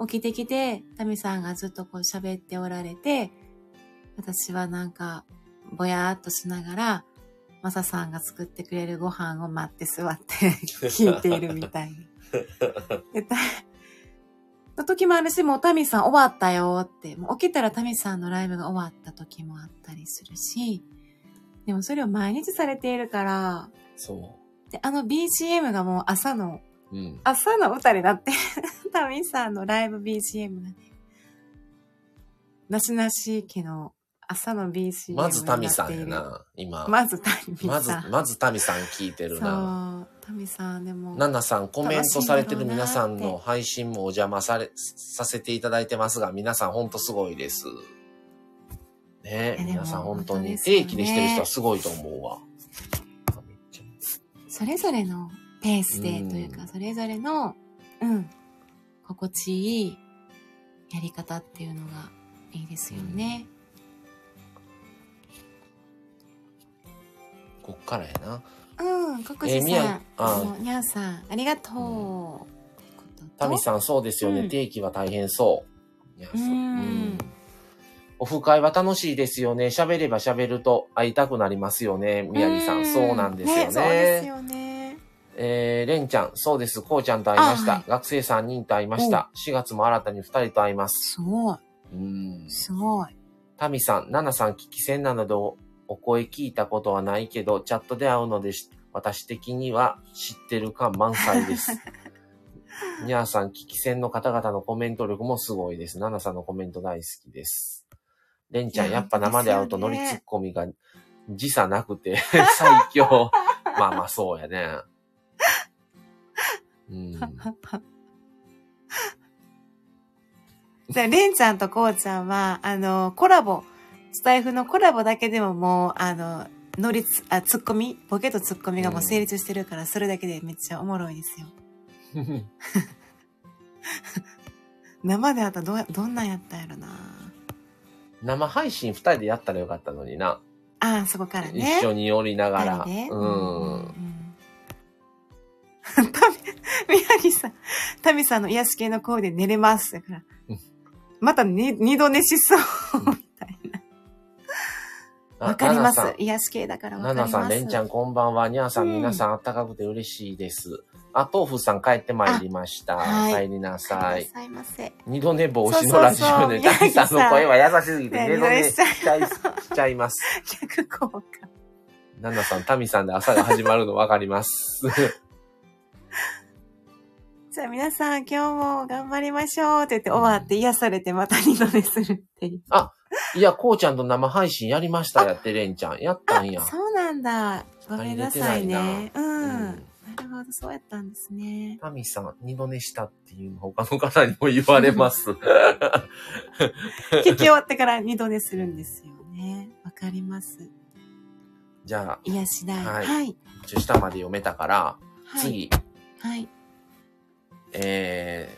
S2: 起きてきて、タミさんがずっとこう喋っておられて、私はなんか、ぼやーっとしながら、マサさんが作ってくれるご飯を待って座って聞いているみたいな。でたの時もあるし、もうタミさん終わったよって、もう起きたらタミさんのライブが終わった時もあったりするし、でもそれを毎日されているから、
S1: そ
S2: で、あの BGM がもう朝の
S1: う。うん。
S2: 朝の歌になって、 タミさんのライブ BGM がね、なしなし家の朝の BGM にな
S1: ま
S2: ってい
S1: ず
S2: る。
S1: タミさんや。な、今。
S2: まずタミさん。
S1: まず、まずタミさん聞いてるな。
S2: そう、タミさんでも。
S1: ナナさん、コメントされてる皆さん
S2: 楽しいんだろうな
S1: の
S2: っ
S1: 配信もお邪魔され、させていただいてますが、皆さんほんとすごいです。ね
S2: いやでも
S1: 皆さん本当
S2: 本当
S1: に
S2: ですよね
S1: 定期でしてる人はすごいと思うわ。めっちゃ
S2: それぞれのペースで
S1: うん
S2: というか、それぞれの、うん、心地いいやり方っていうのがいいですよね。
S1: こっからやな。
S2: うん、国
S1: えー
S2: 士
S1: 宮
S2: さ
S1: あ
S2: ん、あの、にゃんさん、ありがとう。ってことと
S1: タミさん、そうですよね。
S2: うん
S1: 定期は大変そう。いやそう
S2: うん
S1: うんオフ会は楽しいですよね。喋れば喋ると会いたくなりますよね。宮城さん、そうなんですよね。
S2: そうですよね。
S1: えー、レンちゃん、そうです。こうちゃんと会いました。
S2: あは
S1: 学生3人と会いました。4月も新たに2人と会います。
S2: すごい、
S1: うん。
S2: すごい。
S1: タミさん、ナナさん、聞き戦なのでおお声聞いたことはないけど、チャットで会うのでし、私的には知ってる感満載です。 ニャーさん、聞き戦の方々のコメント力もすごいです。ナナさんのコメント大好きです。レンちゃん、
S2: いや
S1: やっぱ生で会うとノ
S2: 本当で
S1: リ
S2: すよね
S1: ツッコミが時差なくて 最強。まあまあ、そうやね。 うん。
S2: じゃあ、レンちゃんとこうちゃんは、あの、コラボ、スタイフのコラボだけでももう、あの、ノリツ、あ、ツッコミ、ボケとツッコミがもう成立してるから、それだけでめっちゃおもろいですよ。生で会ったらどう、どんなんやったんやろな。
S1: 生配信2人でやったらよかったのにな。
S2: ああ、そこからね。
S1: 一緒に寄りながら。
S2: 二人で
S1: うん。
S2: うんタミ宮城さん、タミさんの癒し系の声で寝れます。だから
S1: うん、
S2: またに二度寝しそう。
S1: あ
S2: わかります
S1: ナナさ。ん
S2: 癒し系だからわか
S1: ナ
S2: りま
S1: ナさん、
S2: す。
S1: レンちゃんこんばんは。ニャーさ、
S2: うんん
S1: 皆さんあったかくて嬉しいです。あ、豆腐さん帰ってまいりました。
S2: あはい
S1: 帰りな
S2: おか
S1: さ
S2: えり
S1: い
S2: な。さいませ。
S1: 二度寝防止のラジオで、
S2: そうそう
S1: タ
S2: そ
S1: ミさん
S2: う
S1: の声は優しすぎて
S2: ね
S1: 二度寝
S2: ね
S1: しちゃいしちゃいます。
S2: 逆効果。
S1: ナナさん、タミさんで朝が始まるのわかります。
S2: じゃあ皆さん今日も頑張りましょうって言って終わって癒されてまた二度寝するっていう。
S1: いや、こうちゃんと生配信やりましたやって、レンちゃん。やったんや。
S2: そうなんだ。ごめんなさいね。うん。
S1: うん
S2: なるほど、そうやったんですね。
S1: タミさん、二度寝したっていうの他の方にも言われ ます。
S2: 聞き終わってから二度寝するんですよね。わかります。
S1: じゃ
S2: 癒しだい。
S1: はい
S2: はい。
S1: あ、一応下まで読めたから、
S2: はい。
S1: 次、
S2: はい。
S1: え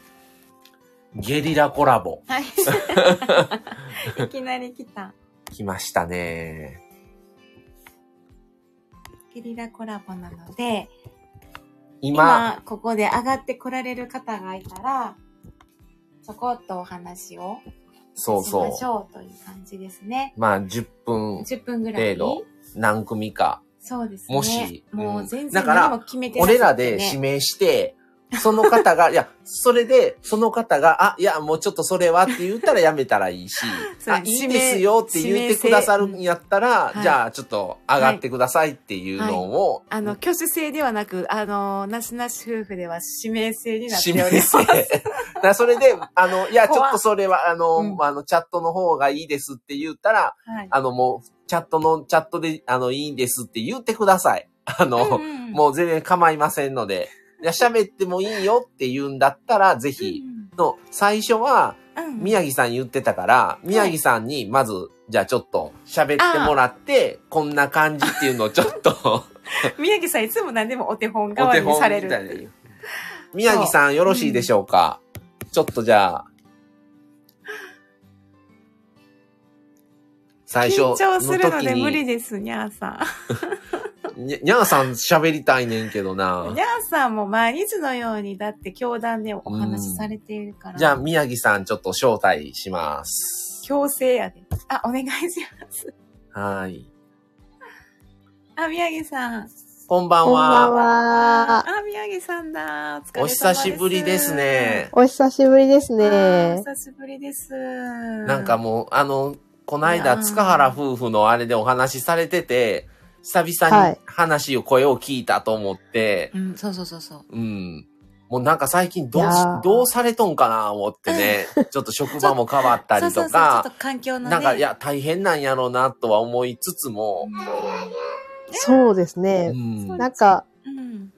S1: ー、ゲリラコラボ
S2: はい。いきなり来た。
S1: 来ましたね。
S2: ゲリラコラボなので、
S1: 今、
S2: 今、ここで上がってこられる方がいたら、ちょこっとお話を
S1: そう
S2: しま
S1: そ
S2: しょうという感じですね。
S1: う。まあ、10分
S2: 10分ぐらい。
S1: 程度何組か。
S2: そうですね。
S1: もし
S2: も
S1: う
S2: うん全
S1: だ
S2: 然
S1: から
S2: 何も決めてなくて、
S1: 俺らで指
S2: ね。、
S1: 名して、その 方が、いや、それで、その方が、あ、いや、もうちょっとそれはって言ったらやめたらいいし
S2: そう
S1: あ、いいですよって言ってくださるんやった
S3: 指
S1: ら
S3: 名制う、ん
S1: じゃあちょっと上がってくださいっていうのを、
S3: あの、挙手制ではなく、あの、なしなし夫婦では指名制になって
S1: 指
S3: おりま
S1: 名
S3: す。
S1: 制。 だからそれで、あの、いや、ち
S3: 怖っ
S1: ょっとそれは、あの、
S3: うん
S1: あの、チャットの方がいいですって言ったら、
S3: はい。
S1: あの、もう、チャットの、チャットで、あの、いいんですって言ってください。あの、
S3: うんうん
S1: もう全然構いませんので、いや、喋ってもいいよって言うんだったら、ぜ
S3: うん
S1: ひ、の、最初は、
S3: うん
S1: 宮城さん言ってたから、宮城さんに、まず、じゃあちょっと、喋ってもらって、こんな感じっていうのをちょっ と、
S3: 宮城さんいつも何でもお手本代
S1: お
S3: わ
S1: 手
S3: りに
S1: 本
S3: される
S1: み
S3: ったて
S1: い
S3: いう。
S1: に。宮城さんよろしいでしょうか、ちょっとじゃあ、最初
S3: 緊張するの
S1: の時
S3: で
S1: に、
S3: 無理です、にゃーさん。
S1: ににゃーさん喋りたいねんけどな
S3: に。ゃーさんも毎日のように、だって教団でお話しされているから。
S1: じゃあ、宮城さんちょっと招待します。
S3: 強制やで。あ、お願いします。
S1: はい。
S3: あ、宮城さん。
S1: こんばん
S4: こんばん
S1: は。
S4: は。
S3: あ、宮城さんだ。お疲れ様です。
S1: お久しぶりですね。
S4: お久しぶりです
S3: あー。お
S4: ね。
S3: 久しぶりです。
S1: な
S3: なん
S1: か、もう、あの、こないだ
S3: うん
S1: 塚原夫婦のあれでお話しされてて、久々
S4: は
S1: に
S4: い
S1: 話を、声を聞いたと思って、
S3: うん、そうそうそうそう。
S1: うん。もうなんか最近どう
S4: い
S1: し
S4: やー、
S1: どうされとんかな思ってね、ちょっと職場も変わったり
S3: そうそ
S1: と
S3: うそうちょっ
S1: か
S3: と、環境のね。
S1: なんかいや、大変なんやろうなとは思いつつ
S3: う
S1: も、
S3: ん、
S4: そうです
S1: う
S4: ね。
S1: ん。
S4: なんか、
S3: うん。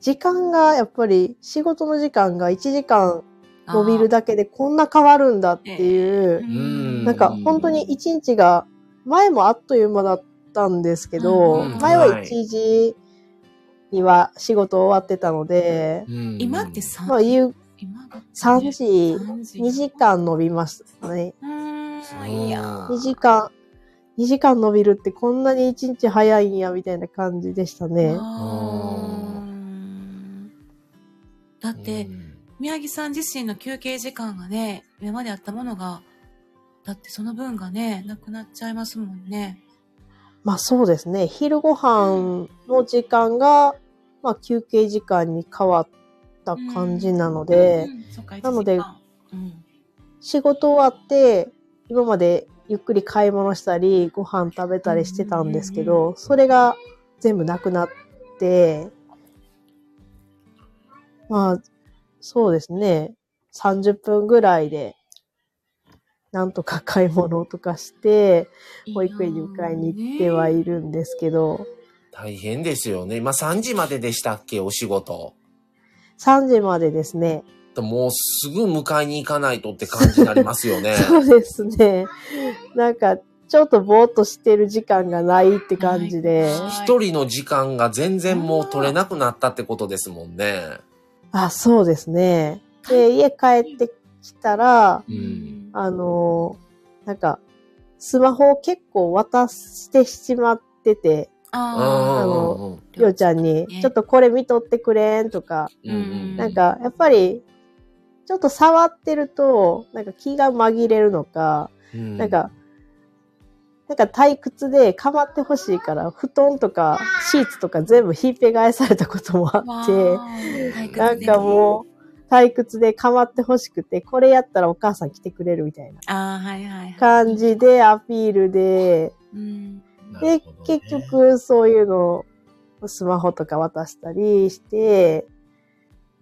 S4: 時間がやっぱり仕事の時間が1時間伸びる
S3: だ
S4: だけでこんな変わるんだっていうう、
S1: ん
S4: なんか本当に1日が、前もあっという間だったんですけど、
S3: うん
S4: 前は
S1: はい
S4: 1時には仕事終わってたので、
S1: うん
S3: 今って3、
S4: まあ夕
S3: 今だってね
S4: 3時、
S3: 3時
S4: 2時。間伸びましたね。
S3: うー、
S1: うんん
S3: いやー。
S4: 2時間、2時間伸びるってこんなに1日早いんや、みたいな感じでしたね。
S3: あーだって、
S1: うん
S3: 宮城さん自身の休憩時間がね、今まであったものが、だってその分がね、なくなっちゃいますもんね。
S4: まあそうですね。昼ご飯の時間が、まあ休憩時間に変わった感じなので、
S3: うんそっか
S4: なので
S3: 一時間うん
S4: 仕事終わって、今までゆっくり買い物したり、ご飯食べたりしてたんですけど、それが全部なくなって、まあ、そうですね。30分ぐらいで、なんとか買い物とかして、保育園に迎えに行ってはいいるんですけど、
S1: 大変ですよね。今3時まででしたっけ、お仕事。
S4: 3時までですね。
S1: もうすぐ迎えに行かないとって感じになりますよね。
S4: そうですね。なんか、ちょっとぼーっとしてる時間がないって感じで、
S3: ない
S1: 一人の時間が全然もう取れなくなったってことですもんね。
S4: あ、そうですね。で、家帰ってきたら、
S1: う
S3: い
S1: ん
S4: あのーなんか、スマホを結構渡してしまってて、
S1: うん
S4: あ
S3: あ
S4: の
S1: うん
S4: りょうちゃん
S3: ね、
S4: にちょっとこれ見とってくれんとか、
S1: うんうん
S4: なんか、やっぱり、ちょっと触ってると、なんか気が紛れるのか、
S1: うん
S4: なんか、なんか退屈で構ってほしいから、布団とかシーツとか全部ひっぺ返されたことも
S3: ー
S4: あって、
S3: わー
S4: なんかもう、退屈で構ってほしくて、これやったらお母さん来てくれるみたいな
S3: あーはいはいはい。
S4: 感じでアピールで、
S3: うん
S1: なる
S4: で
S1: ほどね、
S4: 結局そういうのをスマホとか渡したりして、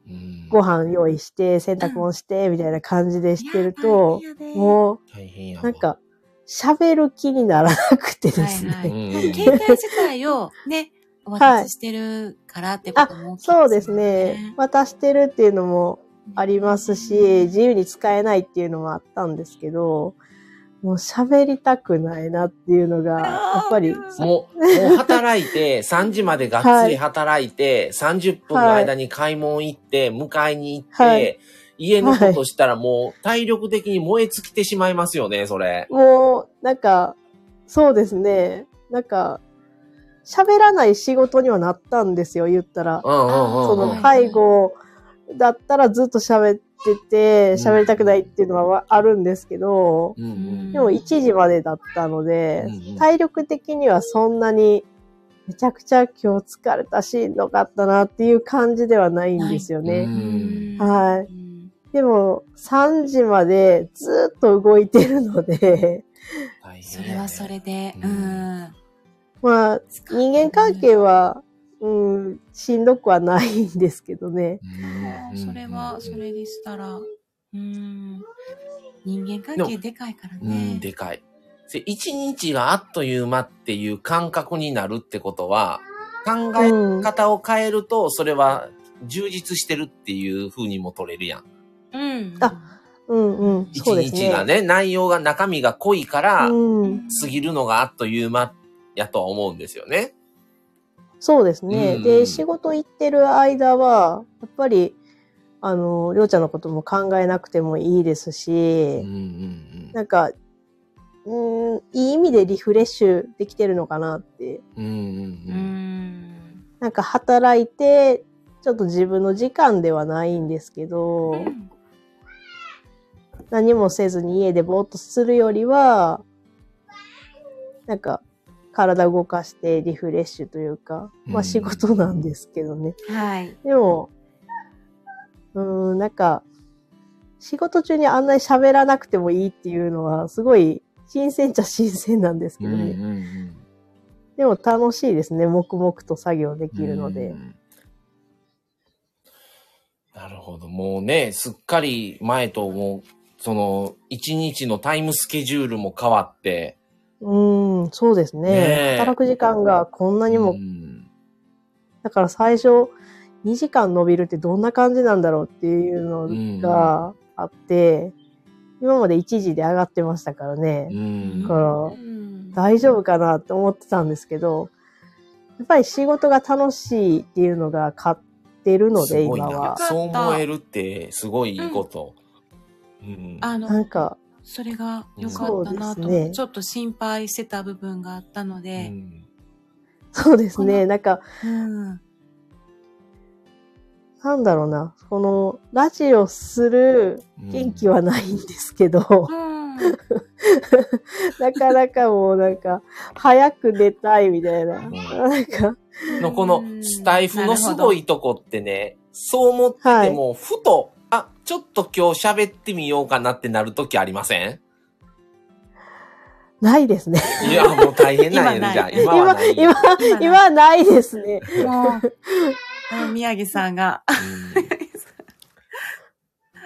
S1: うん、
S4: ご飯用意して、洗濯物して、みたいな感じでしてると
S3: い、や大変やで
S4: も
S1: 大変や
S4: う、
S1: わ
S4: なん、か、喋る気にならなくてですね。
S3: はいはい
S1: うん
S3: 携帯自体を ね、お渡ししてるからってことも大きい
S4: そうですね。渡してるっていうのもありますし、自由に使えないっていうのもあったんですけど、もう喋りたくないなっていうのが、
S3: あー
S4: やっぱり、
S1: もう、もう働い て、3時までがっつり働いて、30分の間に買い物行って、迎えに行って、
S4: はい
S1: 家のことしたらもう体力的に燃え尽きてしまいますよね、それ。
S4: もう、なんか、そうですね。なんか、喋らない仕事にはなったんですよ、言ったら。
S1: うんうんうんうん。
S4: そ
S3: は
S4: の
S3: い。
S4: 介護だったらずっと喋っってて、喋りたくないっていうのはわあるんですけど、
S1: うんうん。
S4: でも1時までだったので
S1: う、んうん
S4: 体力的にはそんなに、めちゃくちゃ今日疲れたし、んどかったなっていう感じではないんですよ
S1: う
S4: ね。
S1: ん
S4: はい
S3: うん
S4: でも、3時までずっと動いてるので、
S1: 大
S3: そ
S1: 変
S3: れ
S1: やね
S3: はそれで、
S1: う
S3: うんん。
S4: まあ、
S3: 疲れる
S4: 人間関係は、うん、しんどくはないんですけどね。
S1: うん
S3: それは、それでしたら、うん。人間関係でかいから
S1: う
S3: ね
S1: ん、。でかい。せ一日があっという間っていう感覚になるってことは、考え
S4: うん、
S1: 方を変えると、それは充実してるっていう風にも取れるやん。
S3: うん。
S4: あうん、うん、
S1: 一
S4: そうですね。
S1: 日がね、内容が、中身が濃いから、
S4: うん、
S1: 過ぎるのがあっという間やとは思うんですよね。
S4: そうですね。
S1: うん
S4: で、仕事行ってる間は、やっぱり、あの、りょうちゃんのことも考えなくてもいいです
S1: うんう
S4: し、
S1: ん
S4: なんか、うん、いい意味でリフレッシュできてるのかなって。
S1: うん。うん
S3: う
S1: うん
S3: ん。
S4: なんか働いて、ちょっと自分の時間ではないんですけど、
S3: うん
S4: 何もせずに家でぼーっとするよりは、なんか、体動かしてリフレッシュというか、
S1: う
S4: まあ
S1: ん
S4: 仕事なんですけどね。
S2: はい。
S4: でも、うーん、なんか、仕事中にあんなに喋らなくてもいいっていうのは、すごい、新鮮っちゃ新鮮なんですけ
S1: うん。う
S4: ど
S1: ん
S4: ね。
S1: うんうん
S4: でも楽しいですね。黙々と作業できるの
S1: う
S4: で。
S1: んなるほど。もうね、すっかり前ともう、その、一日のタイムスケジュールも変わって、
S4: うーん、そうですね。
S1: ねえ
S4: 働く時間がこんなにも、
S1: うん
S4: だから最初、2時間伸びるってどんな感じなんだろうっていうのがあって、今まで1時で上がってましたからね。
S1: うん
S4: だから
S3: う、ん
S4: 大丈夫かなって思ってたんですけど、やっぱり仕事が楽しいっていうのが勝ってるの
S1: す
S4: で、
S1: ごい
S4: 今
S1: な
S4: は。
S1: そう思えるって、すごいいいこと。うん。
S3: あ
S4: な
S3: の
S4: ん、か、
S3: それが良かったな
S4: そう
S3: と、
S4: ですね
S3: ちょっと心配してた部分があったの
S1: う
S3: で、
S1: ん
S4: そうです
S3: こ
S4: ね。なんか、
S3: うん。
S4: なんだろうな。この、ラジオする元気はないんですけど
S3: う、ん。
S4: なかなかもうなんか、早く寝たいみたいな。
S1: うん
S4: なんか、
S1: のこの
S3: うん
S1: スタイフのすごいとこってね、そう思って
S4: は
S1: て
S4: い。
S1: も、ふと、あ、ちょっと今日喋ってみようかなってなるときありません
S4: ないですね。
S1: いや、もう大変なんやね、
S3: 今ない
S1: じゃあ。今はな、
S4: 今
S1: い。
S4: 今、
S3: 今
S4: 今はないですね。
S3: もう、あの宮城さんが。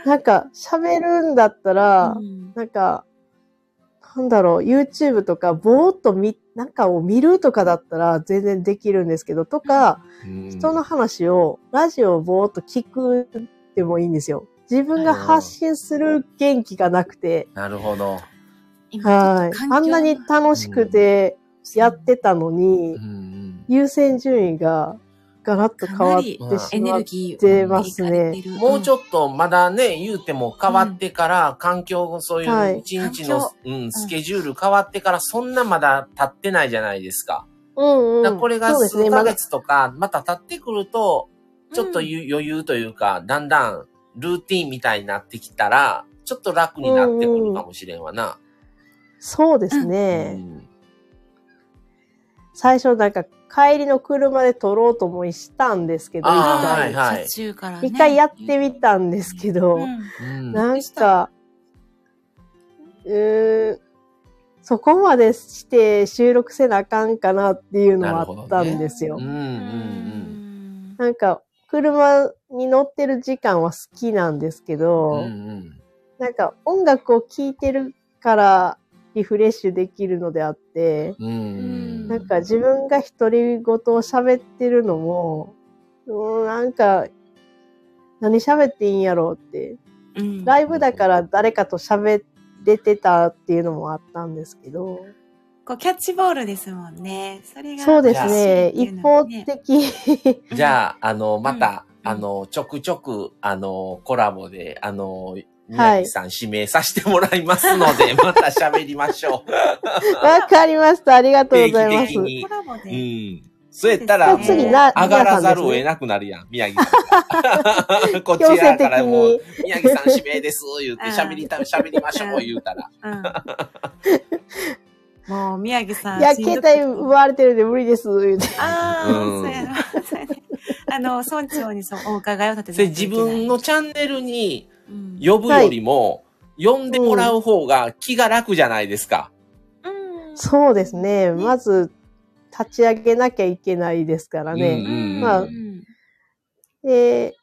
S4: なんか、喋るんだったら
S3: う、ん
S4: なんか、なんだろう、YouTube とか、ぼーっと見、なんかを見るとかだったら全然できるんですけど、とか、
S1: うん
S4: 人の話を、ラジオをぼーっと聞くでもいいんですよ。自分が発信する元気がなくて、
S1: なるほど。
S4: は
S3: 今
S4: い
S3: ちょっと環。境
S4: あんなに楽しくてやってたのに
S1: う、ん
S4: 優先順位がガラッと変わってし
S1: かなり
S3: エネ
S4: ま
S3: ル
S4: っ
S3: ギーを
S4: てますね
S3: 入れ替えて
S1: う
S3: る
S1: んもうち
S3: っ
S1: ょっと、まだね、言うても変わってから、環境、そうい
S4: はいう
S1: 一日の、
S3: 環
S1: うん、スケジュール変わってから、そんなまだ経ってないじゃないですか。
S4: うん
S1: だか
S4: う
S1: ら
S4: ん。
S1: これが
S4: そうですね
S1: 数
S4: ま
S1: ヶ
S4: だ
S1: 月とか、また経ってくると、ちょっとゆ余裕というか、だんだんルーティンみたいになってきたら、ちょっと楽になってくるかもしれんわな。
S4: そうです
S1: う
S4: ね。
S1: ん
S4: 最初なんか帰りの車で撮ろうと思いしたんですけど、一
S1: あー
S4: 回
S1: はいはい
S3: 車中からね
S4: 一回やってみたんですけど、
S3: うん
S1: うん
S4: なんか、うーん、そこまでして収録せなあかんかなっていうのもあったんですよ。
S1: うんうんうん
S4: なんか、車に乗ってる時間は好きなんですけ
S1: うん
S4: ど、
S1: うん
S4: なんか音楽を聴いてるからリフレッシュできるのであって、
S1: うんうん
S4: なんか自分が独り言を喋ってるのも、うん、なんか、何喋っていいんやろうって
S3: うん
S4: ライブだから誰かと喋れてたっていうのもあったんですけど、
S3: こうキャッチボールですもんね。それが
S4: そうですね、
S3: 嬉しいってい
S4: 一
S3: うのが
S4: 方
S3: ね
S4: 的。
S1: じゃあ、あの、また、
S3: うん
S1: あの、ちょくちょく、あの、コラボで、あの、
S4: は
S1: 宮
S4: い
S1: 城さん指名させてもらいますので、また喋りましょう。
S4: わかりました。ありがとう
S1: 定
S4: ございま
S1: 期
S4: す
S1: 的。に
S3: コ。ラボ
S1: う
S3: で。
S1: ん。そうやったら、もう
S2: そうですね
S1: 上
S2: 次
S4: な
S1: がらざるを得なくなるやん、宮城さ ん。こちらからもう、宮城さん指名です、言って、喋りた、喋りましょう、言うたら。
S2: うん。もう、宮城さん。
S4: いや、
S2: しんど
S4: 携
S2: くて
S4: 帯奪われてるんで無理です、言うて。
S2: ああ、
S1: うん
S2: そうやな。そうやね。あの、村長にそう、お伺いを立て
S1: で、
S2: て。
S1: 自分のチャンネルに
S2: うん、
S1: 呼ぶよりも、呼んでもらう方が気が楽じゃないですか。
S2: うん。
S4: そうですね。まず、立ち上げなきゃいけないですから
S1: うん
S4: ね。
S1: うんうん
S4: まあ
S2: うん
S4: で、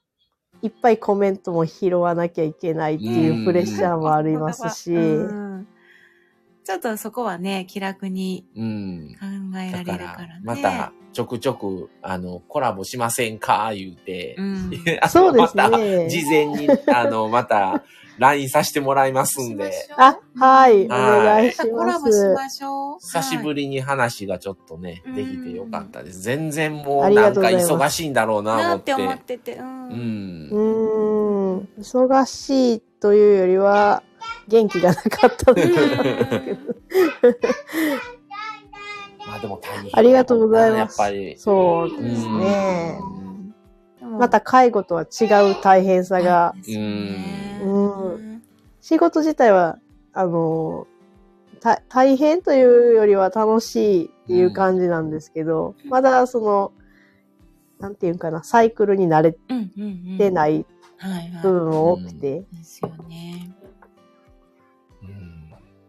S4: いっぱいコメントも拾わなきゃいけないって
S1: う
S4: い
S1: ん
S4: うプレッシャーもありますし。
S2: うんちょっとそこはね、気楽に
S1: うん。
S2: 考えられ
S1: だ
S2: る
S1: か
S2: かららね。、
S1: また、ちょくちょく、あの、コラボしませんか言うて
S2: う。ん。
S1: あの
S4: そうですね
S1: また、事前に、あの、また、LINE させてもらいますんで、
S4: あ、はい、お
S1: は
S4: 願
S1: い
S4: いし
S3: コラ
S4: ま
S3: ボし
S4: す。
S3: ましょう。
S1: 久しぶりに話がちょっとね、
S3: はい
S1: できてよかったです。全然も
S4: あ
S1: う、
S4: り
S1: な
S4: が
S1: ん
S4: と
S1: か
S4: うござい
S1: 忙
S4: ます
S1: しいんだろうな、
S2: な
S1: 思
S2: あ
S1: っ。
S2: って思っててて、うん。
S1: う
S4: うー
S1: ん。
S4: ん、忙しいというよりは、元気がなかったの
S2: うん
S4: で。
S1: まあでも大変。
S4: ありがとうございます
S1: やっぱり。
S4: そうですね。
S2: うん
S4: また介護とは違う大変さが、
S3: ですよね
S4: うん仕事自体は、あの、た大変というよりは楽しいっていう感じなんですけど、まだその、なんていうんかな、サイクルに慣れ
S3: うんうんうん。
S4: てない
S3: はい
S4: 部
S3: は
S4: 分も多くて、
S3: い。ですよね。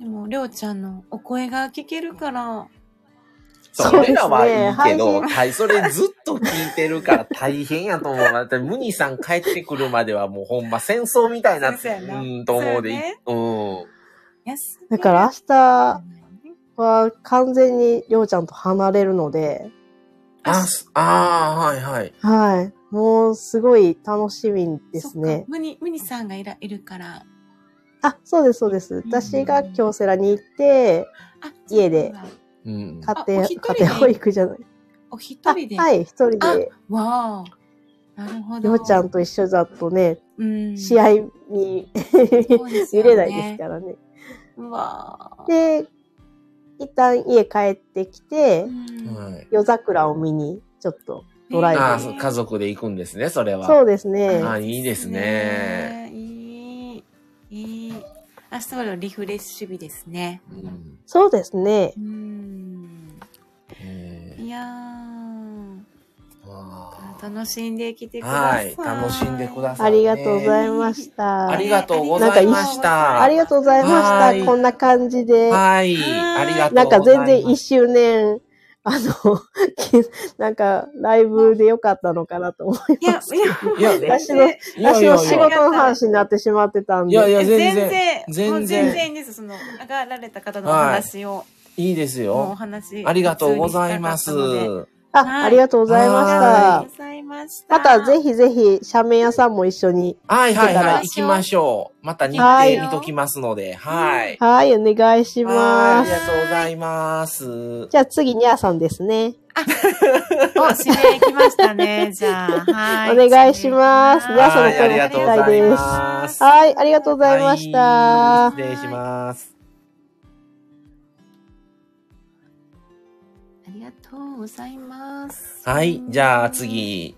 S1: うん
S3: でも、りょうちゃんのお声が聞けるから、
S1: そう、
S4: そうで
S1: 俺
S4: すね
S1: らはいいけど、
S4: 配
S1: 大それずっと聞いてるから大変やと思うな。だって、ムニさん帰ってくるまではもうほんま戦争みたいになって、
S2: そうやな
S1: うん、と思うで、
S2: そうやね
S1: うん。
S3: 安
S4: だから明日は完全にりょうちゃんと離れるので、
S1: あ、すあー、はいはい。
S4: はい。もうすごい楽しみです
S3: そっ
S4: ね
S3: か。むに、むにさんがいらいるから。
S4: あ、そうです、そうです。私が京セラに行って、
S3: あ
S4: 家で
S1: うん。
S4: 家
S3: あお
S4: 庭、
S3: 一人
S4: 家
S3: で
S4: 庭保育じゃない。
S3: お一
S4: あ
S3: 人で。
S4: はい、一人
S3: あ
S4: で、
S3: わお。なるほ
S4: り
S3: ど。
S4: ょうちゃんと一緒だとね、
S3: うん。
S4: 試合に、
S3: そうですよね
S4: 見れないですからね。
S3: わあ。
S4: で、一旦家帰ってきて
S3: う、ん
S1: はい。
S4: 夜桜を見に、ちょっとドライ
S1: あー
S4: ブ。
S1: そう家族で行くんですね、それは。
S4: そうですね。
S1: あーいいですね。
S3: ねいい。いい。明日はリフレッシュ日ですね。
S1: うん
S4: そうですね
S3: う。ん。
S1: えー
S3: いやー。
S1: わー
S3: 楽しんできてくださ。
S1: はいい、楽しんでくださ
S4: あ
S1: い、
S4: りがとうご
S1: い
S4: ざいました。
S1: ありがとうございま
S3: な
S1: し
S3: ん
S1: た。
S4: ありがとうございま
S1: は
S4: し
S1: い
S4: た。こんな感じで。
S1: はい、
S3: はい
S1: ありがとうございます。
S4: なんか全然1周年、あの、 きなんかライブでよかったのかなと思い
S2: いや
S4: ま、す。
S2: いや、
S1: いや、いや
S4: 私の、
S1: いや
S4: 私
S1: いや
S4: の仕事の話になってしまってたん
S1: いやい
S4: で。
S1: や、全
S2: 全
S1: 然、
S2: 然、
S1: 全然
S2: もう全然いいです。その、上がられた方のお話を、
S1: いいです
S2: もうお
S1: よ。
S2: 話。
S1: ありがとうございます。
S2: 普通にしたかったので
S4: あ、ありがとうございま
S2: あ
S4: し
S2: りが
S4: た
S2: とう。ございました。
S4: またぜひぜひ、斜面屋さんも一緒に。
S1: はいはいはい、行
S3: 行
S1: き
S3: き
S1: ま
S3: ま
S1: しょう。また日
S4: はい
S1: 程見ときますので、はい。
S4: はい、お願いし
S1: はいあ
S4: ま
S1: り
S4: す。
S1: がとうございます。
S4: じゃあ次、にゃーさんですね。
S2: お、締め行きました ね。じゃあ、はい。
S4: お願いします
S2: 締め行
S4: 皆
S1: は
S2: き
S4: 様
S2: ま
S1: い、
S2: す
S1: ありがとうございます。
S4: はい、ありがとうございました。
S1: はい失礼します。
S3: ありがとうございます。
S1: はい、じゃあ。次。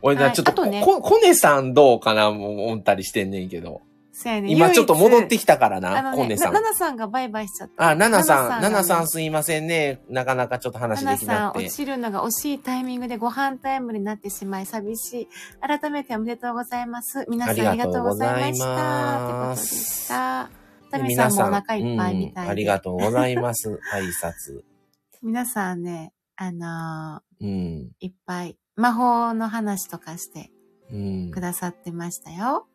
S1: 俺な、
S3: はい
S1: ちょっと
S3: あとね
S1: こ、コネさんどうかなもう、おったりしてんねんけど。
S2: そうやね
S1: 今ちょっと戻って
S2: き
S1: きたから
S3: あ
S1: な、
S3: の
S1: コ
S3: ね、
S1: ネさ
S3: なんな。なさんがバイバイしちゃった。
S1: あ、ナナさん、ナ
S3: ナナさんがね
S1: ナさんすいませんね。なかなかちょっと話で
S3: 花
S1: きな
S3: さん、
S1: く
S3: 落
S1: て。
S3: ちるのが惜しいタイミングでご飯タイムになってしまい寂しい。改めておめでとうございます。皆さんありがとうございました。とい
S1: あり
S3: う
S1: がとうご
S3: こ
S1: ざいま
S3: とですした。タ
S1: で
S3: ミさんもお
S1: 皆
S3: 腹いっぱいみた
S1: うんあ
S3: い
S1: り
S3: で。
S1: がとうございます。挨拶。
S2: 皆さんね、あの
S1: うん。
S2: ーいっぱい魔法の話とかして
S1: うん
S2: く。ださってましたよ。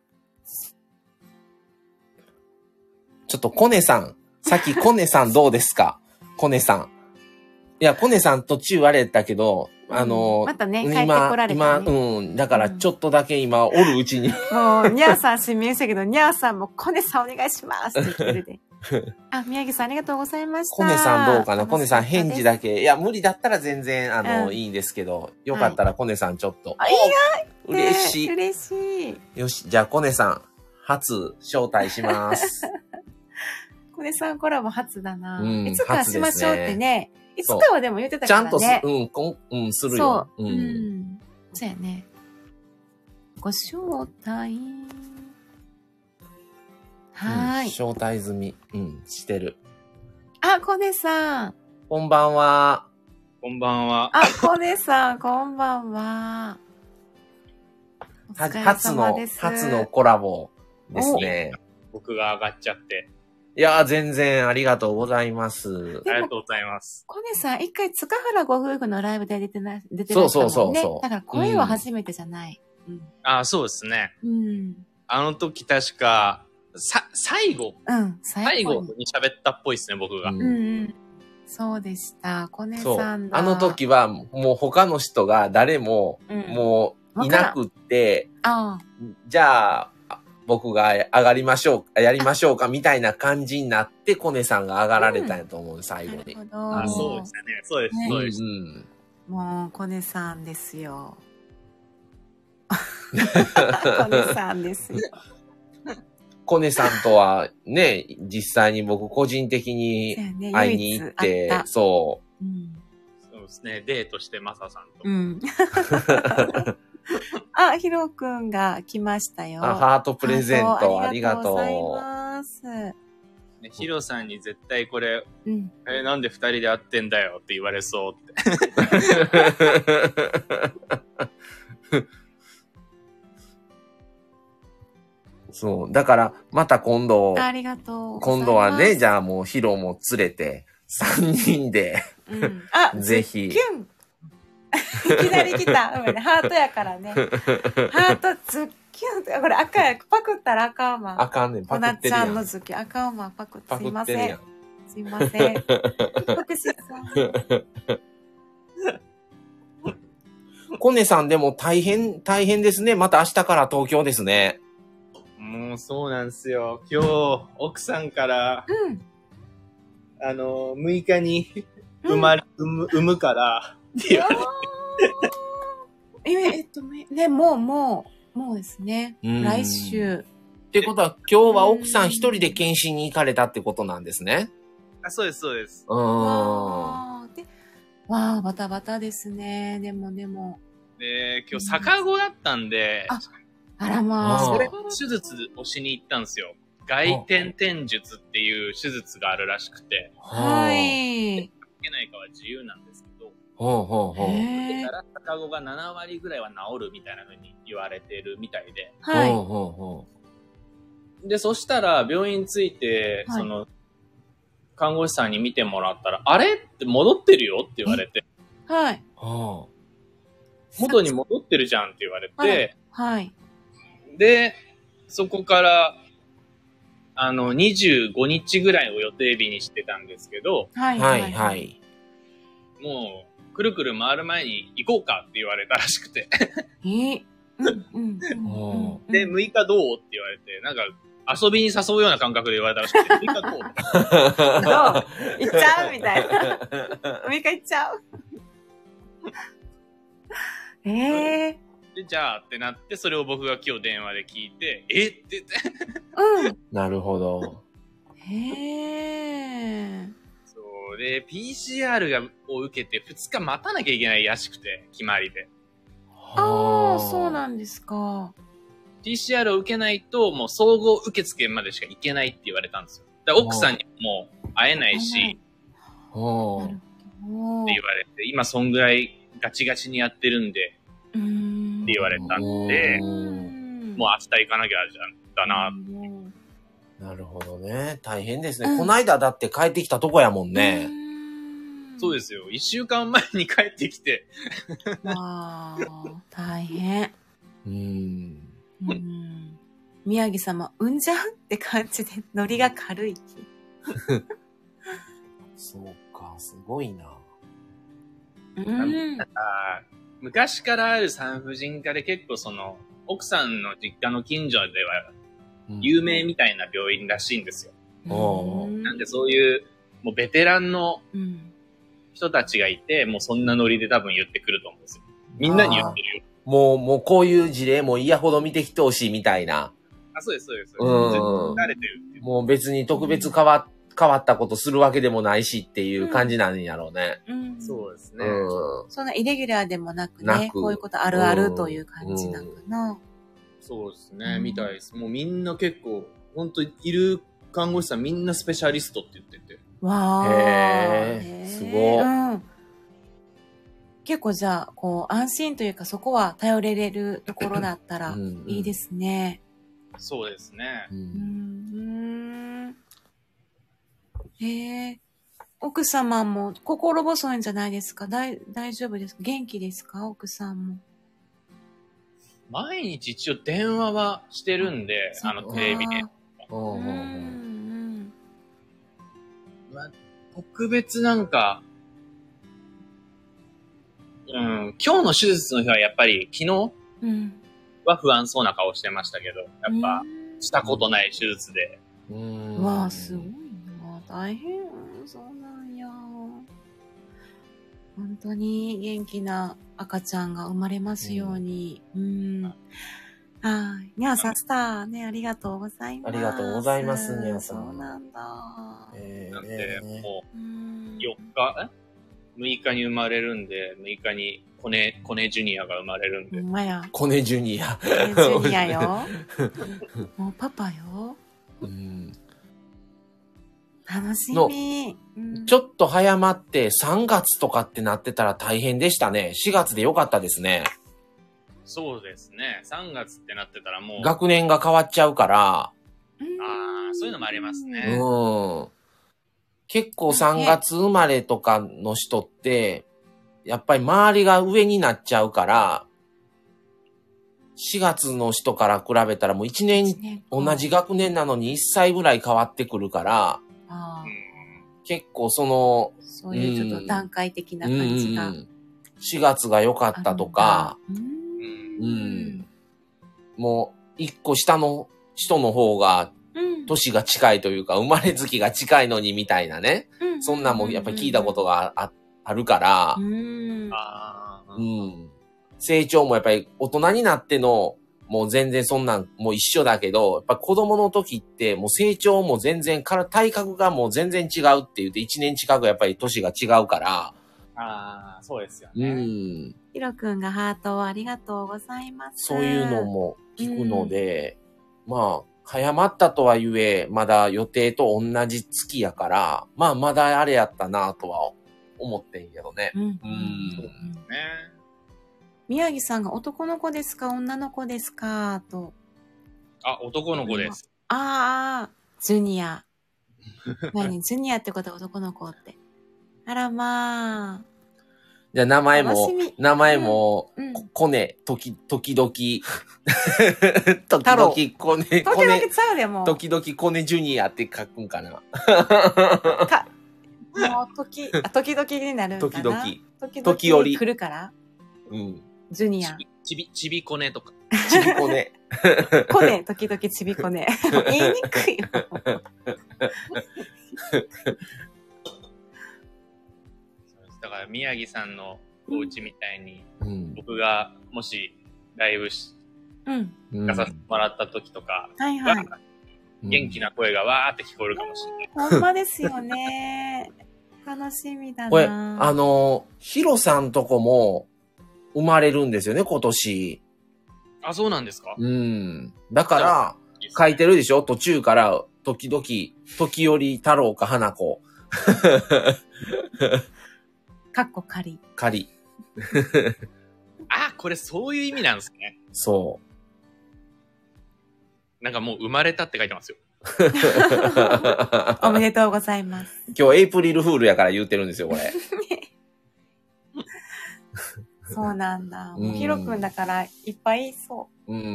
S1: ちょっとコネさん。さっきコネさんどうですか コネさん。いや、コネさん途中あれだけど、あの、
S2: またね、帰ってこら
S1: 今、
S2: れ
S1: 今、
S2: た、ね。
S1: うん。だからちょっとだけ今、おるうち に。
S2: もう、にゃーさん指名したけど、にゃーさんも、コネさんお願いしますって言ってくれて。 あ、宮城さんありがとうございました。
S1: コネさんどうかなコ
S2: 楽
S1: ネ
S2: し
S1: さ
S2: かっ
S1: ん
S2: たです
S1: 返事。だけ。いや、無理だったら全然、あの、
S2: うん
S1: いいんですけど、よかったらコネさんちょっと。
S2: あいい
S1: お嬉しい。
S2: 嬉しい。
S1: よし、じゃあ、コネさん、初、招待します。
S2: コ船さんコラボ初だな。
S1: うん
S2: いつかしましょうってね。いつ
S1: すね
S2: かはでも言ってた
S1: ち
S2: か
S1: ゃ
S2: ら
S1: ん
S2: ね。
S1: とす、うん、こん、うん、するよ
S2: そ。
S1: う。
S3: うんん。そうやね。ご招待。はーい。
S1: うん招待済み。うん、してる。
S3: あ、コネさん。
S1: こんばんは。
S5: こんばんは。
S3: あ、コネさん、こんばんは。お
S1: は
S3: 疲れ
S1: 初
S3: 様
S1: の
S3: で、す
S1: 初のコラボですね。
S5: 僕が上がっちゃって。
S1: いやー、全然ありがとうございます
S5: あ。りがとうございます。
S3: コネさん、一回塚原ご夫婦のライブで出てな、出て
S1: そ
S3: ら
S1: う
S3: っしゃ
S1: そ
S3: ったもん
S1: うそう
S3: ね。
S1: そう
S3: だから声は初めてじゃない。うん。
S5: あ、そうですね。
S3: うん。
S5: あの時確か、さ、最後、
S3: うん。最
S5: 最
S3: 後
S5: 後
S3: に。
S5: に喋ったっぽいですね、僕が。
S1: うん
S3: うんうん。そうでした。コネ
S1: そう。
S3: さ
S1: あ
S3: んだ。
S1: の、時は、もう他の人が誰も、
S3: うん、
S1: もういなくって、
S3: ああ。
S1: じゃあ、あ僕が上がりましょう、やりましょうか、みたいな感じになって、コネさんが上がられたんやと思う、最後
S3: なる
S1: に。
S3: ほ
S5: あ、
S3: ど。
S5: そうですね。そうです、
S1: う
S5: そ
S1: ん
S5: う
S1: う
S5: です。
S1: ん。
S2: もう、コネさんで すよ。コネさんですよ。
S1: コネさんとは、ね、実際に僕個人的に
S3: そうやね。
S1: 会い
S3: 唯
S1: に
S3: 一
S1: 行っ、
S3: あってた。
S1: そ
S3: うん。
S5: そうですね。デートして、マサさんと。
S3: うん。
S2: あ、ヒロくんが来ましたよ。
S1: う。あハートプレゼント、ありがとう。
S2: ありございます。
S5: ねヒロさんに絶対これ、
S3: うん。
S5: え、なんで二人で会ってんだよって言われそうって。
S1: そう。だから、また今度、
S3: ありがとう。
S1: 今度はね、じ
S3: ゃ
S1: ゃあもうヒロも連れて、3人で、
S3: うん。
S2: あ、
S1: ぜひ
S2: キ。ュン いきなり来た。うんハートやからね。ハートズッキュンって、これ赤や、パクったら赤馬。
S1: あかんねん、
S2: コ
S1: パク
S2: ナ
S1: って
S2: ち
S1: るや
S2: ゃんの
S1: ん。
S2: ズッキュン、赤馬パクって、
S1: パ
S2: す
S1: ク
S2: いま
S1: って
S2: せ
S1: るや
S2: ん
S1: ん。。
S2: すいませ ん。福士さん。
S1: コネさんでも大変、大変ですね。また明日から東京ですね。
S5: もうそうなんですよ。今日、奥さんから、
S3: うん。
S5: あの、6日に生まれ、産む、産むから、って言われて
S3: え、えっと、めね、もう、もう、もうですね。
S1: うん
S3: 来週。
S1: ってことは、今日は奥さん一人で検診に行かれたってことなんですね。
S5: あ、そうです、そうです。
S1: うーん。
S3: わーでわあ、バタバタですね。でも、でも。
S5: で、今日、逆子だったんで、
S3: ああらまあ。
S1: あー
S5: それ、手術をしに行ったんですよ。外転転術っていう手術があるらしくて、
S3: は
S1: はあ。
S3: い。
S5: 受けないかは自由なんですけど、
S1: ほうほうほう。
S5: 受け
S3: へ
S5: た
S3: ー
S5: ら逆子が7割ぐらいは治るみたいな風に言われてるみたいで。
S3: は
S1: ほう
S3: い。
S1: ほうほ
S5: で、そしたら、病院着いて、
S3: はい
S5: その、看護師さんに見てもらったら、あれって戻ってるよって言われて、
S3: はい。
S1: う。はあ。
S5: 元に戻ってるじゃんって言われて、
S3: はいはい。
S5: で、そこから、あの、25日ぐらいを予定日にしてたんですけど、
S3: はい。
S1: はいは。い。
S5: もう、くるくる回る前に行こうかって言われたらしくて。
S3: えうん、うんうんうん
S1: お。
S5: で、
S3: うん
S5: 6日どうって言われて、なんか、遊びに誘うような感覚で言われたらしくて、6日ど う
S2: 行っちゃうみたいな。もう一回行っちゃ う。
S3: ええ。
S5: で、じゃあってなって、それを僕が今日電話で聞いて、えって言って、
S3: うん。
S1: なるほど。
S3: へえ。
S5: そう、で、PCR がを受けて2日待たなきゃいけないらしくて、決まりで。
S3: ああ、そうなんんですか。
S5: PCR を受けないと、もう総合受付までしか行けないって言われたんですよ。だから奥さんにももう会えないし、って
S1: ほう。
S3: お
S5: 言われて、今そんぐらいガチガチにやってるんで、
S3: 言。
S5: って言われたんで、もう明日行かなきゃじゃん、だな。
S1: なるほどね。大変ですね。こないだだって帰ってきたとこやもんね。
S5: そうですすよ。一週間前に帰ってきて、
S3: わあ、大 変。
S1: うん。
S3: うん
S2: 宮城様、うんじゃんって感じで、ノリが軽い。
S1: そうか、すごいな。
S3: うん。
S5: あー昔からある産婦人科で結構その、奥さんの実家の近所では
S1: うん
S5: 有名みたいな病院らしいんですよ。
S1: お
S3: う
S1: ー
S3: ん
S5: なんでそういう、もうベテランの
S3: うん
S5: 人たちがいて、もうそんなノリで多分言ってくると思うんですよ。みんなに言ってるよ。
S1: もう、もうこういう事例も嫌ほど見てきてほしいみたいな。
S5: あそうです、そうです。
S1: うん
S5: 絶対慣れてるっていう。
S1: もう別に特別変わ、変わったことするわけでもないしっていう感じなんやろうね。
S2: うん。
S5: そうです
S1: う
S5: ね。
S1: ん。
S2: そんなイレギュラーでもなくね、
S1: なく
S2: こういうことあるあるという感じなんかな。
S5: そうです
S2: う
S5: ね、
S2: ん
S5: みたいです。もうみんな結構、本当いる看護師さんみんなスペシャリストって言ってて。
S2: わー。
S1: へー
S2: へ
S1: すごっ
S2: うん。結構じゃあ、こう、安心というか、そこは頼れれるところだったら
S1: う、ん。
S2: いいですすね。
S5: そうですね。
S1: う
S2: うんん。へえ。奥様も心細いんじゃないですか大大丈夫ですか元気ですか奥さんも。
S5: 毎日一応電話はしてるんで、
S2: そっ
S5: あ
S2: か
S5: のテレビで。
S1: うん
S2: うん
S1: う
S2: うんん。
S5: 特別なんか、うん、今日の手術の日はやっぱり昨日
S2: うん。
S5: は不安そうな顔してましたけど、やっぱ
S2: うん
S5: したことない手術で、
S1: うんうん
S2: わあ、すごいな。大変。そうなんや。本当に元気な赤ちゃんが生まれますように。うん。はい。にゃんさん、スターね、ありがとうございます。
S1: ありがとうございますにゃんさん
S2: そうなんだ。
S1: え
S5: なん
S1: ー
S5: で
S1: え、ー
S5: も
S2: うん
S5: う4日、え ?6 日に生まれるんで、6日にコネ、コネジュニアが生まれるん
S2: ほ
S5: で、
S2: ん まや。
S1: コネジュニア。
S2: ジュニア よ。もうパパよ。
S1: うん
S2: 楽しみ。うん
S1: ちょっと早まって3月とかってなってたら大変でしたね。4月でよかったですね。
S5: そうですね、3月ってなってたらもう、
S1: 学年が変わっちゃうから。
S2: うん
S5: あーそういうのもありますね
S1: うん。結構3月生まれとかの人って、やっぱり周りが上になっちゃうから、4月の人から比べたらもう1年同じ。学年なのに1歳ぐらい変わってくるから、
S2: あ
S5: う
S2: ー
S5: ん
S1: 結構その、
S2: そういうちょっと段階的な
S1: うんうん
S2: 感じが。
S1: うん4月が良かったとか、
S2: う。
S5: うんん
S1: う
S2: うん
S1: ん。もう1個下の人の方が
S2: うん
S1: 年が近いというか、生まれ月が近いのにみたいなね。
S2: うん
S1: そんなんもやっぱり聞いたことがああるから
S2: う、ん。
S5: ああ、
S1: うん。成長もやっぱり大人になっての、もう全然そんなんもう一緒だけど、やっぱ子供の時ってもう成長も全然から、体格がもう全然違うって言って1年近くやっぱり年が違うから、
S5: ああ、そうですよ
S1: う
S5: ね。
S1: ん。
S2: ひろくんがハートをありがとうございます。
S1: そういうの。も聞くので、まあ、早まったとはいえ、まだ予定と同じ月やから、まあまだあれやったなとは思ってんけどね。
S2: うん。う
S1: う
S2: ん
S1: ん
S5: ね。
S2: 宮城さんが男の子ですか女の子ですかと。
S5: あ、男の子です。
S2: ああ、ジュニア。 何ジュニアってことは男の子って。あらまあ。
S1: じゃあ名前
S2: 楽
S1: も
S2: しみ、
S1: 名前も、
S2: うん。時
S1: コネ、とき、時 々、時
S2: 郎
S1: 々コネ、コ
S2: 々
S1: ネ、
S2: ちゃうでもう。
S1: 時々コネジュニアって書くんかな。
S2: かもう時、あ時々になるんか
S1: 時
S2: な。
S1: 々。
S2: 時々。
S1: 時折
S2: 来るから
S1: うん。
S2: ジュニ ア
S5: ち。び、ちび、ちびこねとか。
S1: ちびコネ。
S2: こね、時々ちびこね。 言いにくいよ。
S5: だから宮城さんのお家みたいに、
S1: うん。
S5: 僕がもしライブし
S2: うん。
S1: うん
S5: 出させてもらった時とか、
S2: はいはい。
S5: 元気。な声がわーって聞こえるかもしれない。
S2: ほんまですよね。楽しみだな。
S1: これ、あの、ヒロさんとこも生まれるんですよね、今年。
S5: あ、そうなんですか
S1: うん。だから、書いてるでしょ途中から、時々、時折太郎か花子、
S2: かっこ仮。
S1: 仮。
S5: あ、これそういう意味なんですね。
S1: そ
S5: なんかもう生まれたって書いてますよ。
S1: う。
S2: おめでとうござい ます。
S1: 今日エイプリルフールやから言ってるんですよ、これ。
S2: そうなんだ。
S1: うん
S2: もうヒロくんだからいっぱいいそ
S1: うん。
S2: う。う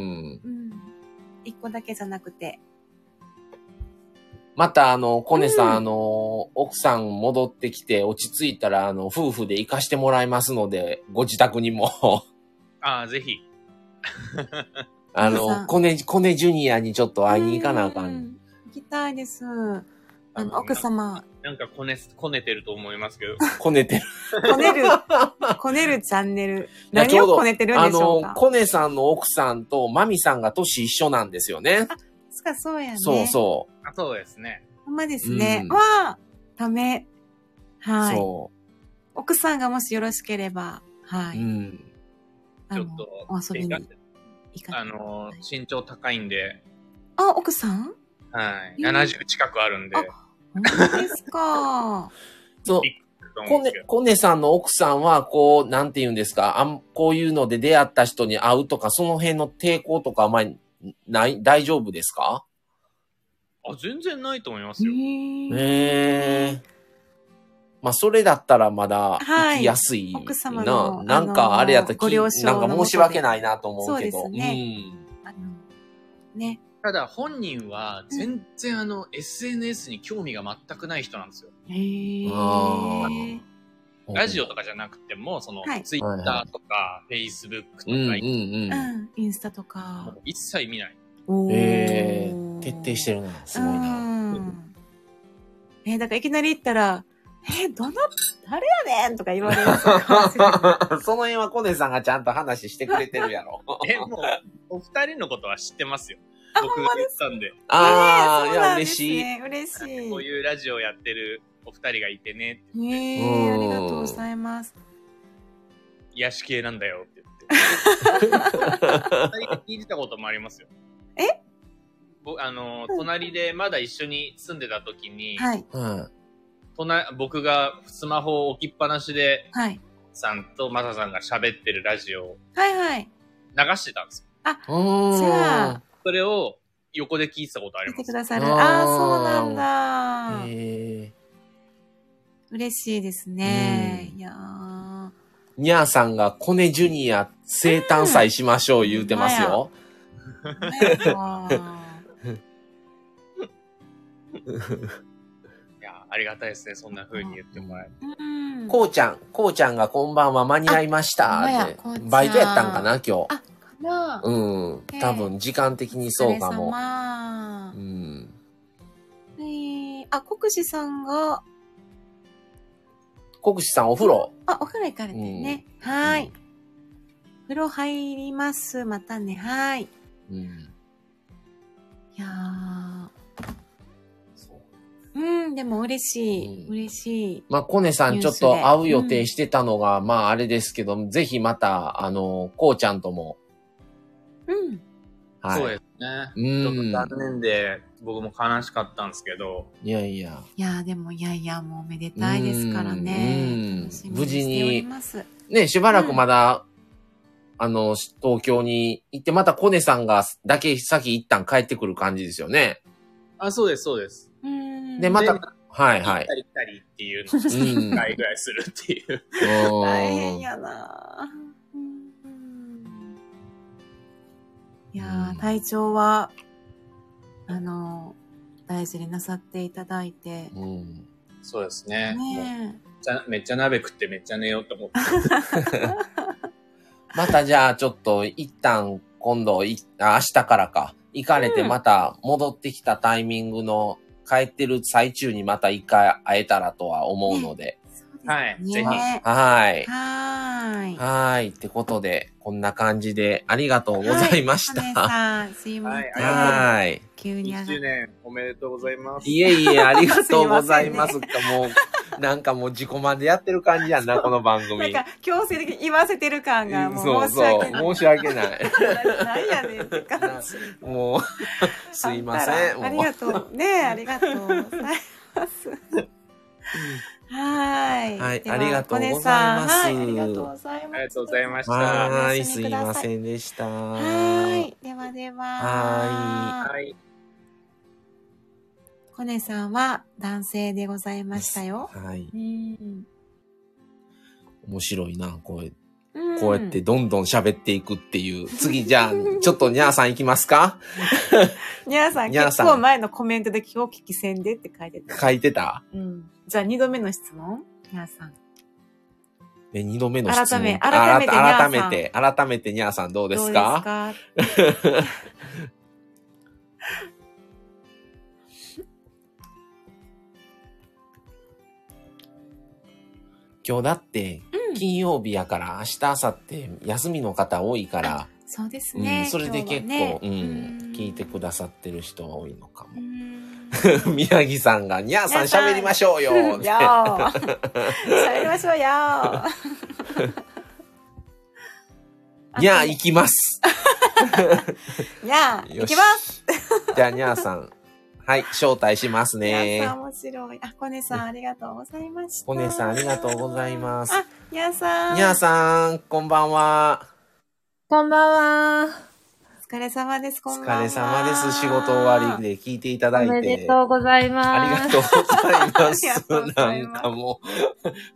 S2: ん。一個だけじゃなくて。
S1: また、あの、コネさん、
S2: うん
S1: あの、奥さん戻ってきて、落ち着いたら、あの、夫婦で行かしてもらいますので、ご自宅にも。
S5: あーぜひ。
S1: あ
S2: コネさ
S1: の、
S2: ん
S1: コネ、コネジュニアにちょっと会いに行かなあか。
S2: うんん。行きたいです。あの、
S5: あ
S2: 奥様、
S5: なんかこね、こねてると思いますけど。
S1: コネてる。
S2: こねる、こねるチャンネル。
S1: いや
S2: 何をこねてるん
S1: あ
S2: でしょう
S1: の
S2: か、。
S1: コネさんの奥さんとマミさんが年一緒なんですよね。
S2: そっか、そうやね。
S1: そうそう。
S5: あそうですね。
S2: ほんまですね
S1: う。ん
S2: わあため。はい。
S1: そ
S2: 奥さんがもしよろしければ、は
S1: う。
S2: い。
S1: うん。
S2: あ
S5: ち
S2: の
S5: ょっと、
S2: お遊びに行か
S5: あ
S2: れて
S5: の、身長高いんで、
S2: あ、奥さん
S5: は
S2: う
S5: い。
S2: ん
S5: 70近くあるんで
S2: あ、本当ですか。
S1: そう。
S5: と
S1: コ
S5: 思うんで
S1: ネ
S5: すけ、ど
S1: コネさんの奥さんは、こう、なんて言うんですか、あん、こういうので出会った人に会うとか、その辺の抵抗とかあんまりない、大丈夫ですか
S5: あ、全然ないと思いま
S2: へ
S5: すよ。
S2: ー
S1: へえ。まあ、それだったらまだ、
S2: はい
S1: 行きやすいな。
S2: 奥様の
S1: なん
S2: あの
S1: か、あれやったら
S2: ご了承
S1: なん
S2: の
S1: か
S2: もとで
S1: 申し訳ないなと思うけど。
S2: そうですねあのね。
S5: ただ本人は全然あの SNS に興味が全くない人なんですよ。
S2: へー
S1: あうん。
S5: ラジオ
S1: か。
S5: とかじゃなくても、その
S2: はい
S5: Twitter とか Facebook とか、
S1: うんうんうん。
S2: うん。インスタとか
S5: もう。一切見ない。
S2: おー
S1: へー徹底してるな。すごいな。
S2: うんえーだからいきなり行ったら、えーどの、誰やねんとか言われる かもしれな
S1: その辺はコネさんがちゃんと話してくれてるやろ。
S5: え、もう、お二人のことは知ってますよ。
S2: あ
S5: 僕が言ったんで、
S1: ああ、い
S2: い。そう
S1: や、
S2: なんで
S1: 嬉
S2: す
S1: しい。
S2: ね。嬉しい。
S5: こういうラジオやってるお二人がいてね、
S2: ね
S1: う
S2: え、
S1: ん
S2: ありがとうございます。
S5: 癒し系なんだよって 言って。二人で聞いてたこともありますよ。
S2: え
S5: ぼあの、隣でまだ一緒に住んでた時に、
S2: はい、
S1: うん。
S5: 隣僕がスマホを置きっぱなしで、
S2: はい。
S5: さんとマサさんが喋ってるラジオを
S2: はいはい。
S5: 流してたんですよ。
S1: うん。
S2: じゃあ
S5: それを横で聞いてたことあり
S2: 見
S5: ま
S2: てく
S5: す。
S2: ださる。
S1: あー
S2: ああ、そうなんだ。
S1: え
S2: 嬉しいですね。
S1: うん
S2: いやー
S1: ー、ニャーさんがコネジュニア生誕祭しましょう言うてますよ。
S2: なんか
S5: いや、ありがたいですね。そんな風に言ってもらえて。
S2: うん。
S1: こうちゃん、こうちゃんがこんばんは間に合いました
S2: あほんまや
S1: って
S2: こうちゃん
S1: バイトやったんかな、今日。
S2: あ、かな。
S1: うん。
S2: ええ
S1: 多分、時間的にそうか
S2: お疲れ
S1: も。
S2: 様
S1: うん。
S2: えーあ、国士さんが、
S1: 国士さんお風呂。
S2: あ、お風呂行かれてるね。はーい。風呂入ります。またね。はーい。い
S1: うん。
S2: やー
S1: そう
S2: うん、でも嬉しい。
S1: うん
S2: 嬉しい。
S1: まあ、コネさん
S2: ニ
S1: ち
S2: ュ
S1: ょ
S2: ー
S1: っ
S2: スで
S1: と会う予定してたのが、まあ、あれですけど、ぜひまた、あの、こうちゃんとも。
S2: うん。
S1: はい。
S5: そうですね。ちょっと
S1: うん
S5: 残。念で、僕も悲しかったんですけど、
S1: いやいや。
S2: いやーでも、いやいや、もうおめでたいですから
S1: うん
S2: ね。楽しみにしております。
S1: ね、しばらくまだ、あの、し東京に行って、またコネさんが、だけ先一旦帰ってくる感じですよね。
S5: あ、そうです、そうです。
S2: うん。
S1: で、ま
S5: で
S1: た、はい
S5: 行
S1: は
S5: っ
S1: い
S5: た。り来たりっていうのを
S1: うん
S5: 1回ぐらいするっていう。
S1: う
S2: 大変
S1: ん
S2: やなーうん。いや
S1: うん
S2: ー体調は、あのー大事になさっていただいて。
S1: うん。
S5: そうですね。もうめっ
S2: ねえ。
S5: ちゃめっちゃ鍋食ってめっちゃ寝ようと思って。
S1: またじゃあ、ちょっと、一旦、今度い、あ明日からか、行かれて、
S2: うん
S1: また戻ってきたタイミングの、帰ってる最中にまた一回会えたらとは思うので。
S5: はい
S2: ね
S5: ぜひ
S2: は
S1: はい。
S2: ーい。
S1: はい。ってことで、こんな感じで、ありがとうございました。
S2: はいお姉さん、すいません。
S5: はいありがとう
S1: はい。
S2: 急に上が
S5: 1
S2: っ
S5: 年おめでとうございます。
S1: いえいえ、ありがとうございます。 もう、なんかもう自己満でやってる感じやんな、この番組。
S2: なんか強制的に言わせてる感が
S1: うん
S2: も
S1: そうう
S2: 申し訳
S1: そ。。
S2: ないう
S1: 申し訳ない。
S2: 何やねんって感じ。
S1: もう、 すいません。
S2: あり
S1: もう
S2: がとう。ね え、ありがとうございます。はい。
S1: はい
S2: では
S1: ありがとうございます
S2: コネさんはい、ありがとうございます。
S5: ありがとうございました
S1: はー
S2: お
S1: い、
S2: やす
S1: す
S2: み
S1: い
S2: くだ
S1: ま
S2: さい
S1: せんでした。
S2: はい。ではでは。
S1: は
S5: はい。
S2: コネさんは男性でございましたよ。
S1: はい。
S2: うん。
S1: 面白いな、こうや
S2: うん
S1: こうやって。どんどん喋っていくっていう。次、じゃあ、ちょっとにゃーさん行きますか
S2: にゃーさん、
S1: にゃー
S2: 結
S1: さん
S2: 構前のコメントで気を聞きせんでって書いてた。
S1: 書いてた
S2: うん。じゃあ、二度目の質問にゃーさん。
S1: え、二度目の質問。
S2: 改め改めて
S1: あ改
S2: にゃーさ
S1: め
S2: ん
S1: て、改めてにゃーさんどうです
S2: どうで
S1: か
S2: すか
S1: 今日だって
S2: うん
S1: 金曜日やから明日明後日休みの方多いから、
S2: そうです
S1: うん
S2: ね。
S1: それで結構、
S2: 今日は
S1: う
S2: ね
S1: ん、聞いてく
S2: だ
S1: ださってる人は多いのか
S2: う
S1: も。
S2: ん
S1: 宮城さんが、にゃーさん喋りましょうよ
S2: よー喋りま しょうよー
S1: にゃー行きます。
S2: にゃあ、
S1: よ
S2: 行
S1: し
S2: きます
S1: じゃあ、にゃーさん。はい、招待します
S2: にゃ
S1: ね
S2: あさん。面白い。あ、コネさんありがとうございました。
S1: コネさん、ありがとうございます。
S2: あ、にゃあさん。
S1: にゃーさん、こんばんは。
S6: こんばんは。
S2: お疲れ様です、
S1: お
S2: こんばん
S1: 疲
S2: は。
S1: れ様です。仕事終わりで聞いていただ
S6: お
S1: いて。
S6: めでとうございます。
S1: ありがとうございま
S2: ありが
S1: す
S2: とうご。ざ
S1: ないん
S2: ます
S1: かもう、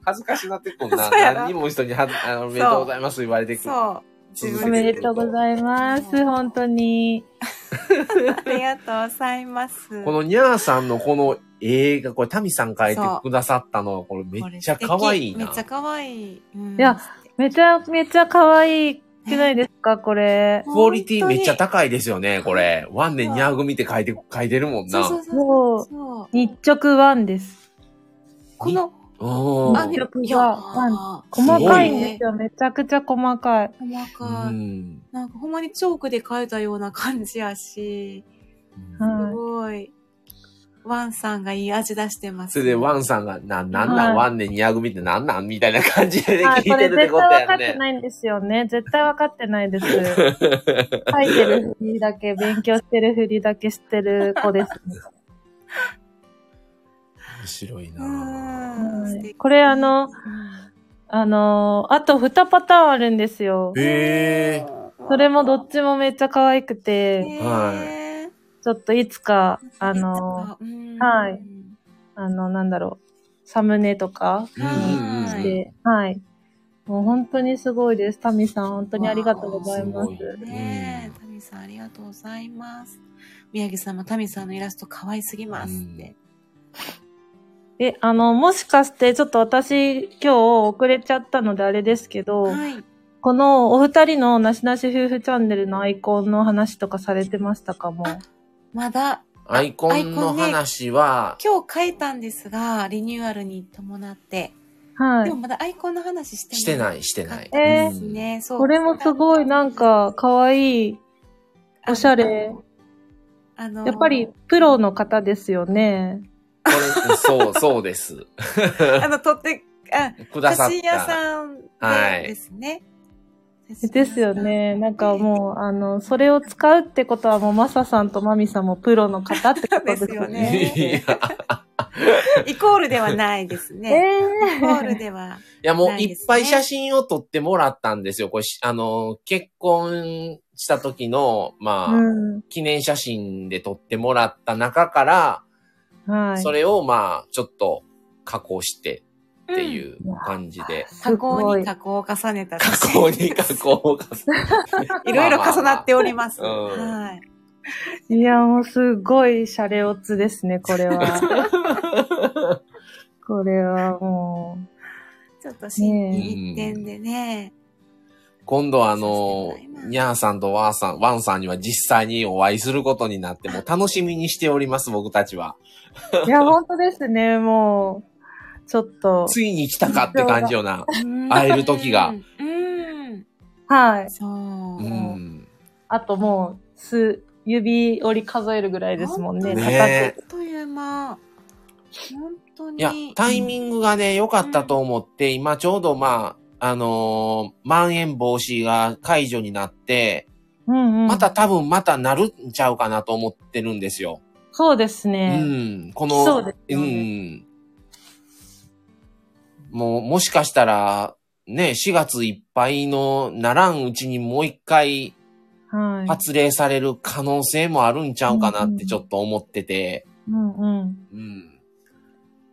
S1: 恥ずかしなってこん な。
S2: そうやろ
S1: 何にも人にはあの、おめでとうございます言われてくる。
S2: そう。自
S1: う
S6: お
S2: 分
S6: め
S2: で。
S6: でとうございます。本当に。
S2: ありがとうございます。
S1: このニャーさんのこの映画、これタミさん描いてくださったの、これめっちゃ可愛い
S2: こ
S1: な
S2: れ素敵めっち。ゃ可愛い。うん
S6: いや、めちゃめちゃ可愛いくないですか、これ。
S1: クオリティめっちゃ高いですよね、これ。ワンでニャー組って書いて、書いてるもん
S2: そ
S1: な。
S2: うそうそうそうそう。
S6: 日直ワンです。
S2: この、
S1: う
S6: あ
S1: ん
S6: に
S2: いや
S6: いや
S2: あー
S6: 細かいんですよ。めちゃくちゃ細かい。
S2: 細
S1: う
S2: かい。
S1: ん。
S2: なんかほんまにチョークで描いたような感じやし、す
S6: は
S2: ごい。ワンさんがいい味出してます。
S1: それでワンさんが、な、なん
S6: は
S1: なん、
S6: い
S1: ワンでニャー組ってなんなんみたいな感じで
S6: い。
S1: ね聞
S6: はいい、こ
S1: て
S6: れ
S1: るって
S6: 絶
S1: こ
S6: 対
S1: と
S6: 分か
S1: や
S6: って
S1: ね。
S6: ないんですよね。絶対分かってな いです。書いてるふりだけ、勉強してるふりだけしてる子です。
S1: 面白 いうなぁ
S2: ん。
S6: はい
S2: 素敵
S6: これあの、あのーあと2パターンあるんですよ。
S1: へえ。
S6: それもどっちもめっちゃ可愛くて、
S1: は
S2: はい。
S6: ちょっといつか、あのー、
S2: うん
S6: はい。あの、なんだろう、サムネとか
S1: うんうんうん
S6: して、はい。もう本当にすごいです。タミさん、本当にありがとうございます
S1: わあ。すごいう
S2: ね
S1: ん
S2: え、タミさんありがとうございます。宮城さんもタミさんのイラスト可愛すぎますって。
S6: え、あの、もしかして、ちょっと私、今日遅れちゃったのであれですけど、
S2: はい。
S6: このお二人のなしなし夫婦チャンネルのアイコンの話とかされてましたかもう。
S2: まだ、
S1: アイコンの話は、
S2: 今日書いたんですが、リニューアルに伴って。
S6: は
S2: で
S6: い
S2: も。まだアイコンの話してない。
S1: して
S2: い。
S1: ない、してない。
S6: えー
S2: です
S1: うん
S2: ね、そう。
S6: これもすごいなんか可愛い、おしゃれ。
S2: あの、
S6: やっぱり、プロの方ですよね。
S1: これ、 そう、そうです。
S2: あの、撮って、あ、
S1: くださっ
S2: 写真屋
S1: た。
S2: さんで
S1: はい
S2: ですね。
S6: ですよね。なんかもう、あの、それを使うってことはもう、マサさんとマミさんもプロの方ってことですよ
S2: ですよね
S6: ね。
S1: いや、い
S2: イコールではないです
S6: え
S2: ね。イコー
S6: ー
S2: ルでは。
S1: やもう
S2: ない
S1: いっ
S2: ですね
S1: ぱい写真を撮ってもらったんですよ。これし、あの、結婚した時の、まあ、
S6: うん。
S1: 記念写真で撮ってもらった中から、
S6: はい。
S1: それをまあ、ちょっと加工してって
S2: うん。
S1: いう感じで、
S2: 加工に
S6: す
S2: 加工を重ねた写
S1: 加
S2: 真。
S1: 工に加工を重ね
S2: いろいろ重なっております。
S1: まあまあま
S2: はい。
S6: ごいいや、もうすごいシャレオツですね、これは。これはも
S2: ちょっと心機一転でね。
S1: 今度あの
S2: そうです、ね
S1: にゃーさんとワーさん、ワンさんには実際にお会いすることになって、もう楽しみにしております、僕たちは。
S6: う。いや、本当ですね、もう、ちょっと。
S1: ついに来たかって感じよな。
S2: うん
S1: 会える時が
S2: うんうん。
S6: はい。
S2: そう
S1: う。ん。
S6: あともう、数、指折り数えるぐらいですもんね。
S1: ね
S6: 叩
S1: え
S6: く
S2: あっという間。本当に。
S1: いや、タイミングがね、良かったと思って、今ちょうどまあ、あのーまん延防止が解除になって、
S6: うんうん。
S1: また多分またなるんちゃうかなと思ってるんですよ。
S6: そうです
S1: う
S6: ね。
S1: ん。この、
S6: そうですよね
S1: ん。もう、もしかしたら、ね、4月いっぱいのならんうちにもう一回
S6: はい。
S1: 発令される可能性もあるんちゃうかなっ
S6: うんう
S1: て
S6: ん
S1: ちょっと思ってて。
S6: うんうん。
S1: うん。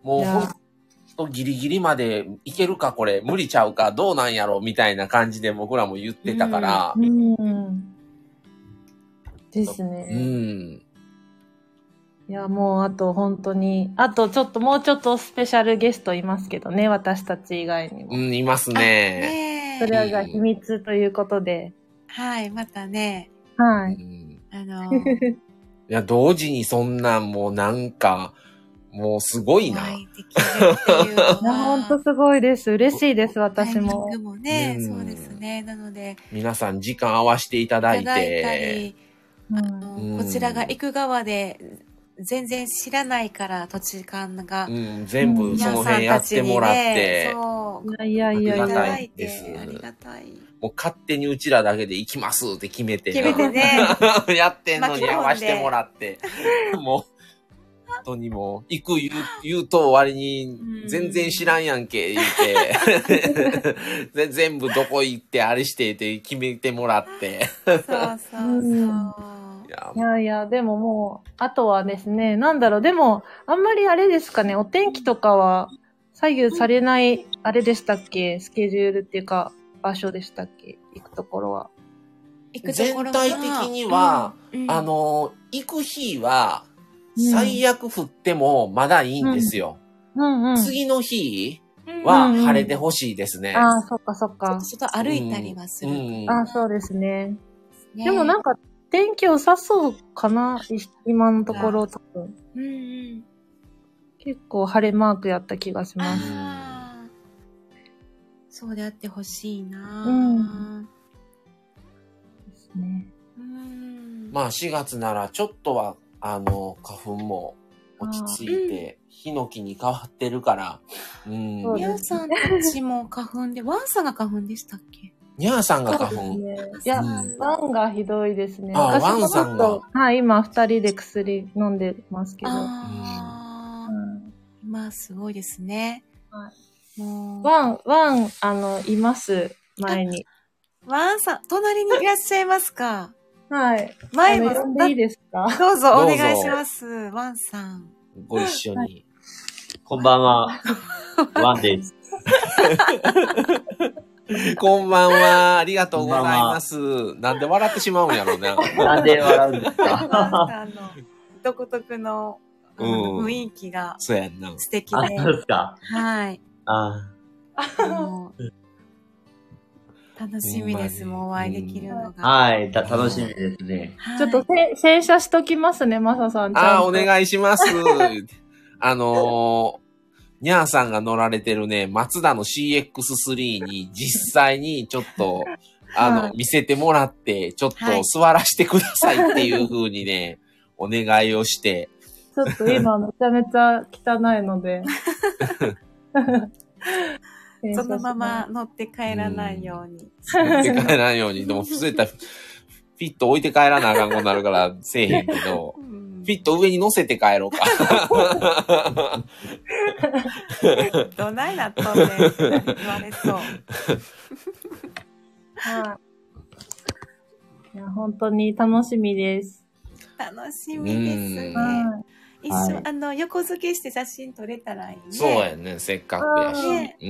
S1: もう
S6: いや
S1: ほんとギリギリまでいけるかこれ、無理ちゃうか、どうなんやろみたいな感じで僕らも言ってたから、
S6: うんうん。です
S1: うん。
S6: ね。いや、もうあと本当に、あとちょっともうちょっとスペシャルゲストいますけどね、私たち以外にも。
S1: うん、いますね。
S2: ねえ
S6: それはじゃあ秘密ということで。
S2: はい、またね。
S6: は
S1: う
S6: い。
S1: ん
S2: あの、
S1: いや、同時にそんなんもうなんか、もうすご いな。
S2: お会いできるっていうのは
S6: いや、 本当すごいです。嬉しいです、
S2: タイ
S6: 私
S2: ミン
S6: も
S2: グ。もね、
S1: うん
S2: そうですね。なので、
S1: 皆さん時間合わせていただい
S2: いただいた
S1: て、
S2: り、
S6: う
S2: あ
S6: ん
S2: のこちらが行く側で、全然知らないから、土地勘が。
S1: うん、全部そ
S2: 皆
S1: の
S2: さん
S1: 辺や
S2: た
S1: って
S2: ち
S1: も
S2: に
S1: らっ
S2: ね
S1: て、
S2: そう。
S7: いやいや
S1: やい
S7: い
S1: や
S2: い
S7: や。
S2: ただいて
S1: ありがたいです
S2: ありがたい。
S1: もう勝手にうちらだけで行きますって決めてな
S2: 決めてね。
S1: やってんのに
S2: 巻き込んで
S1: 合わせてもらって。 もう、本当にもう、行く言う言うと割に
S2: う、ん
S1: 全然知らんやんけ、言う て。 で全部どこ行って、あれしてって決めてもらって。
S2: そうそう
S6: う
S2: そう
S1: い。や
S6: い、やいや、でももう、あとはですね、なんだろう、でも、あんまりあれですかね、お天気とかは左右されない、あれでしたっけ、スケジュールっていうか、場所でしたっけ、行くところは。
S2: 行くところが
S1: 全体的には、
S2: うんうん
S1: あの、行く日は、
S6: うん
S1: 最悪降ってもまだいいんですよ。
S6: うんうん。
S1: 次の日
S2: うん
S1: は
S6: うん
S1: 晴れてほしいですね。
S6: ああ、そっかそっ
S2: ちょっ
S6: か
S2: と。外歩いたりはする
S1: うん
S2: ね、
S1: うん
S6: ああ、そうですね。でもなん
S2: か、
S6: か、天気良さそうかな、い今のところ、多分。
S2: うんうん、
S6: 結構晴れマークやった気がします。
S2: ああそうであってほしいな
S6: ですね。
S2: うん
S1: まあ4月ならちょっとは、あの、花粉も落ち着いて、ヒノキに変わってるから、うん。
S6: そう
S2: み
S6: です
S2: やさんたちも花粉で、ワンさんが花粉でしたっけ
S1: ニャーさんが花
S6: そう
S1: 粉。
S6: ですねいや、
S1: うん
S6: ワンがひどいですね。
S1: あ
S6: 私もちょっと
S1: ワン
S6: はい、今二人で薬飲んでますけど。
S2: ああ、まあすごいですね。
S6: は
S2: もう、
S6: ワン、ワン、あの、います、前に。
S2: ワンさん、隣にいらっしゃいますか
S6: はい。
S2: 前
S6: あ
S2: も
S6: の、呼んでいいです
S2: ど
S6: か
S2: うぞ
S1: どうぞ
S2: お願いします、ワン さん。
S1: ご一緒に。
S8: こんばんは。ワンです。
S1: こんばんは。ありがとうございます。なんで笑ってしまうんやろうね。
S8: なんで笑うんです
S2: ワン
S8: か
S2: さんの独特のあ
S1: うん
S2: の雰囲気が
S1: そうやんな。
S2: 素敵
S8: あ、
S2: で、
S8: そうですか。
S2: はい。
S8: あ
S2: もう楽しみです、
S1: ほんまに
S2: もうお会いできるのが。
S8: はい。た、楽しみですね。
S2: はい
S6: ちょっとせ、洗車しときますね、マサさん。ちゃん
S1: ああ、
S6: と
S1: お願いします。 あのー、ニャーさんが乗られてるね、マツダの CX3 に実際にちょっと、あの、
S6: は
S1: 見せてもらって、ちょっと
S2: はい
S1: 座らせてくださいっていう風にね、お願いをして、
S6: ちょっと今、めちゃめちゃ汚いの で。
S2: そのまま乗って帰らないように。
S1: 持って帰らんように、でも、そういったらピット置いて帰らなあかんことになるから、せえへんけど、
S2: うん
S1: ピット上に乗せて帰ろうか。
S2: どないなっとんねんって言われそう。
S6: はい。いや、本当に楽しみです。
S2: 楽しみです
S1: うん
S2: ね。
S6: はい。
S2: 一
S8: は
S2: 緒
S8: い、
S2: あの、横付けして写真撮れたらいいね。
S1: そうやね、せっかくやし。
S2: ね
S1: う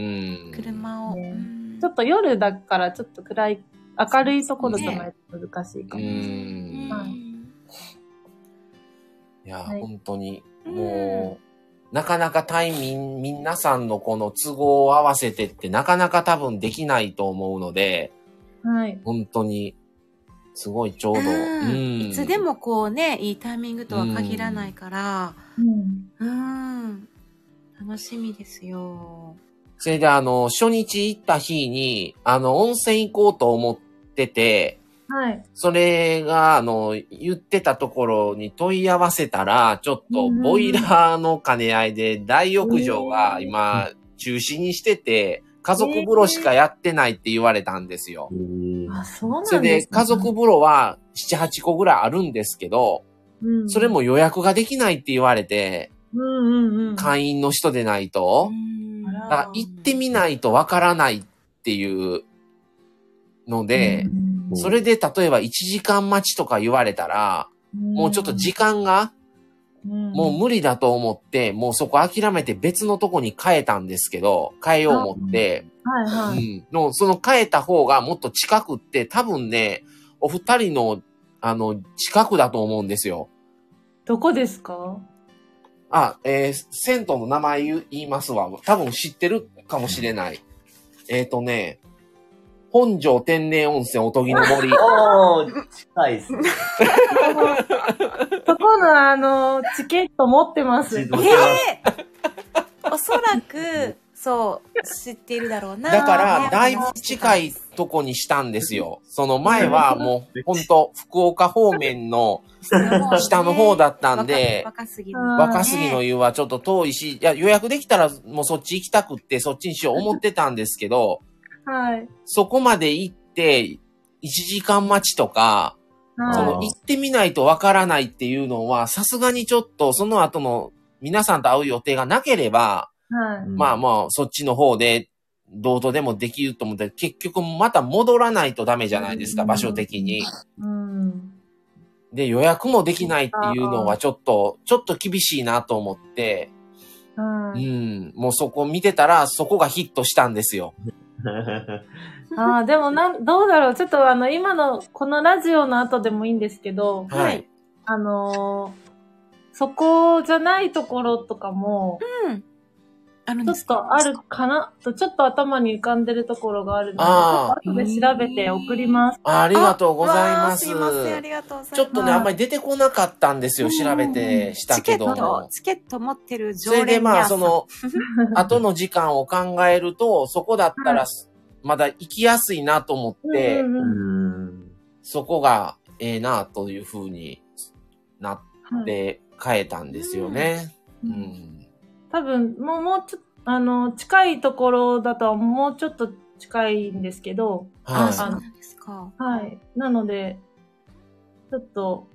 S1: ん。
S2: 車を。
S6: ね
S2: うん
S6: ちょっと夜だから、ちょっと暗い、明るいところじゃないと難しいか
S1: う
S6: も。
S1: ん。
S6: はい
S1: いや、
S6: はい
S1: 本当に、
S2: うん
S1: もう、なかなかタイミン、皆さんのこの都合を合わせてってなかなか多分できないと思うので、
S6: はい。
S1: 本当に、すごいちょうど、
S2: うん
S1: うん
S2: いつで、もこうね、いいタイミングとは限らないから、
S6: う
S2: う
S6: ん。
S2: ん。楽しみですよ。
S1: それであの、初日行った日に、あの、温泉行こうと思ってて、
S6: はい。
S1: それが、あの、言ってたところに問い合わせたら、ちょっと、
S6: うん
S1: ボイラーの兼ね合いで、大浴場が今、中止にしてて、家族風呂しかやってないって言われたんですよ。
S6: あ、そうなんです
S1: それで、家族風呂は、7、8個ぐらいあるんですけど、
S6: うん
S1: それ、も予約ができないって言われて、
S6: うんうんうん。
S1: 会員の人でないと、
S2: うん
S6: あら
S1: だから行ってみないとわからないっていうので
S6: う、ん
S1: それで例えば1時間待ちとか言われたら、もうちょっと時間が
S6: うん、
S1: もう無理だと思って、もうそこ諦めて別のとこに変えたんですけど、変えよう思って、
S6: はいは
S1: う
S6: い。
S1: ん。の、その変えた方がもっと近くって、多分ね、お二人の、あの、近くだと思うんですよ。
S6: どこですか
S1: あ、えー、銭湯の名前言う言いますわ。多分知ってるかもしれない。えっ、とね、本庄天然温泉おとぎの森。
S8: おー、近いですね。
S6: そこのあの、チケット持ってます。え
S8: 自動
S2: ええおそらく、そう、知っているだろうな。
S1: だから、だいぶ
S2: も
S1: 近いとこにしたんですよ。その前 はもう、ほんと、福岡方面の下の方だったんで、
S2: 若若すぎる。
S6: うん
S1: 若杉の湯はちょっと遠いし、いや、予約できたらもうそっち行きたくって、そっちにしよう思ってたんですけ ど、
S6: はい。
S1: そこまで行って、1時間待ちとか、
S8: あー
S1: そ
S6: は
S1: の行ってみないとわからないっていうのは、さすがにちょっとその後の皆さんと会う予定がなければ、
S6: い。はい。
S1: まあ
S8: うん
S1: まあ、そっちの方で、どうとでもできると思って、結局また戻らないとダメじゃないですか、
S6: うん
S1: 場所的に。
S6: うん。
S1: で、予約もできないっていうのはちょっと、ちょっと厳しいなと思って、
S6: は
S1: う
S6: い。
S1: ん、もうそこ見てたら、そこがヒットしたんですよ。
S6: ああ、でもなん、どうだろう。ちょっとあの、今の、このラジオの後でもいいんですけど、
S1: はい。
S6: あのーそこじゃないところとかも、
S2: うん。あるん
S6: ちょ
S2: です
S6: っとあるかなと、ちょっと頭に浮かんでるところがあるので、ちょ
S1: あ
S6: っと後で調べて送ります。
S1: あありがとうござい
S2: わ
S1: ま
S2: あ
S1: す。
S2: すいません、ありがとうございます。
S1: ちょっとね、
S6: はい
S1: あんまり出てこなかったんですよ、調べてした
S2: チケ
S1: け
S2: ッ
S1: ど
S2: ト
S1: も、。
S2: チケット持ってる
S1: そ
S2: 常
S1: れで
S2: 連
S1: ま
S2: 屋
S1: あ、
S2: さ
S1: そ
S2: ん
S1: の、後の時間を考えると、そこだったら、まだ行きやすいなと思って、
S6: うんうんうん
S8: うん
S1: そこがええなというふうになって変えたんですよね。う
S6: うん
S1: ん。
S6: 多分、もう、もうちょっと、あの、近いところだとはもうちょっと近いんですけど、
S2: あ、
S1: は
S2: そう
S1: い。
S2: なんですか。
S6: はい。なので、ちょっと、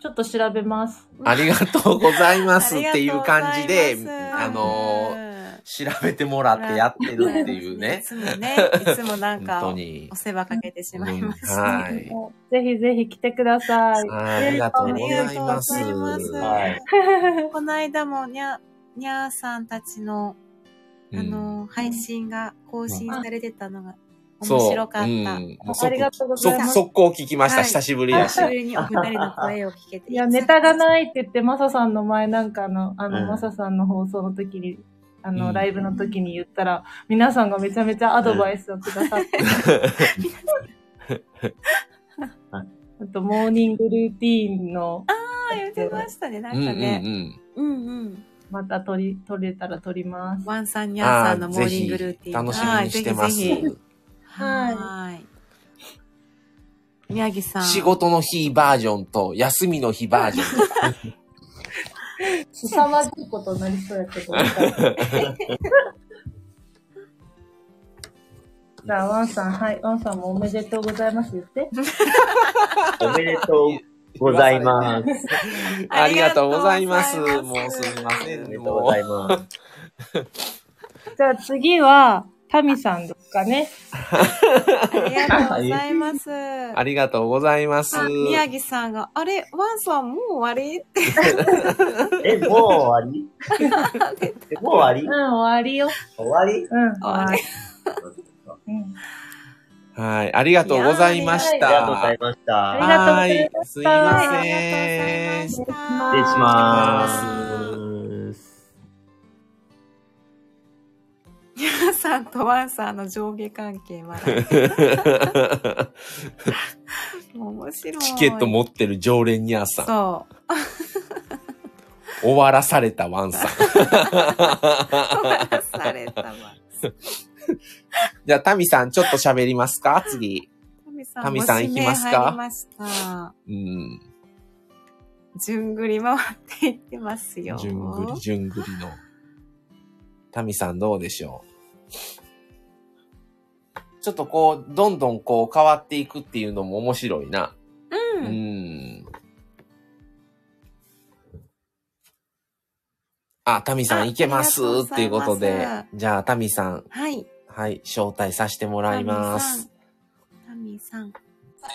S6: ちょっと調べます。
S1: ありがとうございま
S2: ます
S1: っていう感じで、あのー、
S2: ー、
S1: 調べてもらってやってるっていうね
S2: い。つもね、いつもなん
S1: 本当
S2: か、
S1: に
S2: お。世話かけてしまいます、ね
S1: うんはい
S6: ぜひぜひ来てください。
S1: ありがとうございます。
S2: ありがとうございます
S8: はい
S2: この間もにゃ、にゃーさんたちの、あ
S1: うん
S2: の、配信が更新されてたのが
S1: そう
S2: 面白かった。
S1: うんもう
S6: ありがとうございます
S1: 即速攻聞きました。
S2: はい
S1: 久しぶりや
S2: 久
S1: し
S2: し。ぶりにお二人の声を聞け て。
S6: いや、ネタが
S2: い。
S6: ないって言って、マサさんの前なんかの、あ
S8: う
S6: の、
S8: ん
S6: マサさんの放送の時に、あ
S1: うん
S6: の、ライブの時に言ったら、皆さんがめちゃめちゃアドバイスをくださって、あと、モーニングルーティーンの、
S2: あ言ってましたね、なん
S1: うんうんう
S2: かね。
S1: ん。
S2: うんうん。
S6: また取り、取れたら取ります。
S2: ワンさんにゃー
S1: あ
S2: さ
S1: あ
S2: んの
S1: ー、
S2: モーニングルー
S1: ぜ
S2: ティ
S1: ひ
S2: ン。
S1: 楽しみにしてます。
S2: はいぜひぜひ
S6: はい
S2: はい。宮城さん。
S1: 仕事の日バージョンと休みの日バージョン。
S6: 凄まじいことになりそうやけど。じゃあ、ワンさん、はい、ワンさんもおめでとうございます言って。
S8: おめでとうございます。
S1: ありがとうございます。
S2: ありがとうござい
S1: もう
S2: ます
S1: すみませ
S8: おめ
S1: ん。
S8: でとうご
S1: も
S8: ざいま
S6: じゃあ次は、タミさんですかね。
S2: ありがとうございます。
S1: う、 ありがとうございます。
S2: あ宮城さんが、あれ、ワンさんもう終わりって
S8: す。え、もう終わりえ もう終
S6: うん、
S8: わ
S6: 終わりよ。
S8: り終わり
S6: うん、終
S2: わり。
S6: うん、
S1: はい、ありがとうございまし
S8: ありがとう
S1: た
S8: ござ。いました。
S6: ありがとうございました
S1: はいすいま
S2: あ
S1: せん
S2: りがとうございま。した。
S8: 失礼しま。
S2: ます宮さんとワンさんの上下関係まだ。 もう面白い。
S1: チケット持ってる常連にゃーさん。
S2: そう。
S1: 終わらされたワンさん。
S2: 終わらされ たわ。
S1: じゃあ、タミさん、ちょっと喋りますか次。
S2: タミさん、
S1: タミさん
S2: ご指名
S1: 行きますか
S2: 入りました。
S1: うん。
S2: じゅんぐり回っていってますよ。
S1: じゅんぐり、じゅんぐりの。タミさん、どうでしょうちょっとこう、どんどんこう変わっていくっていうのも面白いな。
S2: う。
S1: うんん。あ、タミさ
S2: あ
S1: んいけます
S2: ありがとうご
S1: って
S2: ざ
S1: い
S2: いうま
S1: こと
S2: す
S1: で、じゃあタミさん、
S2: はい。
S1: はい、招待させてもらいます。
S2: タミさん。タミさ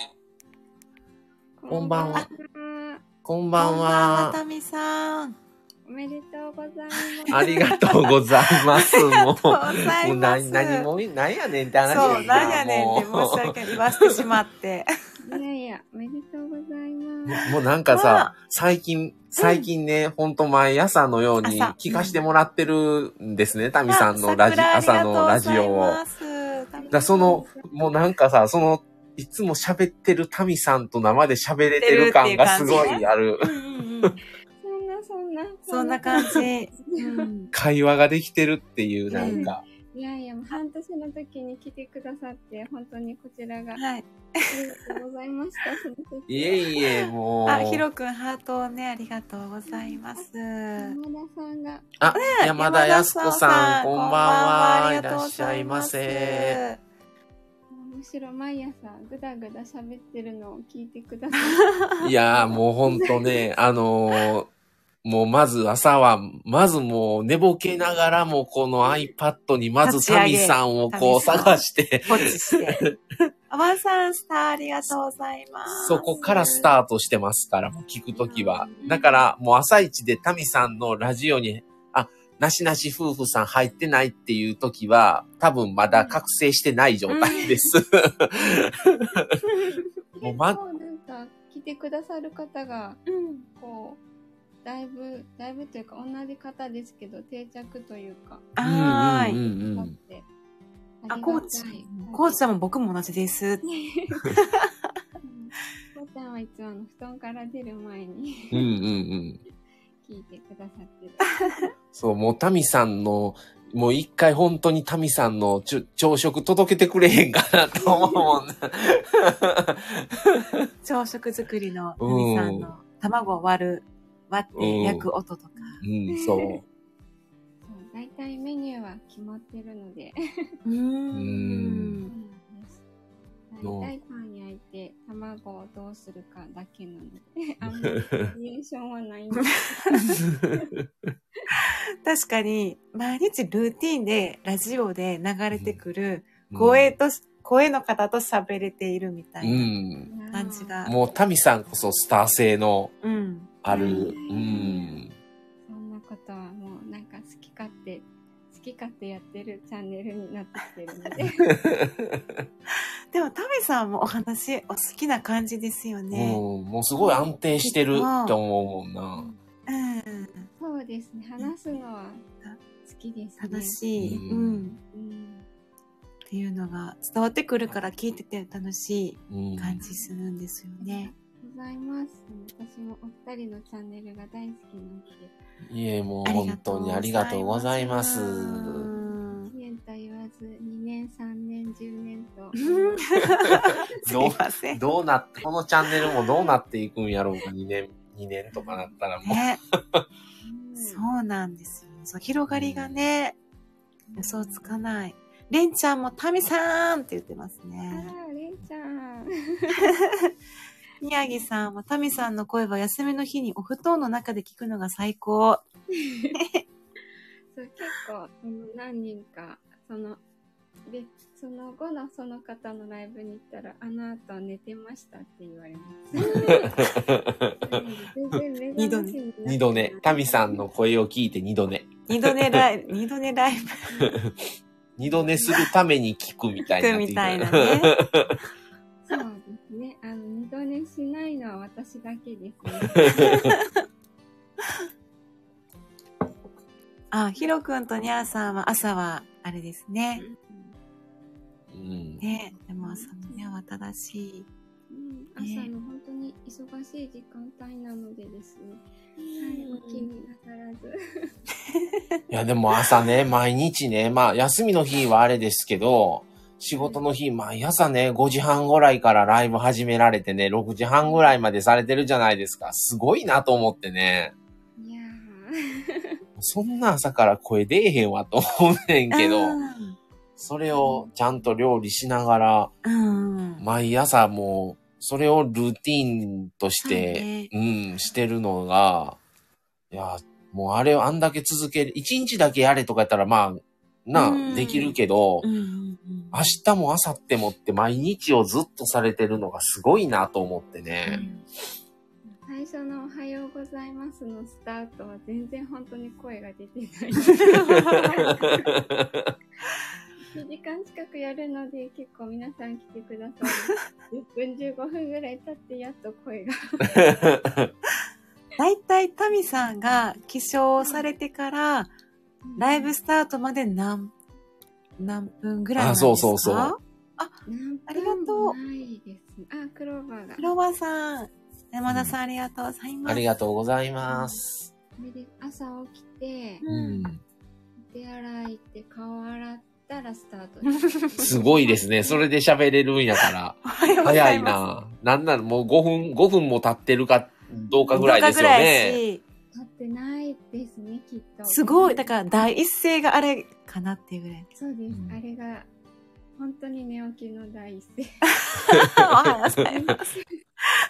S2: ん。
S1: こんばんは。こん
S2: こん
S1: ばんは。
S2: タ ミさん。
S9: おめでとうござい
S1: ありがとうございます。もう、
S2: ご
S1: も
S2: ざいうま
S1: な
S2: す
S1: 何も、何やねんって話や
S2: そう、
S1: けどな
S2: なんやねんって申
S1: も
S2: し訳ない。言わせてしまって。
S9: ます。いやいや、おめでとうございます。
S1: う、もうなんか
S2: ま
S1: さ、最近、最近ね、ほんと毎朝のように
S2: 朝
S1: 聞かしてもらってるんですね、タミさんのラジ、朝のラジオを。だか。らその、もうなんかさ、その、いつも喋ってるタミさんと生で喋れてる感がすごいある。
S2: うんうんうん。
S9: そんなそんんな、
S2: そんな感じ。うん
S1: 会話ができてるっていう、なんか。
S9: いやいや、もう半年の時に来てくださって、本当にこちらが、あ
S2: はい。
S9: りがとうございました。その時
S1: いえいえ、もう。
S2: あ、ひろくん、ハートをね、ありがとうございます。
S9: 山田さんが、
S1: あ、山田康子さん、こんばんは。い
S2: こんばん
S1: らっしゃいませ。。
S9: むしろ毎朝、ぐだぐだ喋ってるのを聞いてくださ
S1: いやー、もうほんとね、あのーもうまず朝は、まずもう寝ぼけながらもこの iPad にまず
S2: 立ち上
S1: タ
S2: げ
S1: ミさんをこう
S2: タミさん
S1: 探して、
S2: ポチ して。あワンさん、スターありがとうございます。
S1: そこからスタートしてますから、もう聞くときは。だからもう朝一でタミさんのラジオに、あ、なしなし夫婦さん入ってないっていうときは、多分まだ覚醒してない状態です。
S9: い。
S1: もう
S9: 結
S1: ま
S9: 構なんか、来てくださる方が、
S2: うん。
S9: こう、だいぶ、だいぶというか、同じ方ですけど、定着というか、
S2: はーい。
S1: うんうんうん
S9: あ
S1: う
S9: っ
S1: ん
S9: て。
S2: あ、
S9: り
S2: こ
S9: が
S2: うち
S9: たい
S2: ゃん。こうちゃんも僕も同じです。
S9: こうちゃんはいつもあの布団から出る前に
S1: うんうんうん。
S9: 聞いてくださってる。
S1: そう、もうタミさんの、もう一回本当にタミさんのちょ朝食届けてくれへんかなと思うも んな。
S2: 朝食作りのナミさん
S1: う
S2: の卵を割る、割って焼く音とか。
S1: うん、 そう。
S9: そう大体メニューは決まってるので、
S2: うー。
S9: そうんなんです
S1: どう
S9: 大体パン焼いて卵をどうするかだけな ので、あんまりバリエーションはないんです
S2: 確かに、毎日ルーティンで、ラジオで流れてくる、声と、声の方と喋れているみた
S1: う。
S2: いなん
S9: が
S2: 感じ。が。
S1: もうタミさんこそスター性の
S2: うん。
S1: ある、う
S9: うん
S1: ん。
S9: そんなことはもうなんか好き勝手、好き勝手やってるチャンネルになってきてるので。
S2: でも、タミさんもお話、お好きな感じですよ
S1: うん、
S2: ね。
S1: もうすごい安定してるって思うもんな。
S2: うん。
S9: そうですね。話すのは好きですね。
S2: 楽しい。
S1: う
S2: うんん。
S9: うん。
S2: っていうのが伝わってくるから聞いてて楽し
S1: うん
S2: い。感じするんですよね。
S9: ございます。私もお二人のチャンネルが大好きなので、
S1: いえ、もう本当にありがとうございます。
S2: うん
S9: 1年と言わず、2年、3年、10年 と、
S2: すいません。
S1: どうなって、このチャンネルもどうなっていくんやろうか、2年、2年とかなったらもう。
S2: ね、
S9: うん
S2: そうなんですよ。そう広がりがね、予想つかない。レンちゃんもタミさんって言ってます
S9: あ
S2: ね。
S9: ら、れいちゃん。
S2: 宮城さんもタミさんの声は休みの日にお布団の中で聞くのが最高。
S9: そう、結構、その何人か、その、で、その後のその方のライブに行ったら、あの後寝てましたって言わ れます。全然目覚ましになってない
S1: 二度寝。タミさんの声を聞いて二度寝。
S2: 二度寝ライブ、二度寝ライブ
S1: 二度寝するために聞くみたいな。
S2: みたいなね。
S9: そうですね。あの、二度寝しないのは私だけ ですね。
S2: あ、ヒロくんとニャーさんは朝は、あれですね。
S1: うん。
S2: ね、でも朝のニャーは正しい。
S9: うん朝の本当に忙しい時間帯なのでですね。はい、お気になさらず。
S1: いや、でも朝ね、毎日ね、まあ、休みの日はあれですけど、仕事の日、毎朝ね、5時半ぐらいからライブ始められてね、6時半ぐらいまでされてるじゃないですか。すごいなと思ってね。
S9: いや
S1: そんな朝から声出えへんわと思うねんけ
S2: う
S1: ど、
S2: ん
S1: それをちゃんと料理しながら、
S2: うん。
S1: 毎朝もう、それをルーティーンとして、うん、してるのが、いや、もうあれをあんだけ続ける、一日だけやれとかやったら、まあ、な
S2: う
S1: あ、
S2: ん
S1: できるけど、
S2: うんうんうん
S1: 明日も明後日もって毎日をずっとされてるのがすごいなと思って
S2: う
S1: ね。
S2: ん
S9: ー最初のおはようございますのスタートは全然本当に声が出てない。1時間近くやるので結構皆さん来てくださる。10分15分ぐらい経ってやっと声が。
S2: だいたいタミさんが起床されてから、ライブスタートまで何、何分ぐらいなんですか
S1: あそうそうそう。
S9: 何
S2: ありが
S9: 分
S2: とう
S9: もないですね。あ、クローバーが。
S2: フロワさん、山田さんありがとうございます。
S1: ありがとうございます。
S9: それで朝起きて、
S1: うん。
S9: 手洗いって顔洗ったらスタートで す。
S1: すごいですね。それで喋れるんやから。
S2: おはようござ
S1: 早い
S2: いま
S1: な。なんならもう5分、5分も経ってるかどう
S2: す。
S1: かぐらいですよ
S2: 動画ぐらい
S1: ね。
S2: し
S9: 立ってないですね、きっと。
S2: すごい。だから、第一声があれかなっていうぐら い。
S9: そうです
S1: う。ん
S9: あれが、本当に寝起きの第一声。
S2: おはようございます。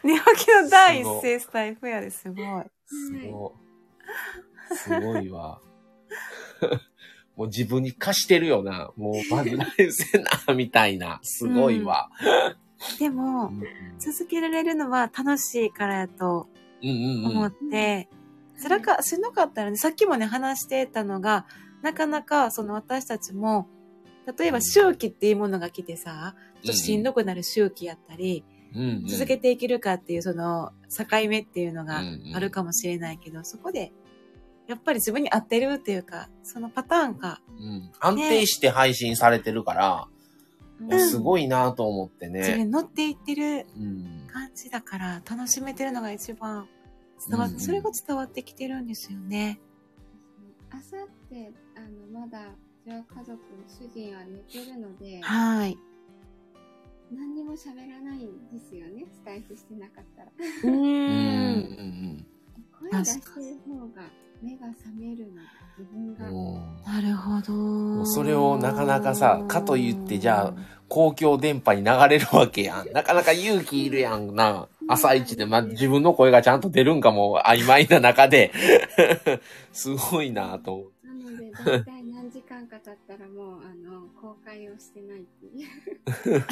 S2: 寝起きの第一声スタイフやですごい。
S1: す
S9: はい
S1: ごい。すごいわ。 もう自分に貸してるよな。もうまずライブせな、みたいな。すごいわ。
S2: で
S1: う
S2: も、
S1: ん
S2: 続けられるのは楽しいからやと
S1: うんうん
S2: 思
S1: う
S2: っ
S1: ん。
S2: て、辛か、しんどかったらね、さっきもね、話してたのが、なかなか、その私たちも、例えば周期っていうものが来てさ、ちょっとしんどくなる周期やったり、
S1: うんうん
S2: 続けていけるかっていうその境目っていうのが
S1: うんうん
S2: あるかもしれないけど、そこで、やっぱり自分に合ってるっていうか、そのパターンか。
S1: うん安定して配信されてるから、
S9: うん
S1: すごいなと思って
S2: 自
S1: ね。
S2: 分に乗っていってる
S1: うん
S2: 感じだから、楽しめてるのが一番伝わっ
S1: うんうん
S2: それが伝わってきてるんですよね。
S9: あさって、あの、まだ、じゃあ家族、主人は寝てるので、
S2: はい。
S9: 何にも喋らないんですよね、スタイフしてなかったら。
S2: う
S1: うんうん
S2: ーん。
S9: 声出してる方が目が覚めるの、自分
S1: う
S9: が。
S1: んも
S2: なるほど。
S1: うそれをなかなかさかといってじゃあ、公共電波に流れるわけやん。なかなか勇気いるやんな。朝一で、ま、自分の声がちゃんと出るんかも曖昧な中で。 すごいなと思う。
S9: な ので、だいたい何時間か経ったらもう、あの、公開をしてないっ ていう。残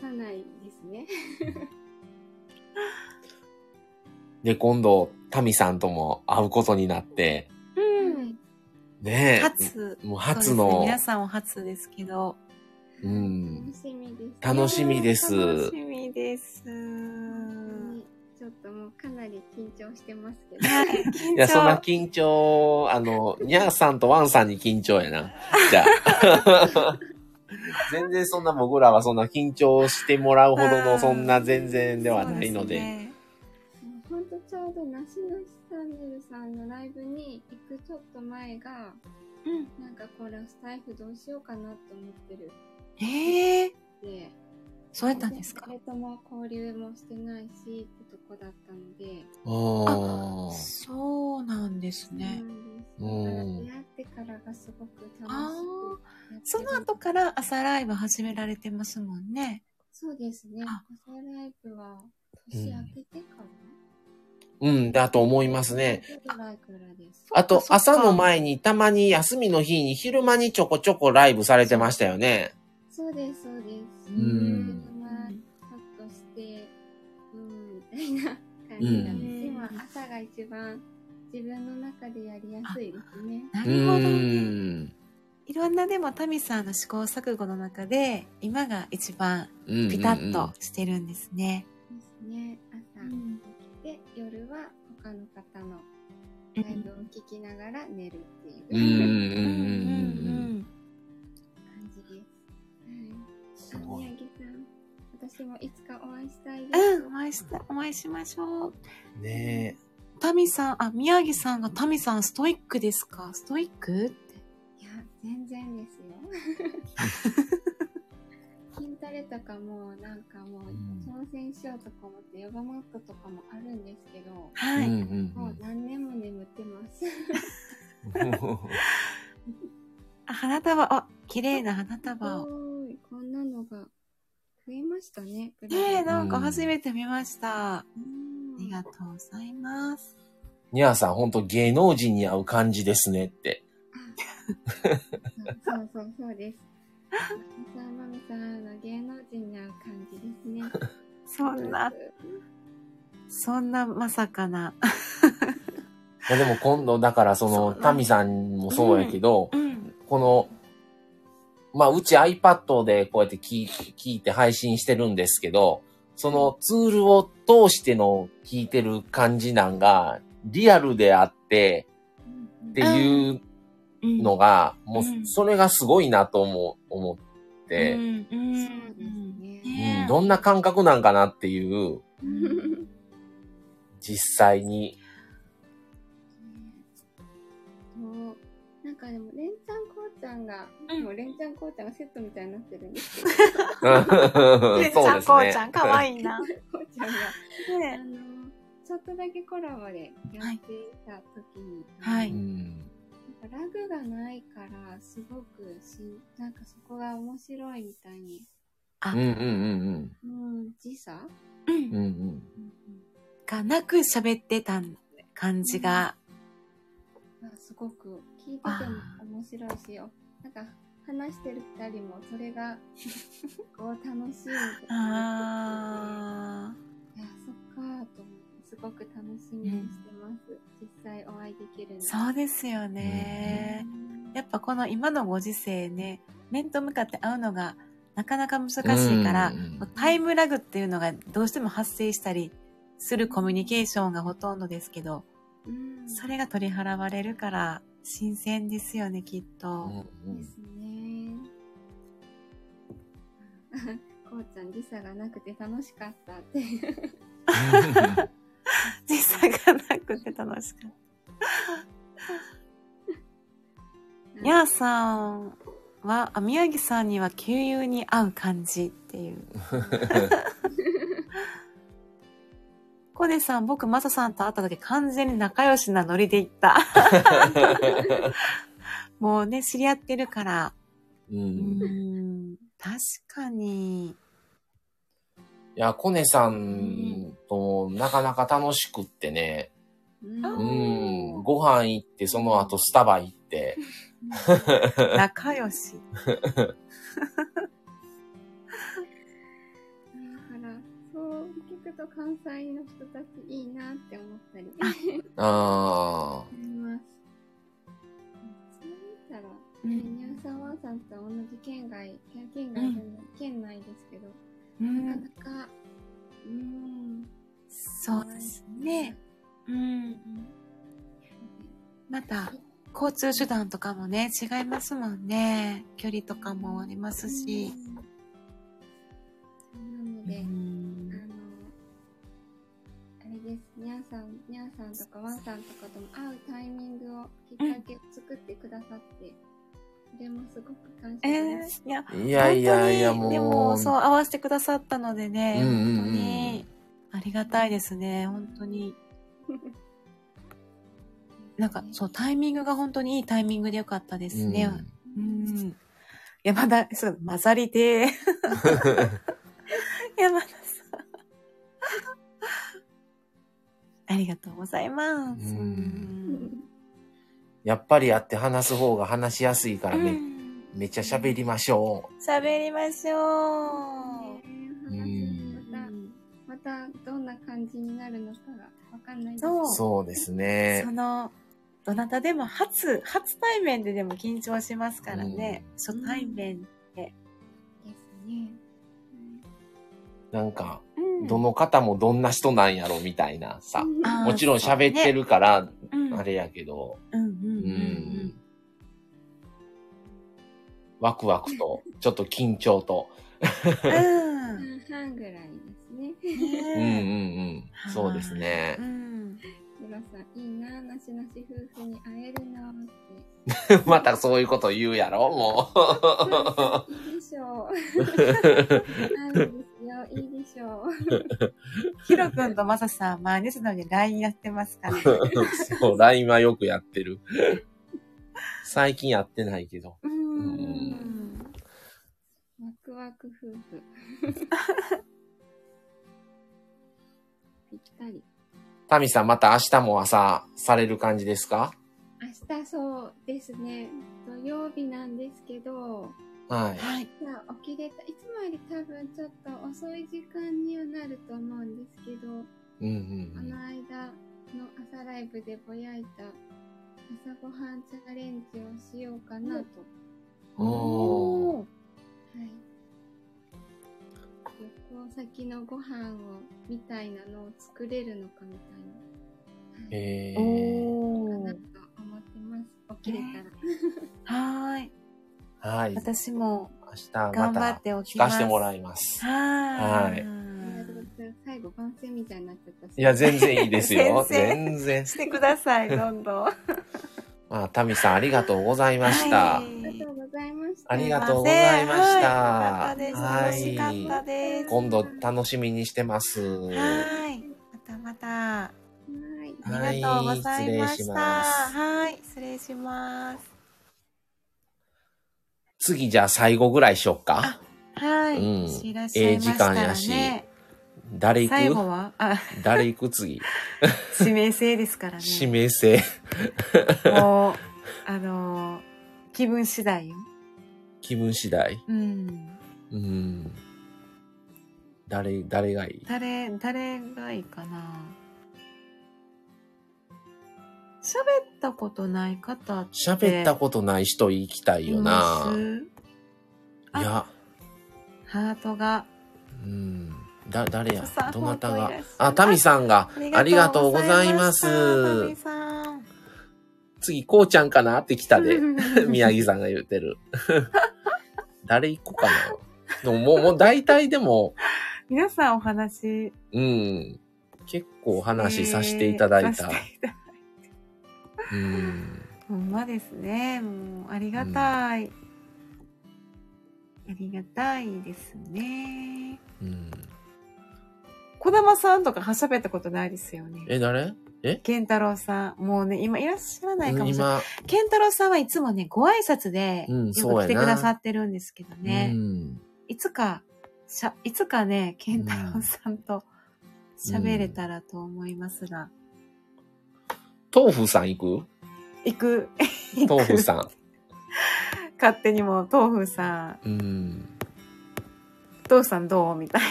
S9: さないですね。
S1: で、今度、タミさんとも会うことになって、
S2: うん。
S1: ねえ。
S2: 初。
S1: もう初
S2: そうですね
S1: の、
S2: 皆さんお初ですけど。
S1: うん
S9: 楽。しみです。
S1: 楽しみです。
S2: 楽しみです。
S9: うんちょっともうかなり緊張してますけど。
S2: はい、緊張。
S1: いや、そんな緊張、あの、にゃーさんとワンさんに緊張やな。じゃ あ。全然そんな僕らはそんな緊張してもらうほど
S2: う
S1: の
S2: ん
S1: そんな全然ではないので。
S2: そうすね
S9: ほんとちょうどなしなしチャンネルさんのライブに行くちょっと前が、なんかこれスタイフどうしようかなと思ってる
S2: ええー、
S9: って。
S2: そうやったんですか
S9: 誰とも交流もしてないしってとこだったので。
S1: うん
S2: そうなんですね。
S9: そうなん
S1: うん
S9: です。だから出会ってからがすごく楽しく
S2: あ
S9: やってる。
S2: その後から朝ライブ始められてますもんね。
S9: そうですね。
S2: あ
S9: 朝ライブは年明けてから、
S1: うん、だと思いますね。
S9: ぐらいからです。
S1: あと、
S2: そっかそっか
S1: 朝の前にたまに休みの日に昼間にちょこちょこライブされてましたよね。
S9: そうです、そうです。
S1: ん
S9: まあ、ちょっとして、うん、みたいな感じなんです。
S2: うん
S9: 今、朝が一番自分の中でやりやすいですね。
S2: な
S1: う
S2: るほど。
S1: ん。
S2: いろんなでもタミさんの試行錯誤の中で今が一番
S1: うん
S2: ピタッと。してるんですね。
S9: ですね。朝
S2: うん
S9: 起きて、夜は他の方のライブを聞きながら寝るって
S1: う
S9: いうん
S1: うん
S2: うんう
S1: う
S2: ん
S1: ん
S9: 感じです。
S1: す
S9: はい。あ、
S1: ごい
S9: 宮城さん、私もいつかお会いしたいで
S2: う
S9: す。
S2: んうんお会いしたお会いしましょう。
S1: うん。ね
S2: タミさん、あ、宮城さんがタミさんストイックですかストイックって。
S9: いや、全然ですよ。 筋トレとかも、なんかも
S1: う
S9: う
S1: ん、
S9: 挑戦しようとか思って、ヨガマットとかもあるんですけど、
S1: え。
S2: はい。
S1: うんうん
S9: もう何年も眠ってます。
S1: うん
S2: あ花束、あ、綺麗な花束を。
S9: おーいこんなのが増えましたね。
S2: ねえ、なんか初めて見ました。
S9: うん
S2: ありがとうございます。
S1: にゃーさん、ほんと芸能人に会う感じですねって。
S9: そうそうそう です。さんまみさんの芸能人に会う感じですね。
S2: そんな、そんなまさかな。
S1: いやでも今度、だからそ
S2: そう
S1: の、
S2: ね
S1: タミさんもそうやけど、
S2: ん。
S1: この、まあ、うち iPad でこうやって聞い聞いて配信してるんですけど、そのツールを通しての聞いてる感じなんが、リアルであって、 っていう
S2: うん
S1: のが、もう
S2: う、ん
S1: それがすごいなと思う思って、
S2: うんうん
S9: そうですね
S1: うん
S2: ね
S1: どんな感覚なんかなっていう、
S9: うん
S1: 実際に
S9: かでも、レンちゃんこうちゃんが、
S2: うん
S9: もうレンちゃんこうちゃんがセットみたいになってるんですけ
S1: そうですね。
S2: ちゃん、こうちゃん、かわい いな。ね
S9: ど、こうちゃんが、あの、ちょっとだけコラボでやっていた時に、
S2: は
S1: う
S2: い。
S1: ん。
S9: なんかラグがないから、すごくし、なんかそこが面白いみたいに、
S1: うんうんうん
S9: うん、時差
S1: うん。うんうん。
S2: がなく喋ってた感じが。
S9: がすごく聞いてても面白いしよ。なんか話してる二人もそれがこう楽しいみたいな。
S2: あ
S9: いや、そっかーと思って、すごく楽しみにしてます。実際お会いできるの
S2: ー。そうですよね。やっぱこの今のご時世ね、面と向かって会うのがなかなか難しいから
S1: うんうんうん、
S2: タイムラグっていうのがどうしても発生したりするコミュニケーションがほとんどですけど、
S9: うん。
S2: それが取り払われるから新鮮ですよね、きっ
S1: う
S2: と。
S1: んう
S9: で
S1: ん
S9: すね。 こうちゃん、時差がなくて楽しかったって。
S2: 実際がなくて楽しかっ
S9: う
S2: た。
S9: ん
S2: やーさんは、あ宮城さんには旧友に会う感じって いう。コデさん、僕、マサさんと会った時完全に仲良しなノリで行 った。もうね、知り合ってるから。
S1: う。
S2: うん
S1: い
S2: ん、確か に。
S1: や、コネさんとなかなか楽しくってね。
S9: うん
S2: あ
S1: うん。ご飯行って、その後スタバ行って。
S2: 仲良し。
S9: だから、そう聞くと関西の人たちいいなって思ったり。
S1: あ
S9: 思います。そう言ったら、
S2: う
S9: ね、
S2: ん
S9: ニューサワーさんと同じ県外、県県外じゃない、県内ですけど、
S2: うん
S9: なかなか、うん、
S2: そうですね。。うん。また、交通手段とかもね、違いますもんね。距離とかもありますし。
S9: うん。なの
S2: う
S9: で、
S2: ん
S9: あの、あれです、ニャーさん、ニャーさんとかワンさんとかとも会うタイミングを、きっかけを作ってくださって、それもすごく感謝
S2: え
S9: です。
S2: ー、いや、
S1: あ。いやいやいや、
S2: 本
S1: もう。
S2: 当にでも、そう、合わせてくださったのでね、
S1: うんうんうん
S2: 本当に、ありがたいですね、本当に。なんか、そう、タイミングが本当にいいタイミングでよかったですね。うん。いや、まだ、そう、混ざりで。 山田さん。ありがとうございます。
S1: うん
S2: うん
S1: やっぱり会って話す方が話しやすいからめ、めっちゃ喋りましょ
S2: 喋りましょう。
S9: ね話また、またどんな感じになるのかわかんないです
S2: そう
S1: う。そうですね
S2: そ。の、どなたでも初、初対面ででも緊張しますからね。初対面。
S9: ですね。
S1: なんか、
S2: うん
S1: どの方もどんな人なんやろみたいなさ。
S2: あー
S1: もちろん喋ってるから、
S2: うん
S1: あれやけど、
S2: うんうんうん
S1: う
S2: うん
S1: ん。ワクワクと、ちょっと緊張と。
S2: うん
S9: 半々ぐらいですね。
S1: うんうんうん
S2: は。い
S1: そうですね
S2: う。ん
S9: ヒロさん、いいな、なしなし夫婦に会えるなっ て。
S1: またそういうこと言うやろも
S9: いいでしょう。なんですよ、いいでしょう。
S2: ヒロ君とマサさんは毎日のように LINE やってますから。
S1: う。 そう、LINE はよくやってる。最近やってないけど。
S2: う
S1: うん
S2: ん。
S9: ワクワク夫婦。ぴったり。
S1: タミさん、また明日も朝、される感じですか
S9: 明日そうですね。土曜日なんですけど、
S1: はい。
S2: はい。
S9: まあ起きれた、いつもより多分ちょっと遅い時間にはなると思うんですけど、
S1: うんう
S9: この
S1: ん
S9: 間の朝ライブでぼやいた朝ごはんチャレンジをしようかなと。
S1: うん。おー。
S9: はい。旅行先のご飯を、みたいなのを作れるのかみたい
S1: えー。
S9: な。か
S6: お
S9: な
S6: ー
S9: と思ってます。起きれたら。
S2: はーい。
S1: はい。明
S2: 私も
S1: 日また
S2: 頑張っておき
S1: 聞
S2: ま
S1: か
S2: す。
S1: せてもら
S2: い
S1: います。
S2: はーい。
S9: ありがとうございます最後番宣みたいになっちゃった し。
S1: いや、全然いいですよ。
S2: 先生
S1: 全然。
S2: してください、どんどん。
S1: まあ、タミさんありがとうございました。
S9: ありがとうございました。
S1: ありがとうございました。
S2: はいよかったです。楽しかったです。
S1: 今度楽しみにしてます。
S2: はい。またまた。
S9: はい。
S2: ありがとうござい
S1: は
S2: ま
S1: い、失礼
S2: し。
S1: したます。
S2: はい、失礼します。
S1: 次じゃあ最後ぐらいしよっか。
S2: はい。
S1: うん
S2: いらっしゃいまし
S1: ええ時間
S2: た
S1: や
S2: ら
S1: し
S2: ね。
S1: 誰
S2: 最
S1: 行
S2: 後
S1: く
S2: は、あ、
S1: 誰行く 次。
S2: 指名制ですからね。
S1: 指名制。
S2: もう、あのー気分次第よ。
S1: 気分次第。
S2: うん。
S1: うん。誰、誰がいい
S2: 誰、誰がいいかな。喋ったことない方って。
S1: 喋ったことない人行きたいよな。
S2: います
S1: いや、
S2: ハートが。
S1: うん。だ、誰や
S2: 佐々さん
S1: どなた
S2: 本
S1: が
S2: 当いらっしゃい。
S1: あ、タミさんが。ありがとうございま
S2: タミ
S1: す。
S2: さん。
S1: 次、こうちゃんかなって来たで。
S2: 宮
S1: 宮城さんが言ってる。 誰行こうかな。でももう、もう大体でも、
S2: 皆さんお話。
S1: うん。結構話させていただいた
S2: えー。させていただい
S1: うん。
S2: たほんまですね。もう、ありがたい。ありがたいですね。
S1: うん。
S2: 小玉さんとかはしゃべったことないですよね。
S1: え、誰え
S2: 健太郎さん。もうね、今いらっしゃらないかもしれない。
S1: 今、
S2: 健太郎さんはいつもね、ご挨拶で、
S1: うん
S2: よく
S1: そうやな
S2: 来てくださってるんですけど
S1: う
S2: ね。
S1: ん。
S2: いつか、しゃ、いつかね、健太郎さんと喋れたらと思いますが。
S1: 豆腐さん行
S2: 行く、
S1: く豆腐
S2: ん。
S1: さ
S2: 勝手にもう、豆腐さん、
S1: ん。うん。
S2: 豆腐さんどうみたい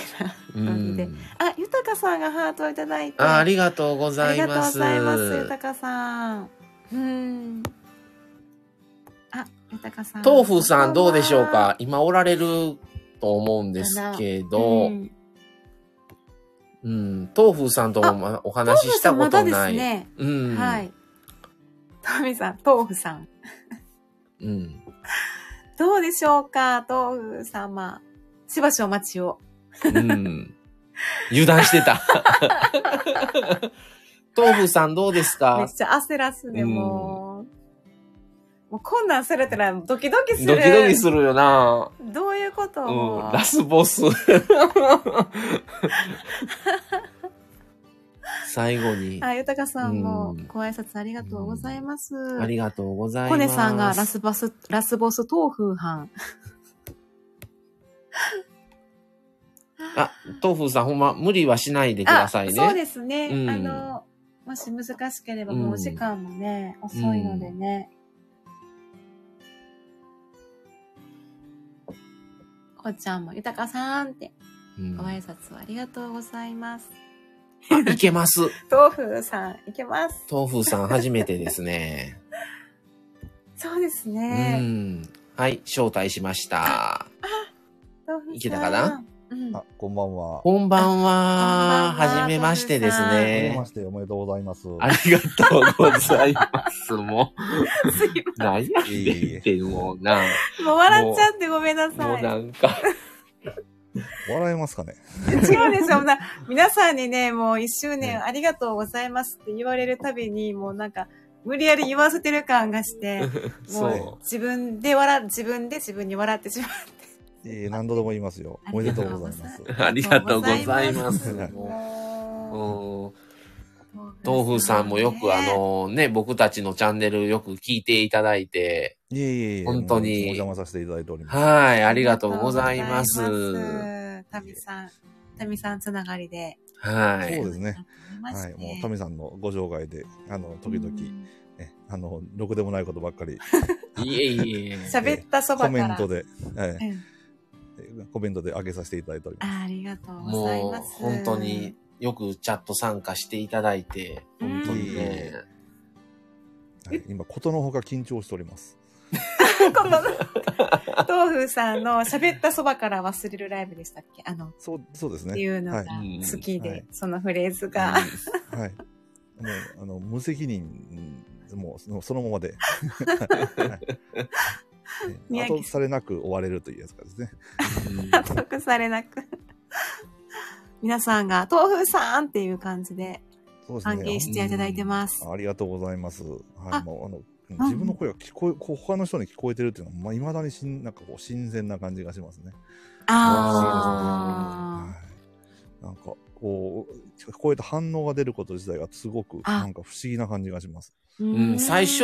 S2: な。
S1: う
S2: なんで
S1: ん。
S2: あ、豊さんがハートをいただいて。
S1: あ、ありがとうございます。
S2: ありがとうございます、豊さん。うん。あ、豊さん。
S1: 豆腐さんどうでしょう
S2: こんばんは
S1: か今おられると思うんですけど
S2: う、ん
S1: うん、豆腐さんともまお話ししたこと
S2: 豆腐さ
S1: な
S2: んまだです
S1: い。
S2: ね。
S1: うん。
S2: はい。トミさん、豆腐さん。
S1: うん。
S2: どうでしょうか豆腐様。しばしお待ちを。
S1: うん。油断して た。豆腐さんどうです
S2: め
S1: か
S2: っちゃ焦らすね、
S1: うん
S2: もう。もうこんなんされたらドキドキする。
S1: ドキドキするよな
S2: どういうこと、
S1: うん、
S2: も
S1: ラスボ ス。最後に、
S2: あ、豊さんも
S1: うん
S2: ご挨拶ありがとうございます。
S1: ありがとうございます。
S2: コネさんがラスボス、ラスボス豆腐飯。
S1: あ、豆腐さんほんま無理はしないでくだ
S2: あ、
S1: さいね。
S2: そうですね。
S1: うん
S2: あの、もし難しければ
S1: うん
S2: もうお時間もね、遅いのでね。こうちゃんも、豊さんって、
S1: うん
S2: ご挨拶をありがとうございます。
S1: あいけます。
S2: 豆腐さん、いけます。
S1: 豆腐さん初めてですね。
S2: そうです
S1: う
S2: ね。
S1: ん。はい、招待しました。
S2: 豆腐さん。
S1: いけたかな
S2: うん。
S10: あ、こんばんは。
S1: こんばん
S2: こ
S1: は。
S2: んばんは
S1: はじめましてです
S10: はじめ
S1: ね
S10: ま。して、おめでとうございます。
S1: ありがとうございます。も
S2: すいま
S1: う、何やねんって、もうな。
S2: せんもう笑っちゃってごめんな
S1: も
S2: さ
S1: う
S2: い。
S1: なんか、
S10: 笑えますかね
S2: 違うでしょ。な皆さんにね、もう一周年ありがとうございますって言われるたびに、もうなんか、無理やり言わせてる感がして、もう
S1: そ
S2: 自分で笑、自分で自分に笑ってしまう。
S10: えー、何度でも言いますよ。おめでとうございます。
S1: う。ありがとうございます。
S10: ありがと
S1: もううん
S2: もう
S1: 豆腐さんもよくあ、
S2: ね
S1: のね、僕たちのチャンネルよく聞いていただいて、
S10: いえいえいえ、
S1: 本当に
S10: もうお邪魔させていただいております。
S1: はい、ありがとうございま
S2: ありがとう
S1: す
S2: ござ。いますタミさん、タミさんつながりで。
S1: は
S10: そう
S1: い。
S10: ですね。
S2: ありが
S10: は
S2: とうござ
S10: い、
S2: いまし
S10: もう、
S2: た
S10: タミさんのご紹介で、あの、時々、ね、あの、ろくでもないことばっかり、
S1: いえいえ。
S2: 喋ったそば
S10: コ
S2: か
S10: メン
S2: ら。
S10: トで、はい
S2: うん
S10: コメントで上げさせていただいております。
S2: ありがとうござい
S1: も
S2: ま
S1: う
S2: す。
S1: 本当に。よくチャット参加していただいて、本当にね。
S10: はい、今、ことのほか緊張しております。
S2: この豆腐さんの喋ったそばから忘れるライブでしたっけあの、
S10: そう、そうです
S2: って
S10: ね。
S2: いうのが
S10: は
S2: 好きで、
S10: はい
S2: そのフレーズが。
S10: はい。もう、あの、無責任、もう、そのそのま まで。はい
S2: 宮城
S10: 後されなく追われるというやつがですね。
S2: 納得されなく。皆さんが、豆腐さんっていう感じで
S10: そうですね。
S2: 関係していただいてます。
S10: ありがとうございます。はい、
S2: あ
S10: もうあのうん自分の声が聞こえ、こう他の人に聞こえてるっていうのは、まあ、未だにしん、なんかこう、新鮮な感じがしますね。
S2: あ
S10: はいなんか、こう、聞こえた反応が出ること自体がすごく、
S2: あ
S10: なんか不思議な感じがします。
S2: ー
S1: うん、最初、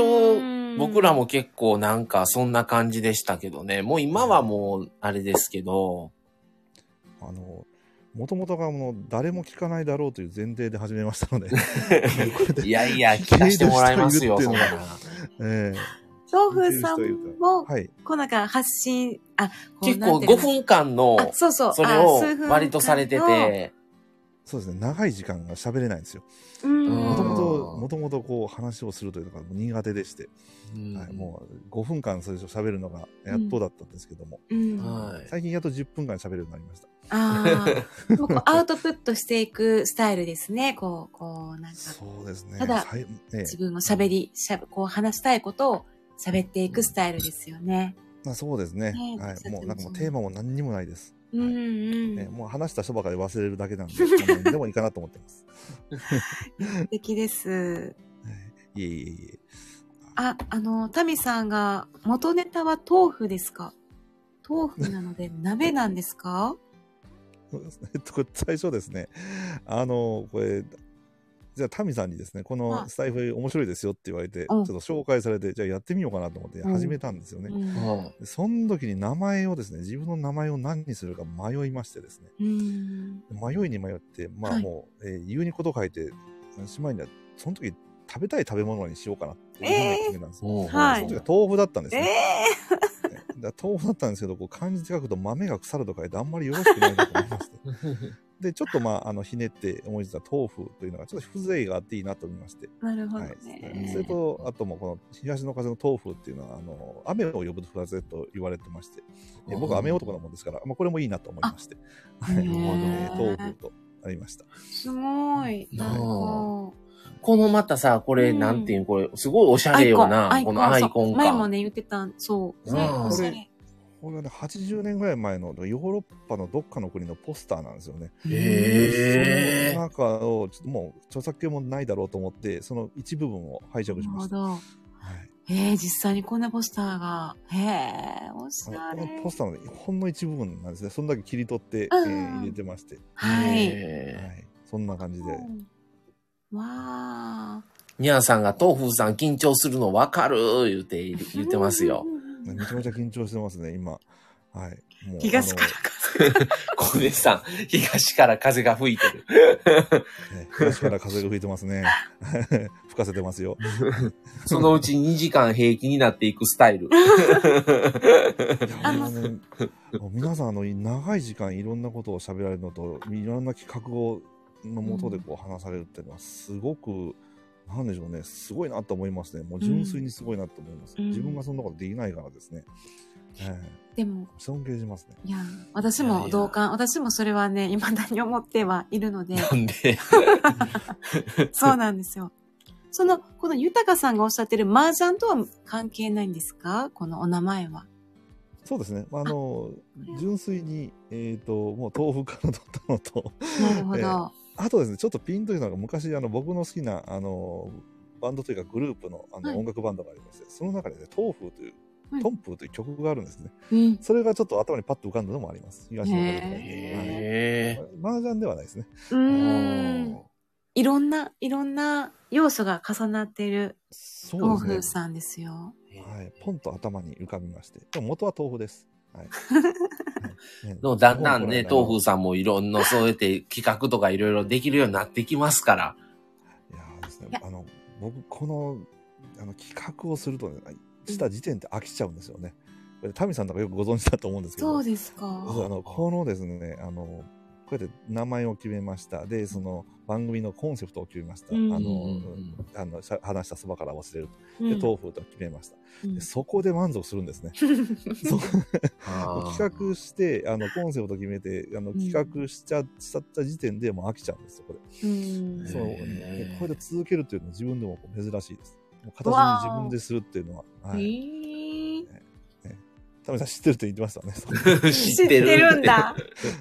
S1: 僕ら。も結構なんかそんな感じでしたけどね。もう今はもうあれですけ ど。
S10: あの、もともとがもう誰も聞かないだろうという前提で始めました ので。
S1: いやいや、聞かしてもらいますよ、そん な。
S10: ええ
S2: 豆腐さんも、
S10: はい。
S2: こうなんか発信、あ、こう
S1: 結
S2: な
S1: 構
S2: んていう
S1: 5
S2: の
S1: 分間の
S2: あ、、そうそう。
S1: それ
S2: あ
S1: を
S2: 数分
S1: 割とされてて、
S10: そうですね。長い時間が喋れないんですよ。
S2: う
S10: もと
S2: ん。
S10: も
S1: う
S10: と、
S1: ん
S10: もともとこう話をするというのが苦手でして、
S1: うん
S10: はい、もう5分間それ以上喋るのがやっとだったんですけども、
S2: うん、あ
S1: はい
S10: 最近やっと10分間喋るようになりました。
S2: あー。 もうこうアウトプットしていくスタイルですね。こう、こう、なんか、
S10: そうですね。
S2: ただ
S10: さいええ
S2: 自分の喋り、しゃ、こう話したいことを喋っていくスタイルですよね。
S10: まあ、そうですね。
S2: ね
S10: は
S2: 私
S10: い。
S2: たち
S10: もうなんか
S2: もそ
S10: も
S2: う
S10: うテーマも何にもないで
S2: う
S10: す。
S2: ん
S10: はい
S2: うん。
S10: ね、
S2: 素
S10: もう話した人ばかり忘れるだけなんで、もう何でもいいかなと思ってます。
S2: 敵です。
S10: いえいえいえ。
S2: あ、あの、タミさんが、元ネタは豆腐ですか豆腐なので鍋なんですか
S10: そうですねえっと、これ最初ですね、あの、これ、じゃあ、タミさんにですね、こ
S2: は
S10: の
S2: い
S10: スタイフ面白いですよって言われて、ちょ
S2: うん
S10: っと紹介されて、じゃあやってみようかなと思って
S2: うん
S10: 始めたんですよね。
S2: うん。
S1: うん
S10: でその時に名前をですね、自分の名前を何にするか迷いましてですね、
S2: うん。
S10: 迷いに迷って、ま
S2: は
S10: あ
S2: い
S10: もう、えー言うにこと書いて、しまいには、その時食べたい食べ物にしようかなっていうふうに決めたんですよ。
S1: もう
S2: は
S10: そ
S2: い
S10: の時は豆腐だったんです
S2: え
S10: ね。
S2: え
S10: ねだから豆腐だったんですけど、こう漢字で書くと豆が腐ると書いてあんまりよろしくないなと思いまして。で、ちょっとまあ、あの、ひねって思いついた豆腐というのがちょっと風情があっていいなと思いまして。
S2: なるほど
S10: はい。それ
S2: ね。
S10: と、あともうこの東の風の豆腐っていうのは、あの、雨を呼ぶ風と言われてまして、え僕は雨男なもんですから、まあ、これもいいなと思いまして。はい。
S2: なるほど
S10: えー豆腐となりました。
S2: すごい。
S1: なあ
S2: なんかこう
S1: このまたさ、これ、
S2: うん
S1: なんていうのこれ、すごいおしゃれよな、このアイコン
S2: そう前も
S1: が。
S2: ね、言ってた、そう。
S1: うん
S2: ねおしゃれ
S10: これはね、80年ぐらい前のヨーロッパのどっかの国のポスターなんですよね。
S1: へ
S10: その中を、ちょっともう著作権もないだろうと思って、その一部分を拝
S2: な
S10: 借し
S2: るほ
S10: ました。
S2: ど。
S10: はい
S2: ええ実際にこんなポスターが。へえ、おし
S10: あ
S2: ゃ
S10: のこの
S2: れ
S10: ポ。スターの、ね、ほんの一部分なんですね。そんだけ切り取って、
S2: うん
S10: えー入れてまして、
S2: はい。
S10: は
S1: え。
S10: い。そんな感じで。
S2: うんわあ。
S1: ニャンさんが、豆腐さん緊張するのわかる言って、言ってますよ。
S10: めちゃめちゃ緊張してますね、今。はい。もう
S2: 東から
S1: 小出さん、東から風が吹いてる。
S10: あのね東から風が吹いてますね。 吹かせてますよ。
S1: そのうち2時間平気になっていくスタイル。
S10: いやもうねもう皆さん、あの、長い時間いろんなことを喋られるのと、いろんな企画を、のもとでこう話されるっていうのは、すごく、なんでしょうね、すごいなと思いますね。もう純粋にすごいなと思います。
S2: うん
S10: 自分がそんなことできないからですね。ええ
S2: でも、
S10: 尊敬しますね。
S2: いや、私
S1: いやい
S2: も
S1: や
S2: 同感。私もそれはね、未だに思ってはいるの で、
S1: なんで、
S2: そうなんですよ。その、この豊さんがおっしゃってる麻雀とは関係ないんですかこのお名前は。
S10: そうですね。まあ、あの、純粋に、えっ、と、もう豆腐から取ったのと、
S2: なるほ
S10: え
S2: ど。
S10: あとですね、ちょっとピンというのが昔、あの、僕の好きな、あの、バンドというかグループのあの、
S2: はい
S10: 音楽バンドがありまして、その中でね、豆腐という
S2: は、い
S10: トンプーという曲があるんですね。
S2: うん。
S10: それがちょっと頭にパッと浮かんだのもあります。東の風とかね。
S1: へ
S10: はい麻雀ではないですね。
S2: うーん。いろんな、いろんな要素が重なっている
S10: そ
S2: 豆
S10: うで
S2: 腐
S10: す
S2: さんですよ。
S1: え
S10: ね。はい、ポンと頭に浮かびまして。でも元は豆腐です。 はい。
S1: でもだんだんね、豆腐
S10: 腐
S1: さんもいろんな、そうやって企画とかいろいろできるようになってきますから。
S10: いやーですね、あの、僕、この、あの、企画をするとね、した時点で飽きちゃうんですよね。これ、タミさんとかよくご存知だと思うんですけど。
S2: そうですか。
S10: あのこのですねあのこうやって名前を決めましたでその番組のコンセプトを決めました、
S2: うん
S10: あ
S1: うん
S10: の
S1: うん
S10: あのしゃ話したそばから忘れる
S2: う
S10: で
S2: ん
S10: 豆腐と決めました、
S2: うん
S10: でそこで満足するんですねそう
S1: あー
S10: 企画してあのコンセプト決めてあの
S2: うん
S10: 企画しちゃ,、しちゃった時点でもう飽きちゃうんですよこれ
S2: うん
S10: そう
S1: へー
S10: これで続けるっていうのは自分でもこう珍しいですもう形に自分でするっていうのは、は
S2: え
S10: い、
S2: ー
S10: タメさん知ってるって言ってましたねそう
S1: 知
S2: 知ってるん。だ。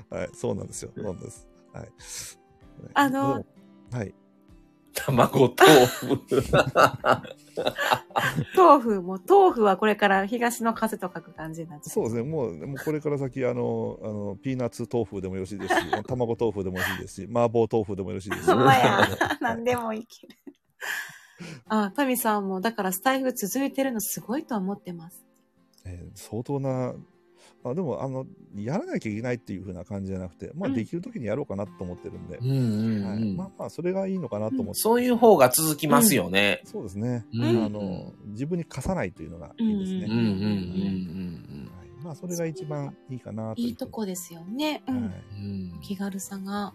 S10: はい、そうなんですよ。そうなんです。はい。
S2: あの
S10: でも、はい。
S1: 卵、豆腐。
S2: 豆腐も、豆腐はこれから東の風と書く感じになっちゃう。
S10: そうですね、もう、もうこれから先、あの、あの、ピーナッツ豆腐でもよろしいですし、卵豆腐でもよろしいですし、麻婆豆腐でもよろしいですし。
S2: ほんまや。何でもいける。あ、タミさんも、だからスタイフ続いてるのすごいとは思ってます。
S10: えー相当な、あでも、あの、やらなきゃいけないっていう風な感じじゃなくて、まあ、
S2: うん
S10: できる時にやろうかなと思ってるんで、
S1: うんうん
S10: は
S1: う
S10: い、
S1: ん
S10: まあまあ、それがいいのかなと思って、
S1: そういう方が続きますよね。
S10: そうですね。
S1: うん
S10: あの、自分に課さないというのがいいですね。
S1: うんうんうんうん
S10: はい、まあ、それが一番いいかなという
S2: いいとこですよね。う
S10: はい
S2: ん。
S1: うん。
S2: 気軽さが。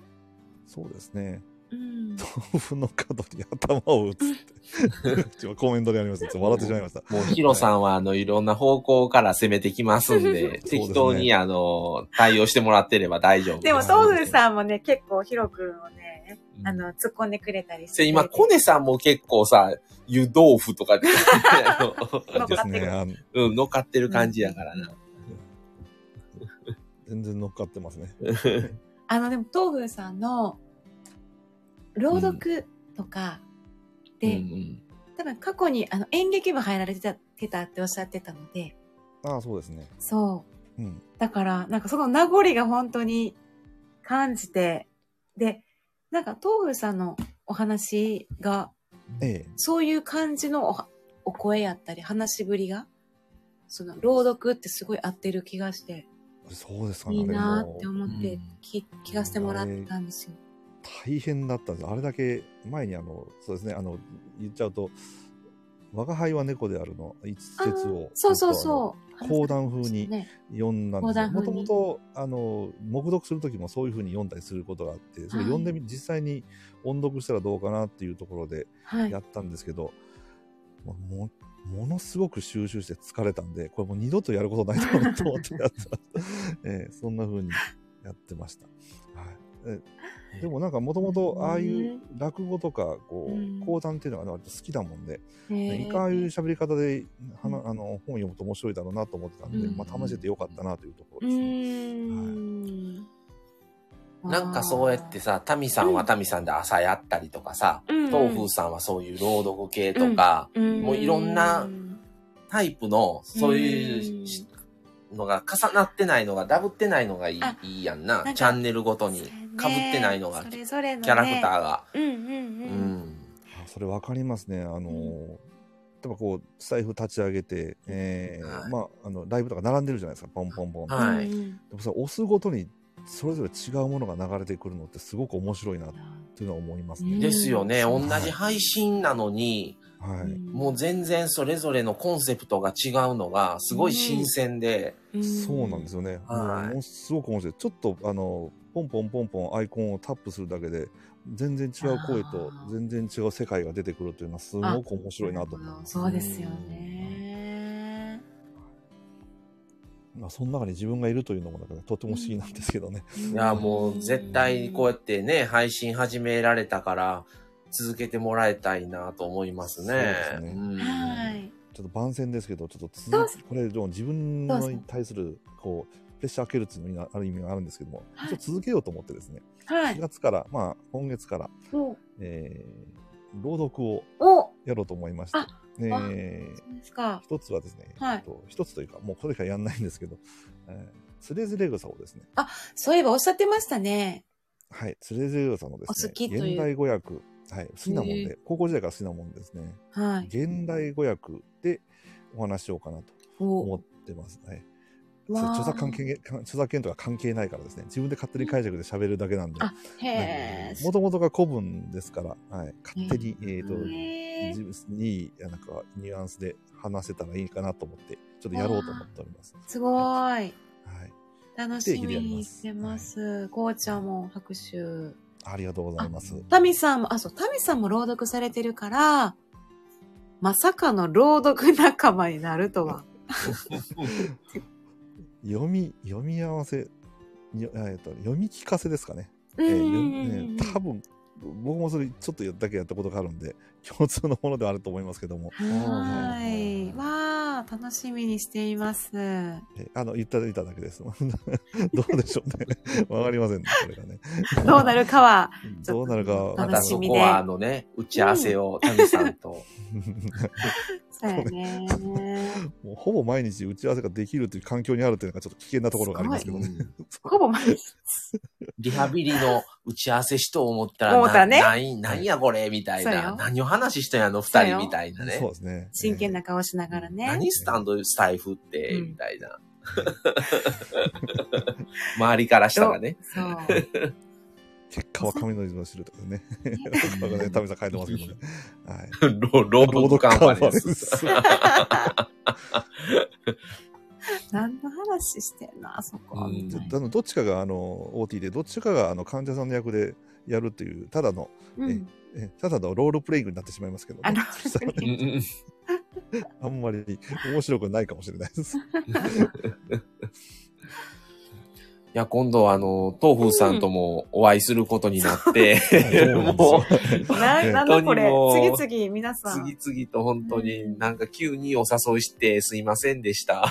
S10: そうですね。
S2: うん。
S10: 豆腐の角に頭を打つって。うちはコメントであります。笑ってしまいました。
S1: もうヒロさんは、あの、いろんな方向から攻めてきます んで、
S10: ね
S1: 適当に、あの、対応してもらってれば大丈夫
S2: でも、
S1: す
S10: そう
S2: 豆腐さんもね、結構ヒロ君をね、あの、突っ込んでくれたりして。
S1: で今、コネさんも結構さ、湯豆腐とかって、あの
S2: 乗っ
S10: で
S2: か
S10: す
S2: ってく
S10: ね。
S2: る。
S10: あの
S1: うん、乗っかってる感じやからな。
S10: 全然乗っかってますね。
S2: あの、でも、豆腐さんの、朗読とか、で、
S1: うん
S2: 多分過去にあの演劇部入られてたてたっておっしゃってたので、
S10: ああ、そうですね。
S2: そう。
S10: うん。
S2: だから、なんかその名残が本当に感じて、で、なんか東風さんのお話が、
S10: ええ。
S2: そういう感じのおはお声やったり、話しぶりが、その朗読ってすごい合ってる気がして、
S10: そうですかね。
S2: いいなーって
S10: あれも
S2: 思って
S1: うん
S2: き、聞かせてもらったんですよ。
S10: 大変だったんです。あれだけ前にあの、そうですね。あの、言っちゃうと、我輩は猫であるの一節を。
S2: そうそうそう。
S10: ちょっとあの講談風に
S2: ね。
S10: 読んだんですよ。
S2: 講談
S10: もと
S2: 風
S10: も
S2: に
S10: と、あの、目読するときもそういうふうに読んだりすることがあって、それ読んでみ、実際に音読したらどうかなっていうところで
S2: はい
S10: や。ったんですけど、ももものすごく収集して疲れたんで、これもう二度とやることないだろうなと思ってやった。 えーそんな風にやってました。はいえーでもなんかもともとああいう落語とかこ
S2: うん
S10: う講談っていうのがね割と好きだもんで、
S2: え
S10: ね、い
S2: ー
S10: かああいう喋り方で、はなあの本読むと面白いだろうなと思ってたんで、
S2: うん
S10: まあ、試せてよかったなというとこ
S2: う
S10: ろですね。
S2: ーん。
S1: なんかそうやってさ、タミさんはタミさんで朝やったりとかさ、
S2: うん、
S1: 豆腐さんはそういう朗読系とか、
S2: うん
S1: もういろんなタイプの、そういうしのが重なってないのが、ダブってないのがいい
S2: あ
S1: いいやんな
S2: なんか
S1: チャンネルごとに。
S2: そうやね
S1: 被ってないのが、
S2: それぞれのね
S1: キャラクターが。
S2: うんうん
S1: う
S2: うん、
S1: ん。
S10: あそれわかりますね。あのー例えばこう、スタイフ立ち上げて、えー
S1: はい
S10: まあ、あの、ライブとか並んでるじゃないですか、ポンポンポン。
S1: はい
S2: うんうん
S10: でもさ、押すごとに、それぞれ違うものが流れてくるのってすごく面白いなっ
S2: あ
S10: ていうのは思います
S2: うん
S10: ね。
S1: ですよね。同
S10: ん
S1: じ配信なのに、
S10: は
S2: ー
S10: い。
S1: もう全然それぞれのコンセプトが違うのが、すごい新鮮で。
S2: うん
S10: そうなんですよね。
S1: はい
S10: ものすごく面白い。ちょっと、あの、ポンポンポンポンアイコンをタップするだけで、全然違う声と
S2: あー
S10: 全然違う世界が出てくるというのはすごく面白いなと思い
S2: なるほ
S10: ま
S2: ど
S10: す。
S2: そうですよね
S10: まあ、その中に自分がいるというのも、だからとても不思議なんですけどね。
S1: いや、もう絶対こうやってね、配信始められたから、続けてもらいたいなと思いますね。
S10: そうですね
S1: ん
S2: はい
S10: ちょっと番宣ですけど、ちょっとつ
S2: どうぞ
S10: これ、でも自分
S2: どう
S10: の
S2: ぞ
S10: に対する、こう、プレッシャーかけるっていうのになある意味があるんですけども、
S2: はい
S10: ちょっと続けようと思ってですね、
S2: は
S10: 4
S2: い
S10: 月から、まあ、今月から、
S2: お
S10: えー、朗読を
S2: お
S10: やろうと思いまして
S2: あ、
S10: えー
S2: そうですか
S10: 一つはですね、
S2: はい
S10: えっと一つというか、もうこれしかやんないんですけど、えー、つれづれ草をですね、
S2: そういえばおっしゃってましたね
S10: はい、つれづれ草のです
S2: お
S10: ね
S2: 好、きという
S10: 現代語訳、はい、好きなもん
S2: へ
S10: で、高校時代から好きなもんですね、
S2: はい
S10: 現代語訳でお話しようかなと思
S2: お
S10: ってますね。
S2: わー
S10: 著作関係か著作権とか関係ないからですね自分で勝手に解釈で喋るだけなんで
S2: あへえ
S10: もともとが古文ですから、はい、勝手に、えーと
S2: へー
S10: 自分にいいなんかニュアンスで話せたらいいかなと思ってちょっとやろうと思っております。
S2: すごーい
S10: はい、
S2: 楽しみにしてますこうちゃんも拍手
S10: ありがとうございます。
S2: タミさんも、あ、そう、タミさんも朗読されてるから、まさかの朗読仲間になるとは。
S10: 読み読み合わせよえー、と読み聞かせですかね。
S2: う
S10: えー
S2: ん
S10: よえー多分僕もそれちょっとだけやったことがあるんで共通のものではあると思いますけども。
S2: はーい。わあ、楽しみにしています。
S10: えあの、言った、言っただけです。ど うでしょうね。 わかりませんね、これ がね。
S2: どうなるか は、
S10: どうなるかは
S1: ま
S2: 楽
S1: た
S2: し
S1: そ
S2: みで
S1: こはあのね、打ち合わせを、タミさんと。
S2: そうやね。
S10: もうほぼ毎日打ち合わせができるという環境にあるというのがちょっと危険なところがありますけどね。
S2: ほぼ毎日。
S1: リハビリの打ち合わせしと思ったら、
S2: 思ったらね
S1: なないなんやこれみたい
S2: そうよ
S1: な。何を話しとんやの二
S2: そうよ
S1: 人みたいなね。
S10: そうですね。
S2: 真剣な顔しながらね。
S1: 何スタンドスタイフって、
S2: うん
S1: みたいな。 周りからしたらね。
S2: そう。
S10: 結果は神の水の汁とかね。
S1: う
S10: なん
S1: ん
S10: かね、タミさん書いてますけどね。はい。
S1: ロロードカンパネス。
S10: す。
S2: 何の話してんのあそこ。
S1: うん
S2: みたいな
S10: あのどっちかがあの OT で、どっちかがあの患者さんの役でやるっていう、ただの、
S2: うん。
S10: えただのロールプレイングになってしまいますけど、
S2: あの、
S1: うんうん
S10: あんまり面白くないかもしれないです。
S1: いや、今度はあの、東風さんともお会いすることになって、 もう、
S2: ななんだこれ
S1: 本当にもう。
S2: 次々皆さん。
S1: 次々と本当になんか急にお誘いしてすいませんでした。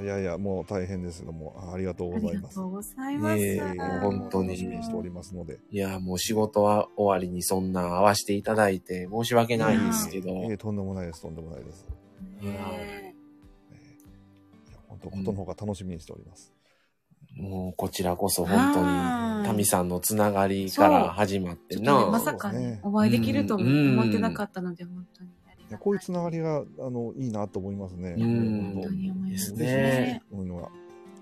S10: いやいや、もう大変ですけども、あありがとう
S2: あ
S10: ござ
S2: り
S10: い
S2: が
S10: ます
S2: と。うございます。
S1: ねえ本当に
S10: 楽しみにしておりますので。
S1: いや、もう仕事は終わりにそんな会わせていただいて申し訳ないですけど
S10: え、えとんでもないです、とんでもないです。
S2: ね
S10: いや本当、ことの方が楽しみにしております。
S1: もうこちらこそ本当
S2: はい
S1: に、タミさんのつながりから始まっ
S2: え
S1: て
S2: ちょっ
S1: な。
S2: とねまさか
S10: そうです
S2: ね
S10: ね
S2: お会いできるとも思ってなかったので、本当にありが
S10: い
S2: た
S10: やこういうつながりが、あの、いいなと思いますね。
S1: うん
S10: 本
S2: 本当に思います
S1: ですね
S2: ね。
S10: 当思うのは。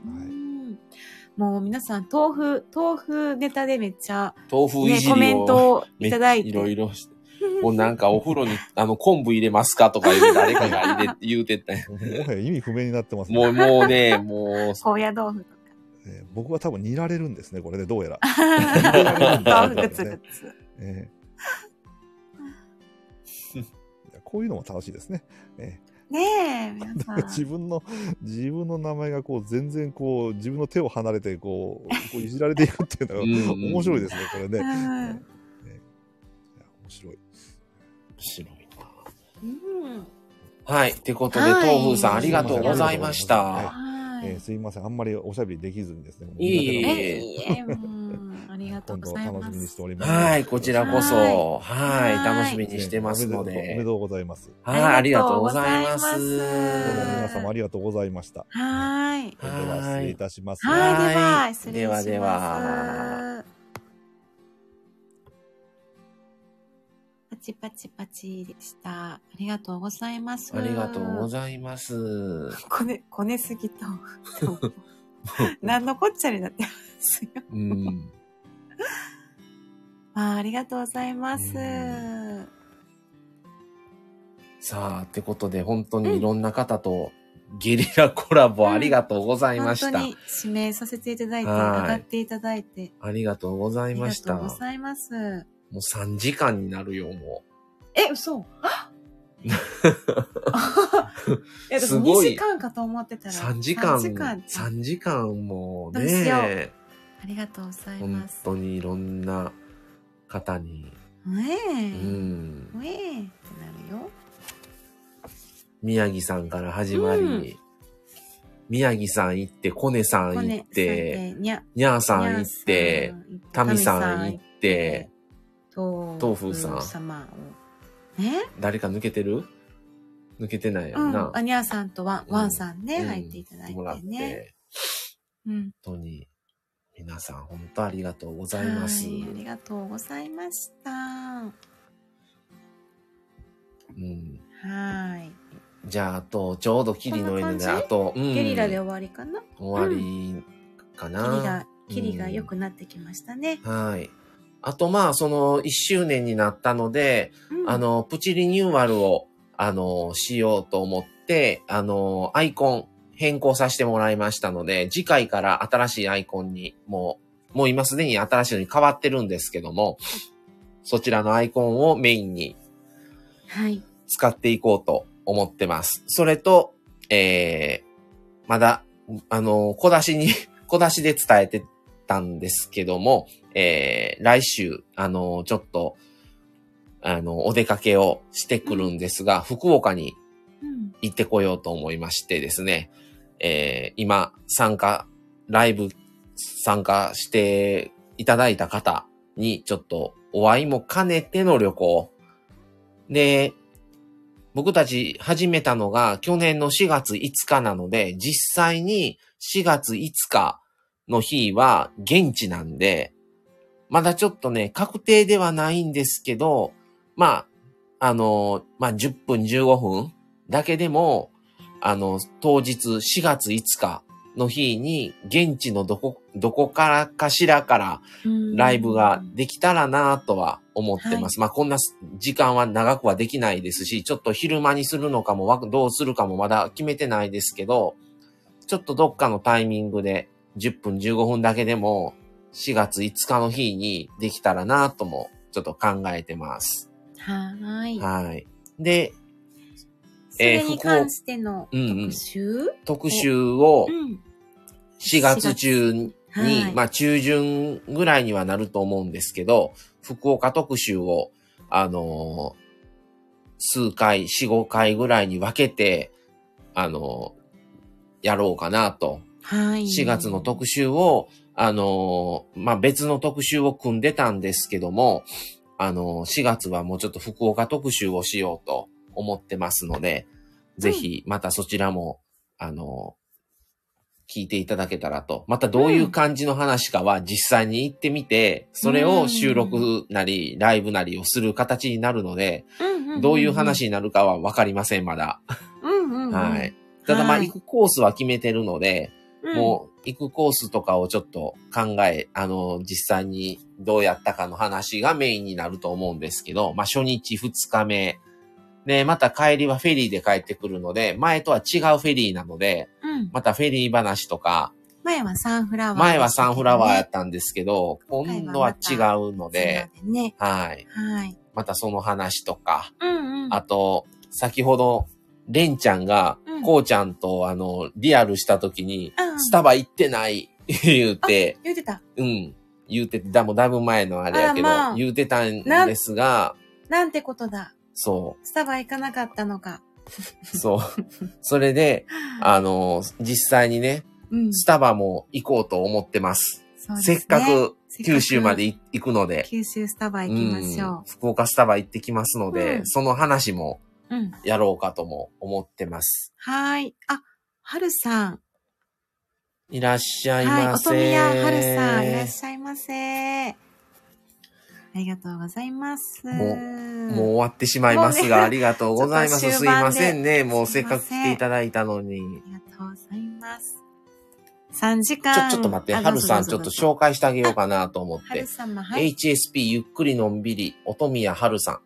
S2: うんもう皆さん、豆腐、豆腐ネタでめっちゃ、
S1: 豆腐い
S2: ね、
S1: じり
S2: コ
S1: を、
S2: メントをいただいて。
S1: いろいろして。もうなんかお風呂に、あの、昆布入れますかとか言う誰かが入れ、言うて ったんや
S10: もはや意味不明になってますね。
S1: もう、もうね、もう、
S2: 高野 豆腐と
S10: えー僕は多分煮られるんですね、これで、どうやら。
S2: か。豆腐グツグツ。
S10: え ーいやこういうのも楽しいですね。え
S2: ねえ、皆さ
S10: ー自
S2: ん。
S10: 分の、自分の名前がこう、全然こう、自分の手を離れて、こう、こういじられていくっていうのが
S1: うんうん
S10: 面白いですね、これね。いや
S2: うん
S10: 面白い。
S1: 白い
S2: うん
S1: な。はい。ってことで、
S2: はい
S1: 東風さんありがとうございまし
S10: は
S1: た。
S2: は
S10: えー
S2: い。
S10: すいません、あんまりおしゃべりできずにですね。もう
S1: いえいえ
S10: みんなで
S2: え、いいえ、うんありがとう
S10: 今
S2: ご
S10: 度
S2: ざい
S10: 楽
S2: ま
S10: しみにし
S2: す
S10: て。おります。
S1: はい。こちらこそ、はい。
S2: はい
S1: 楽しみにしてますの
S10: おめで
S1: で。
S10: とうございます。
S1: はい。ありがとうございます。
S10: どうも皆
S2: は
S10: 様ありがとうございました。
S2: はい。
S10: それでは失礼いたします。
S2: はい、で
S1: は
S2: は、
S1: い
S2: 失礼します。
S1: では
S2: パチパチパチでした。ありがとうございます。
S1: ありがとうご
S2: い
S1: ざいます。
S2: ます。こね、こねす ぎと。何のこっちゃになってますよ。
S1: うん。
S2: まあ、ありがとうございます。
S1: うんさあ、ってことで、本当にいろんな方とゲリラコラボありがとうございま
S2: 本
S1: し
S2: 当
S1: た。
S2: に指名させていただいて、
S1: はい
S2: 伺っていただいて、
S1: ありがとうござ
S2: あ
S1: い
S2: り
S1: ま
S2: が
S1: した。
S2: とう
S1: も
S2: ご
S1: う
S2: ざいます。
S1: 3時間になるよ、も
S2: え、嘘 あいや、ですも2
S1: ごい
S2: 時間かと思ってた
S1: う。
S2: ら。
S1: 3時間、
S2: 3時間。
S1: 3時間もう
S2: どうしよ
S1: ね、
S2: ありがとうございま
S1: 本
S2: す。
S1: 当にいろんな方に、
S2: ね
S1: う
S2: え。
S1: ん、
S2: ねえってなるよ。
S1: 宮城さんから始まり、
S2: うん
S1: 宮城さん行って、コネさん
S2: コ
S1: 行
S2: ネ
S1: っ
S2: さん
S1: て、
S2: 行ってにゃ、
S1: ニャー
S2: さ
S1: さん行って、、タミさん行って、、
S2: 豆
S1: 豆腐さん
S2: 様を。ね
S1: 誰か抜けてる抜けてないや
S2: うん
S1: な。
S2: ん。あにゃさんとワン、
S1: うん
S2: ワンさんね、
S1: うん
S2: 入っていただい
S1: もらって
S2: ね。
S1: て、
S2: うん。
S1: 本当に、皆さん本当ありがとうござ
S2: はい
S1: ます。
S2: いありがとうございました。は
S1: うん。
S2: ー
S1: じゃあ、あと、ちょうどキリのいいので、
S2: こんな感
S1: あ
S2: じ
S1: と、う
S2: い。
S1: ん
S2: ゲリラで終わりかな
S1: 終わりか
S2: キリが
S1: な。、
S2: キリが良くなってきましたね。
S1: はい。あと、まあ、その、1周年になったので、
S2: うん
S1: あ、の、プチリニューアルを、あの、しようと思って、あの、アイコン変更させてもらいましたので、次回から新しいアイコンに、もう、もう今すでに新しいのに変わってるんですけども、そちらのアイコンをメインに
S2: はい。
S1: 使っていこうと思ってます。それと、えー、まだ、あの、小出しに、 小出しで伝えてたんですけども、えー、来週、あの、ちょっと、あの、お出かけをしてくるんですが、福岡に
S3: うん
S1: 行ってこようと思いましてですね、えー今参加、ライブ参加していただいた方にちょっとお会いも兼ねての旅行。で、僕たち始めたのが去年の4月5日なので、実際に4月5日の日は現地なんで、まだちょっとね、確定ではないんですけど、まあ、あの、まあ、10分15分だけでも、あの、当日4月5日の日に現地のどこ、どこからかしらからライブができたらなとは思ってます。まあ、こんな時間は長くはできないですし、ちょっと昼間にするのかもわ、どうするかもまだ決めてないですけど、ちょっとどっかのタイミングで10分15分だけでも4月5日の日にできたらなともちょっと考えてます。
S2: はーい。
S1: はい。で、
S2: それ
S1: えー
S2: に
S1: ここ
S2: 関しての
S1: うんうん
S2: 特集
S1: 特集を
S2: うん。
S1: 4月中に、
S2: はい
S1: まあ中旬ぐらいにはなると思うんですけど、福岡特集を、あのー数回、4、5回ぐらいに分けて、あのーやろうかなと
S2: はい。
S1: 4月の特集を、あのーまあ、別の特集を組んでたんですけども、あのー4月はもうちょっと福岡特集をしようと思ってますので、ぜひまたそちらも、あのー聞いていただけたらと。またどういう感じの話かは実際に行ってみて、それを収録なり、ライブなりをする形になるので、どういう話になるかはわかりません、まだ。
S2: うんうんうん。
S1: はい。ただまあ、
S2: はい
S1: 行くコースは決めてるので、
S2: うん
S1: もう行くコースとかをちょっと考え、あの、実際にどうやったかの話がメインになると思うんですけど、まあ初日2日目、で、また帰りはフェリーで帰ってくるので、前とは違うフェリーなので、
S2: うん。
S1: またフェリー話とか、
S2: 前はサンフラワーでしたけどね。
S1: 前はサンフラワーやったんですけど、今度は違うので、
S2: そうだね。
S1: はい。
S2: はい。
S1: またその話とか、
S2: うんうん。
S1: あと、先ほど、レンちゃんが
S2: うん、
S1: こうちゃんと、あの、リアルした時に、
S2: うん
S1: スタバ行ってない、 言うて、
S2: 言ってた。
S1: うん、言うて、だもうだいぶ前のあれやけど、
S2: あらまあ
S1: 言うてたんですが、
S2: なんてことだ。
S1: そ
S2: スタバ行かなかったのか。
S1: う、 そう。それで、あの、実際にね、
S2: うん。
S1: スタバも行こうと思ってます。
S2: そうです
S1: せ
S2: ね
S1: っかく
S2: せっかく
S1: 九州までい行くので、
S2: 九州スタバ行きまし
S1: うん
S2: ょ
S1: 福岡スタバ行ってきますので、
S2: うん
S1: その話も
S2: う。うん。
S1: やろうかとも思ってます。
S2: はーい。あ、はるさん。
S1: いらっしゃい
S2: はい。
S1: ま
S2: お
S1: せ。
S2: とみやはるさん、いらっしゃいませ。ありがとうございます。
S1: ももう終わってしまいますが、
S2: もうね
S1: ありがとうございま
S2: ちょ
S1: す。
S2: っと
S1: す
S2: 終
S1: い
S2: 盤で
S1: ませんね。もう
S2: す
S1: せ
S2: い
S1: っ
S2: ま
S1: か
S2: せん
S1: く来ていただいたのに
S2: あ。りがとうございます。3時
S1: ちょ
S2: 間。、
S1: ちょっと待って、
S2: あ
S1: はるさん、ち
S2: ど
S1: ょ
S2: う
S1: っと
S2: ぞどうぞ
S1: 紹介してあげようかなと思っ
S2: はる
S1: て。
S2: 様、はい。
S1: HSP ゆっくりのんびり、乙宮はるさん。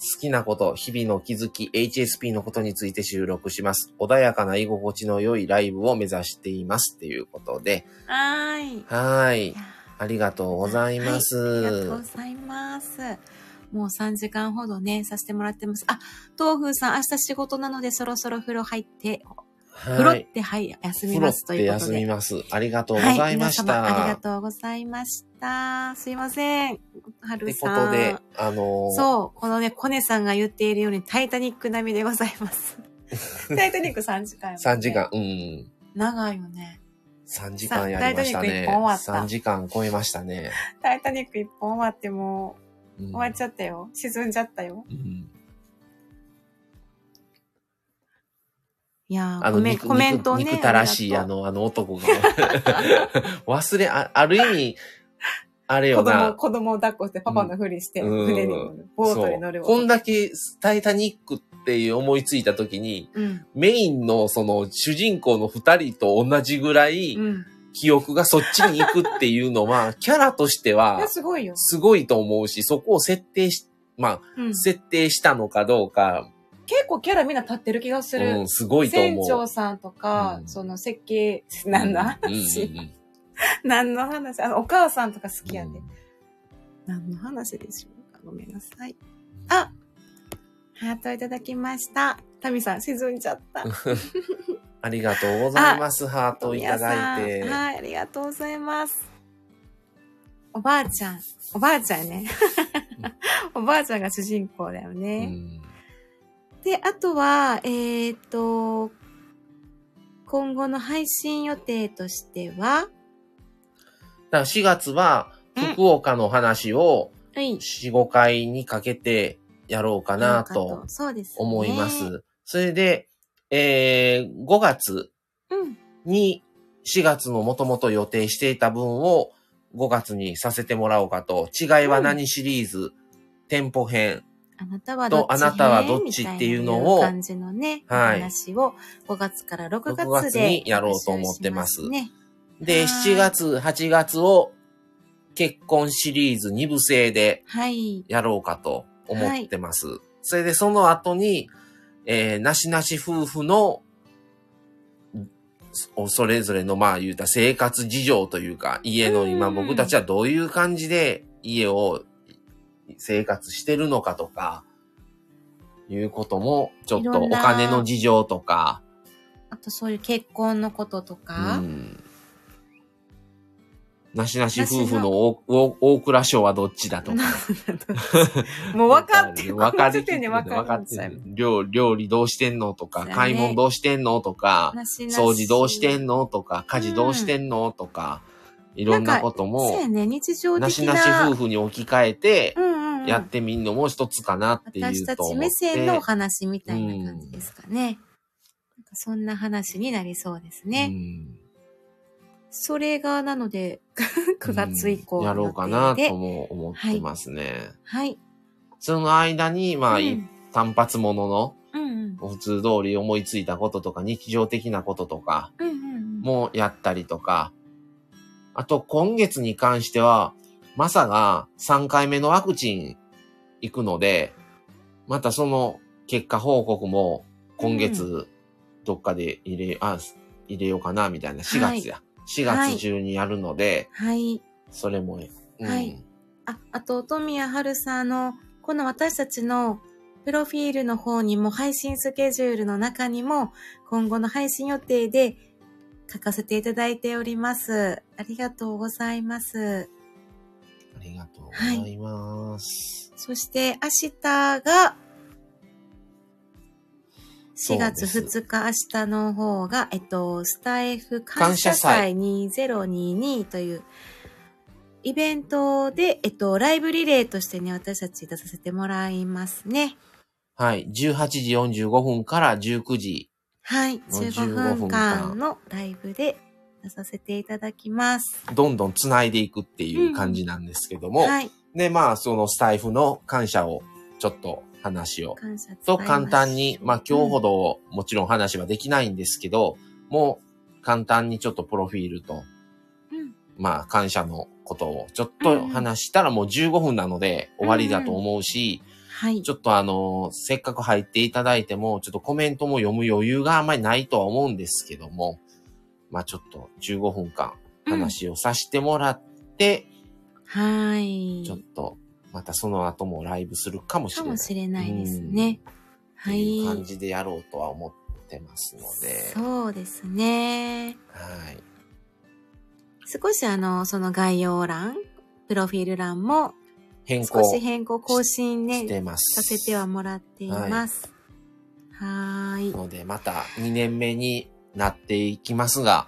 S1: 好きなこと、日々の気づき、HSP のことについて収録します。穏やかな居心地の良いライブを目指しています。ということで。
S2: はーい。い
S1: はーい。
S2: や
S1: ありがとうございます。
S2: ありがとうございます。もう3時間ほどね、させてもらってます。あ、東風さん、明日仕事なのでそろそろ風呂入って、風
S1: は
S2: 呂っ
S1: い。
S2: て、はい、休み
S1: 風
S2: ま
S1: 呂
S2: すと
S1: って
S2: いうこと
S1: 休
S2: で。
S1: みます。ありがとうご
S2: はい
S1: ざいました。
S2: 皆様ありがとうございました。すいません。は
S1: って
S2: る
S1: こ
S2: さん。
S1: とで、あのー
S2: そう、このね、コネさんが言っているようにタイタニック並みでござい ます。タイタニック3時間、
S1: 3時。間、うん。
S2: 長いよね。
S1: 3時間やりましたね。
S2: さタイタニック一本終わった
S1: 3時間超えましたね。
S2: タイタニック1本終わっても
S1: うん
S2: う終わっちゃったよ。沈んじゃったよ。
S1: うん
S2: いや
S1: あ
S2: ー、
S1: の、
S2: コメ
S1: 肉、
S2: コメントをね。
S1: 肉たらしい、あ
S2: りがと
S1: の、あの男 が。忘れ、あある意味、あれ
S2: う、子
S1: よ
S2: 供、
S1: な。
S2: 子供を抱っこしてパパのふりして、
S1: うん
S2: 船に乗る、ボートに乗る
S1: そうこん
S2: 男。
S1: だけタイタニックっていう思いついたときに、
S2: うん。
S1: メインのその主人公の二人と同じぐらい
S2: うん。
S1: 記憶がそっちに行くっていうの は、キャラとして
S2: い
S1: は
S2: や、すごいよ。
S1: すごいと思うし、そこを設定し、まあ、
S2: うん。結
S1: 設定したのかどうか、
S2: 構キャラみんな立ってる気がす
S1: う
S2: る
S1: ん、。すごいと
S2: 船
S1: 思う。
S2: 長さんとか
S1: う、ん
S2: その設計、何の
S1: う
S2: 話
S1: んうんうん
S2: 何の話あの、お母さんとか好きやで
S1: う。ん
S2: 何の話でしょうかごめんなさい。あハートいただきました。タミさん、沈んじゃった。
S1: ありがとうございます。ハートい
S2: 皆
S1: た
S2: さ
S1: だ
S2: ん
S1: いて。
S2: はい、ありがとうございます。おばあちゃん、おばあちゃんね。おばあちゃんが主人公だよ
S1: う
S2: ね。
S1: ん
S2: で、あとは、えーっと、今後の配信予定として
S1: だ
S2: は、
S1: から4月は、福岡の話を
S2: はい。
S1: 4、5回にかけてやろうかなと
S2: そうです、ね。
S1: 思います。。それで、えー、5月
S2: うん。
S1: に4月のもともと予定していた分を5月にさせてもらおうかと、違いは何シリーズ、店舗編、
S2: あなたはどっち
S1: とあなたはどっちっていうのを
S2: みたいな感じのね、
S1: はい
S2: お話を5月から6
S1: 6
S2: 月
S1: 月
S2: で。
S1: にやろうと思ってます。
S2: ね。
S1: で、
S2: はい
S1: 7月、8月を結婚シリーズ2部制で
S2: はい。
S1: やろうかと思ってます。それでその後に、えー、なしなし夫婦の、そそれぞれの、まあ言うた生活事情というか、家の今
S2: うん
S1: 僕たちはどういう感じで家を生活してるのかとか、いうことも、ちょっ
S2: い
S1: と
S2: ろ
S1: お
S2: んな
S1: 金の事情とか、
S2: あとそういう結婚のこととか、
S1: うんなしなし夫婦のおお大倉省はどっちだとか。
S2: もう分かってる。
S1: 分かって
S2: この時点で
S1: る。
S2: 分
S1: 分
S2: か
S1: か
S2: っ
S1: ってて
S2: る
S1: る。料料理どうしてんのとか、
S2: そうやね
S1: 買い物どうしてんのとか、
S2: なしなし
S1: 掃除どうしてんのとか、家事どうしてんのとか、いろんなこと
S2: そう
S1: も
S2: や、ね、日常的な。
S1: なしなし夫婦に置き換えて
S2: う、んうんうん、
S1: やってみるのも一つかなっていう
S2: 私た
S1: と
S2: ち
S1: 思っ
S2: 目
S1: て
S2: 線のお話みたいな感じですかね。なんかそんな話になりそうです
S1: う
S2: ね。
S1: ん
S2: それが、なので、9月以降
S1: うん
S2: の
S1: や
S2: 予定で、
S1: ろうかなとも思ってますね。
S2: はい。
S1: その間に、まあ、
S2: うん
S1: 単発ものの、
S2: うんうん。
S1: 普通通り思いついたこととか、日常的なこととか、
S2: うんうんうん。
S1: もやったりとか、あと今月に関しては、マサが3回目のワクチン行くので、またその結果報告も今月どっかで入れ、あ、入れようかな、みたいな、4
S2: はい
S1: 月や。4月中にやるので、
S2: はい。
S1: それも、うん
S2: はいあ、あと、富谷春さんの、この私たちのプロフィールの方にも、配信スケジュールの中にも、今後の配信予定で書かせていただいております。ありがとうございます。
S1: ありがとうございます。
S2: そして、明日が、4月
S1: そうです
S2: 2日、明日の方が、えっと、スタイフ感
S1: 感謝
S2: 謝
S1: 祭
S2: 祭2022というイベントで、えっと、ライブリレーとしてね、私たち出させてもらいますね。
S1: はい。18時45分から19時。
S2: はい。
S1: もう
S2: 15
S1: 15分
S2: 分
S1: 間
S2: 間のライブで出させていただきます。
S1: どんどん繋いでいくっていう感じなんですけども、
S2: はい。
S1: で、まあ、そのスタイフの感謝を、ちょっと話を。
S2: 感謝伝え
S1: と、
S2: ます
S1: 簡単に、まあ、今日ほど、もちろん話はできないんですけど、もう、簡単にちょっとプロフィールと、
S2: うん
S1: まあ、感謝のことを、ちょっと話したらもう15分なので終わりだと思うし、
S2: はい
S1: ち。ょっとあの、せっかく入っていただいても、ちょっとコメントも読む余裕があんまりないとは思うんですけども、まあ、ちょっと15分間話をさせてもらって、
S2: はい。
S1: ちょっと、またその後もライブするかもし
S2: か
S1: れない。
S2: もしれないですね。
S1: うん。っ
S2: は
S1: ていう
S2: い
S1: 感。じでやろうとは思ってますので。
S2: そうですね。
S1: はい。
S2: 少しあの、その概要欄、プロフィール欄も
S1: 変更
S2: 少し変更、更新
S1: し
S2: ね、
S1: てます。
S2: させてはもらっています。はーい。
S1: ので、また2年目になっていきますが、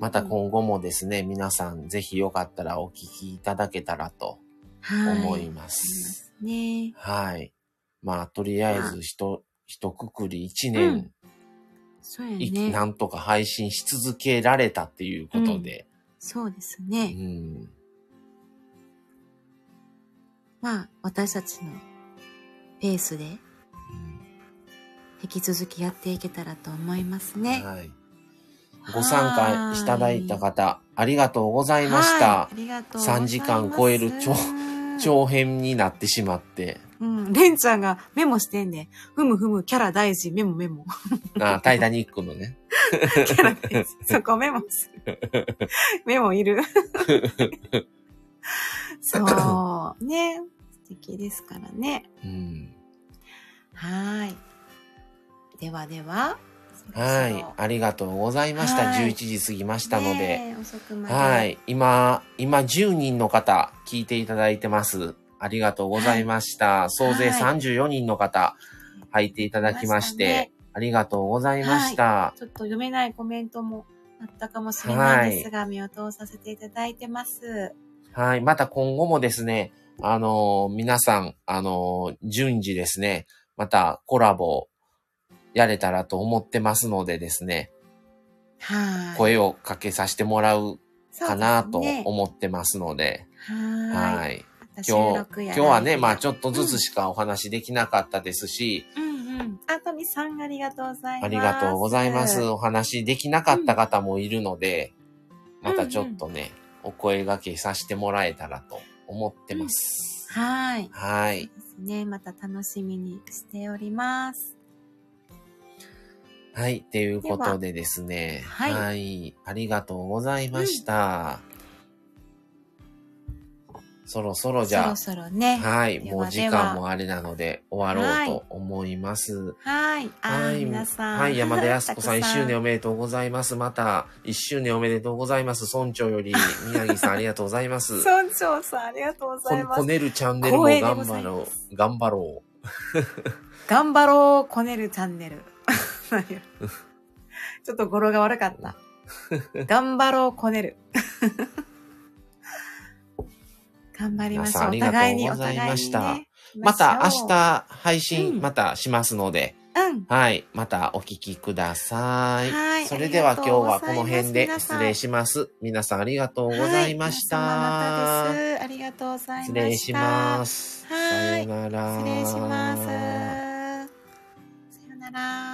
S1: また今後もですね、皆さんぜひよかったらお聞きいただけたらと
S2: はい。
S1: 思い
S2: ま
S1: ますす。
S2: ね。
S1: はい。まあ、とりあえずひと、ひとくくり1年、
S2: そうや
S1: い
S2: ね。
S1: なんとか配信し続けられたっていうことで、
S2: そうです
S1: う
S2: ね。
S1: ん、
S2: まあ、私たちのペースで引き続きやっていけたらと思いますね。
S1: はい。ご参加いただいた方、ありがとうござ
S2: はい
S1: ました
S2: あ。りがとうござい
S1: 3
S2: ます。
S1: 時間超える超長編になってしまって、
S2: うん、レンちゃんがメモしてんねん。ふむふむ、キャラ大事、メモ メモ。
S1: あタイタニックのね。
S2: キャラ大事。そこメモする。メモいる。そう。ね。素敵ですからね。
S1: うん、
S2: はーい。ではでは。
S1: はい。ありがとうございました。
S2: はい
S1: 11時過ぎましたので。
S2: で。遅くまで。
S1: は。い。今、今10人の方、聞いていただいてます。ありがとうございました。総勢
S2: は
S1: 34人の方、履いていただきまして、
S2: ましたね
S1: ありがとうございました。
S2: はい。ちょっと読めないコメントもあったかもしれないですが、目を通させていただいてます。
S1: はい。また今後もですね、あのー皆さん、あのー順次ですね、またコラボやれたらと思ってますのでですね、
S2: はい。
S1: 声をかけさせてもらうかなと
S2: そうですね
S1: 思ってますので、
S2: は。
S1: はいい。
S2: また収
S1: 今
S2: 録
S1: 日、今
S2: や
S1: 日は
S2: ラ
S1: ね、
S2: イブや
S1: まあちょっとずつしかお話できなかったですし、
S2: うんうん。あとみさん、ありがとうございます。
S1: ありがとうございます。お話できなかった方もいるので、またちょっとね、お声掛けさせてもらえたらと思ってます。
S2: はい。
S1: はい。
S2: ですね。また楽しみにしております。
S1: はい。っていうことでですね。
S2: ははい
S1: ありがとうございました。そろそろじゃあ、
S2: そろそろね。
S1: はい。
S2: では
S1: もう時間もあれなので終わろうと思います。
S2: はい。あー、
S1: はい。
S2: 皆さん。
S1: はい。山田康子 さん、
S2: た
S1: 1
S2: く
S1: 周年おめでとうございます。また、1周年おめでとうございます。村長より、宮城さん、ありがとうございます。
S2: 村長さん、ありがとうござい
S1: こ
S2: ます
S1: こ。ねるチャンネルも
S2: 光栄で
S1: 頑
S2: ござ
S1: 張
S2: い
S1: ろ
S2: ま
S1: う。頑張ろう。
S2: 頑張ろう、こねるチャンネル。 何よちょっと語呂が悪 かった。頑張ろう、こねる。頑張りましょう。お
S1: 皆さん
S2: 互いに、
S1: あ
S2: お
S1: りがとうござ
S2: 互
S1: いま
S2: いに、ね。
S1: した
S2: 行き
S1: ま
S2: しょう
S1: た明。日配
S2: う
S1: 信
S2: ん
S1: またしますので、
S2: うん。
S1: はい。またお聞きください。
S2: はい
S1: それでは
S2: あり
S1: 今
S2: が
S1: 日
S2: とうござい
S1: は
S2: ます
S1: この辺で
S2: 皆さ
S1: 失
S2: ん
S1: 礼します。皆さんありがとうございました。
S2: はい皆様またです。ありがとうございました。
S1: 失礼します。
S2: はい
S1: さようなら。
S2: 失礼します。さよなら。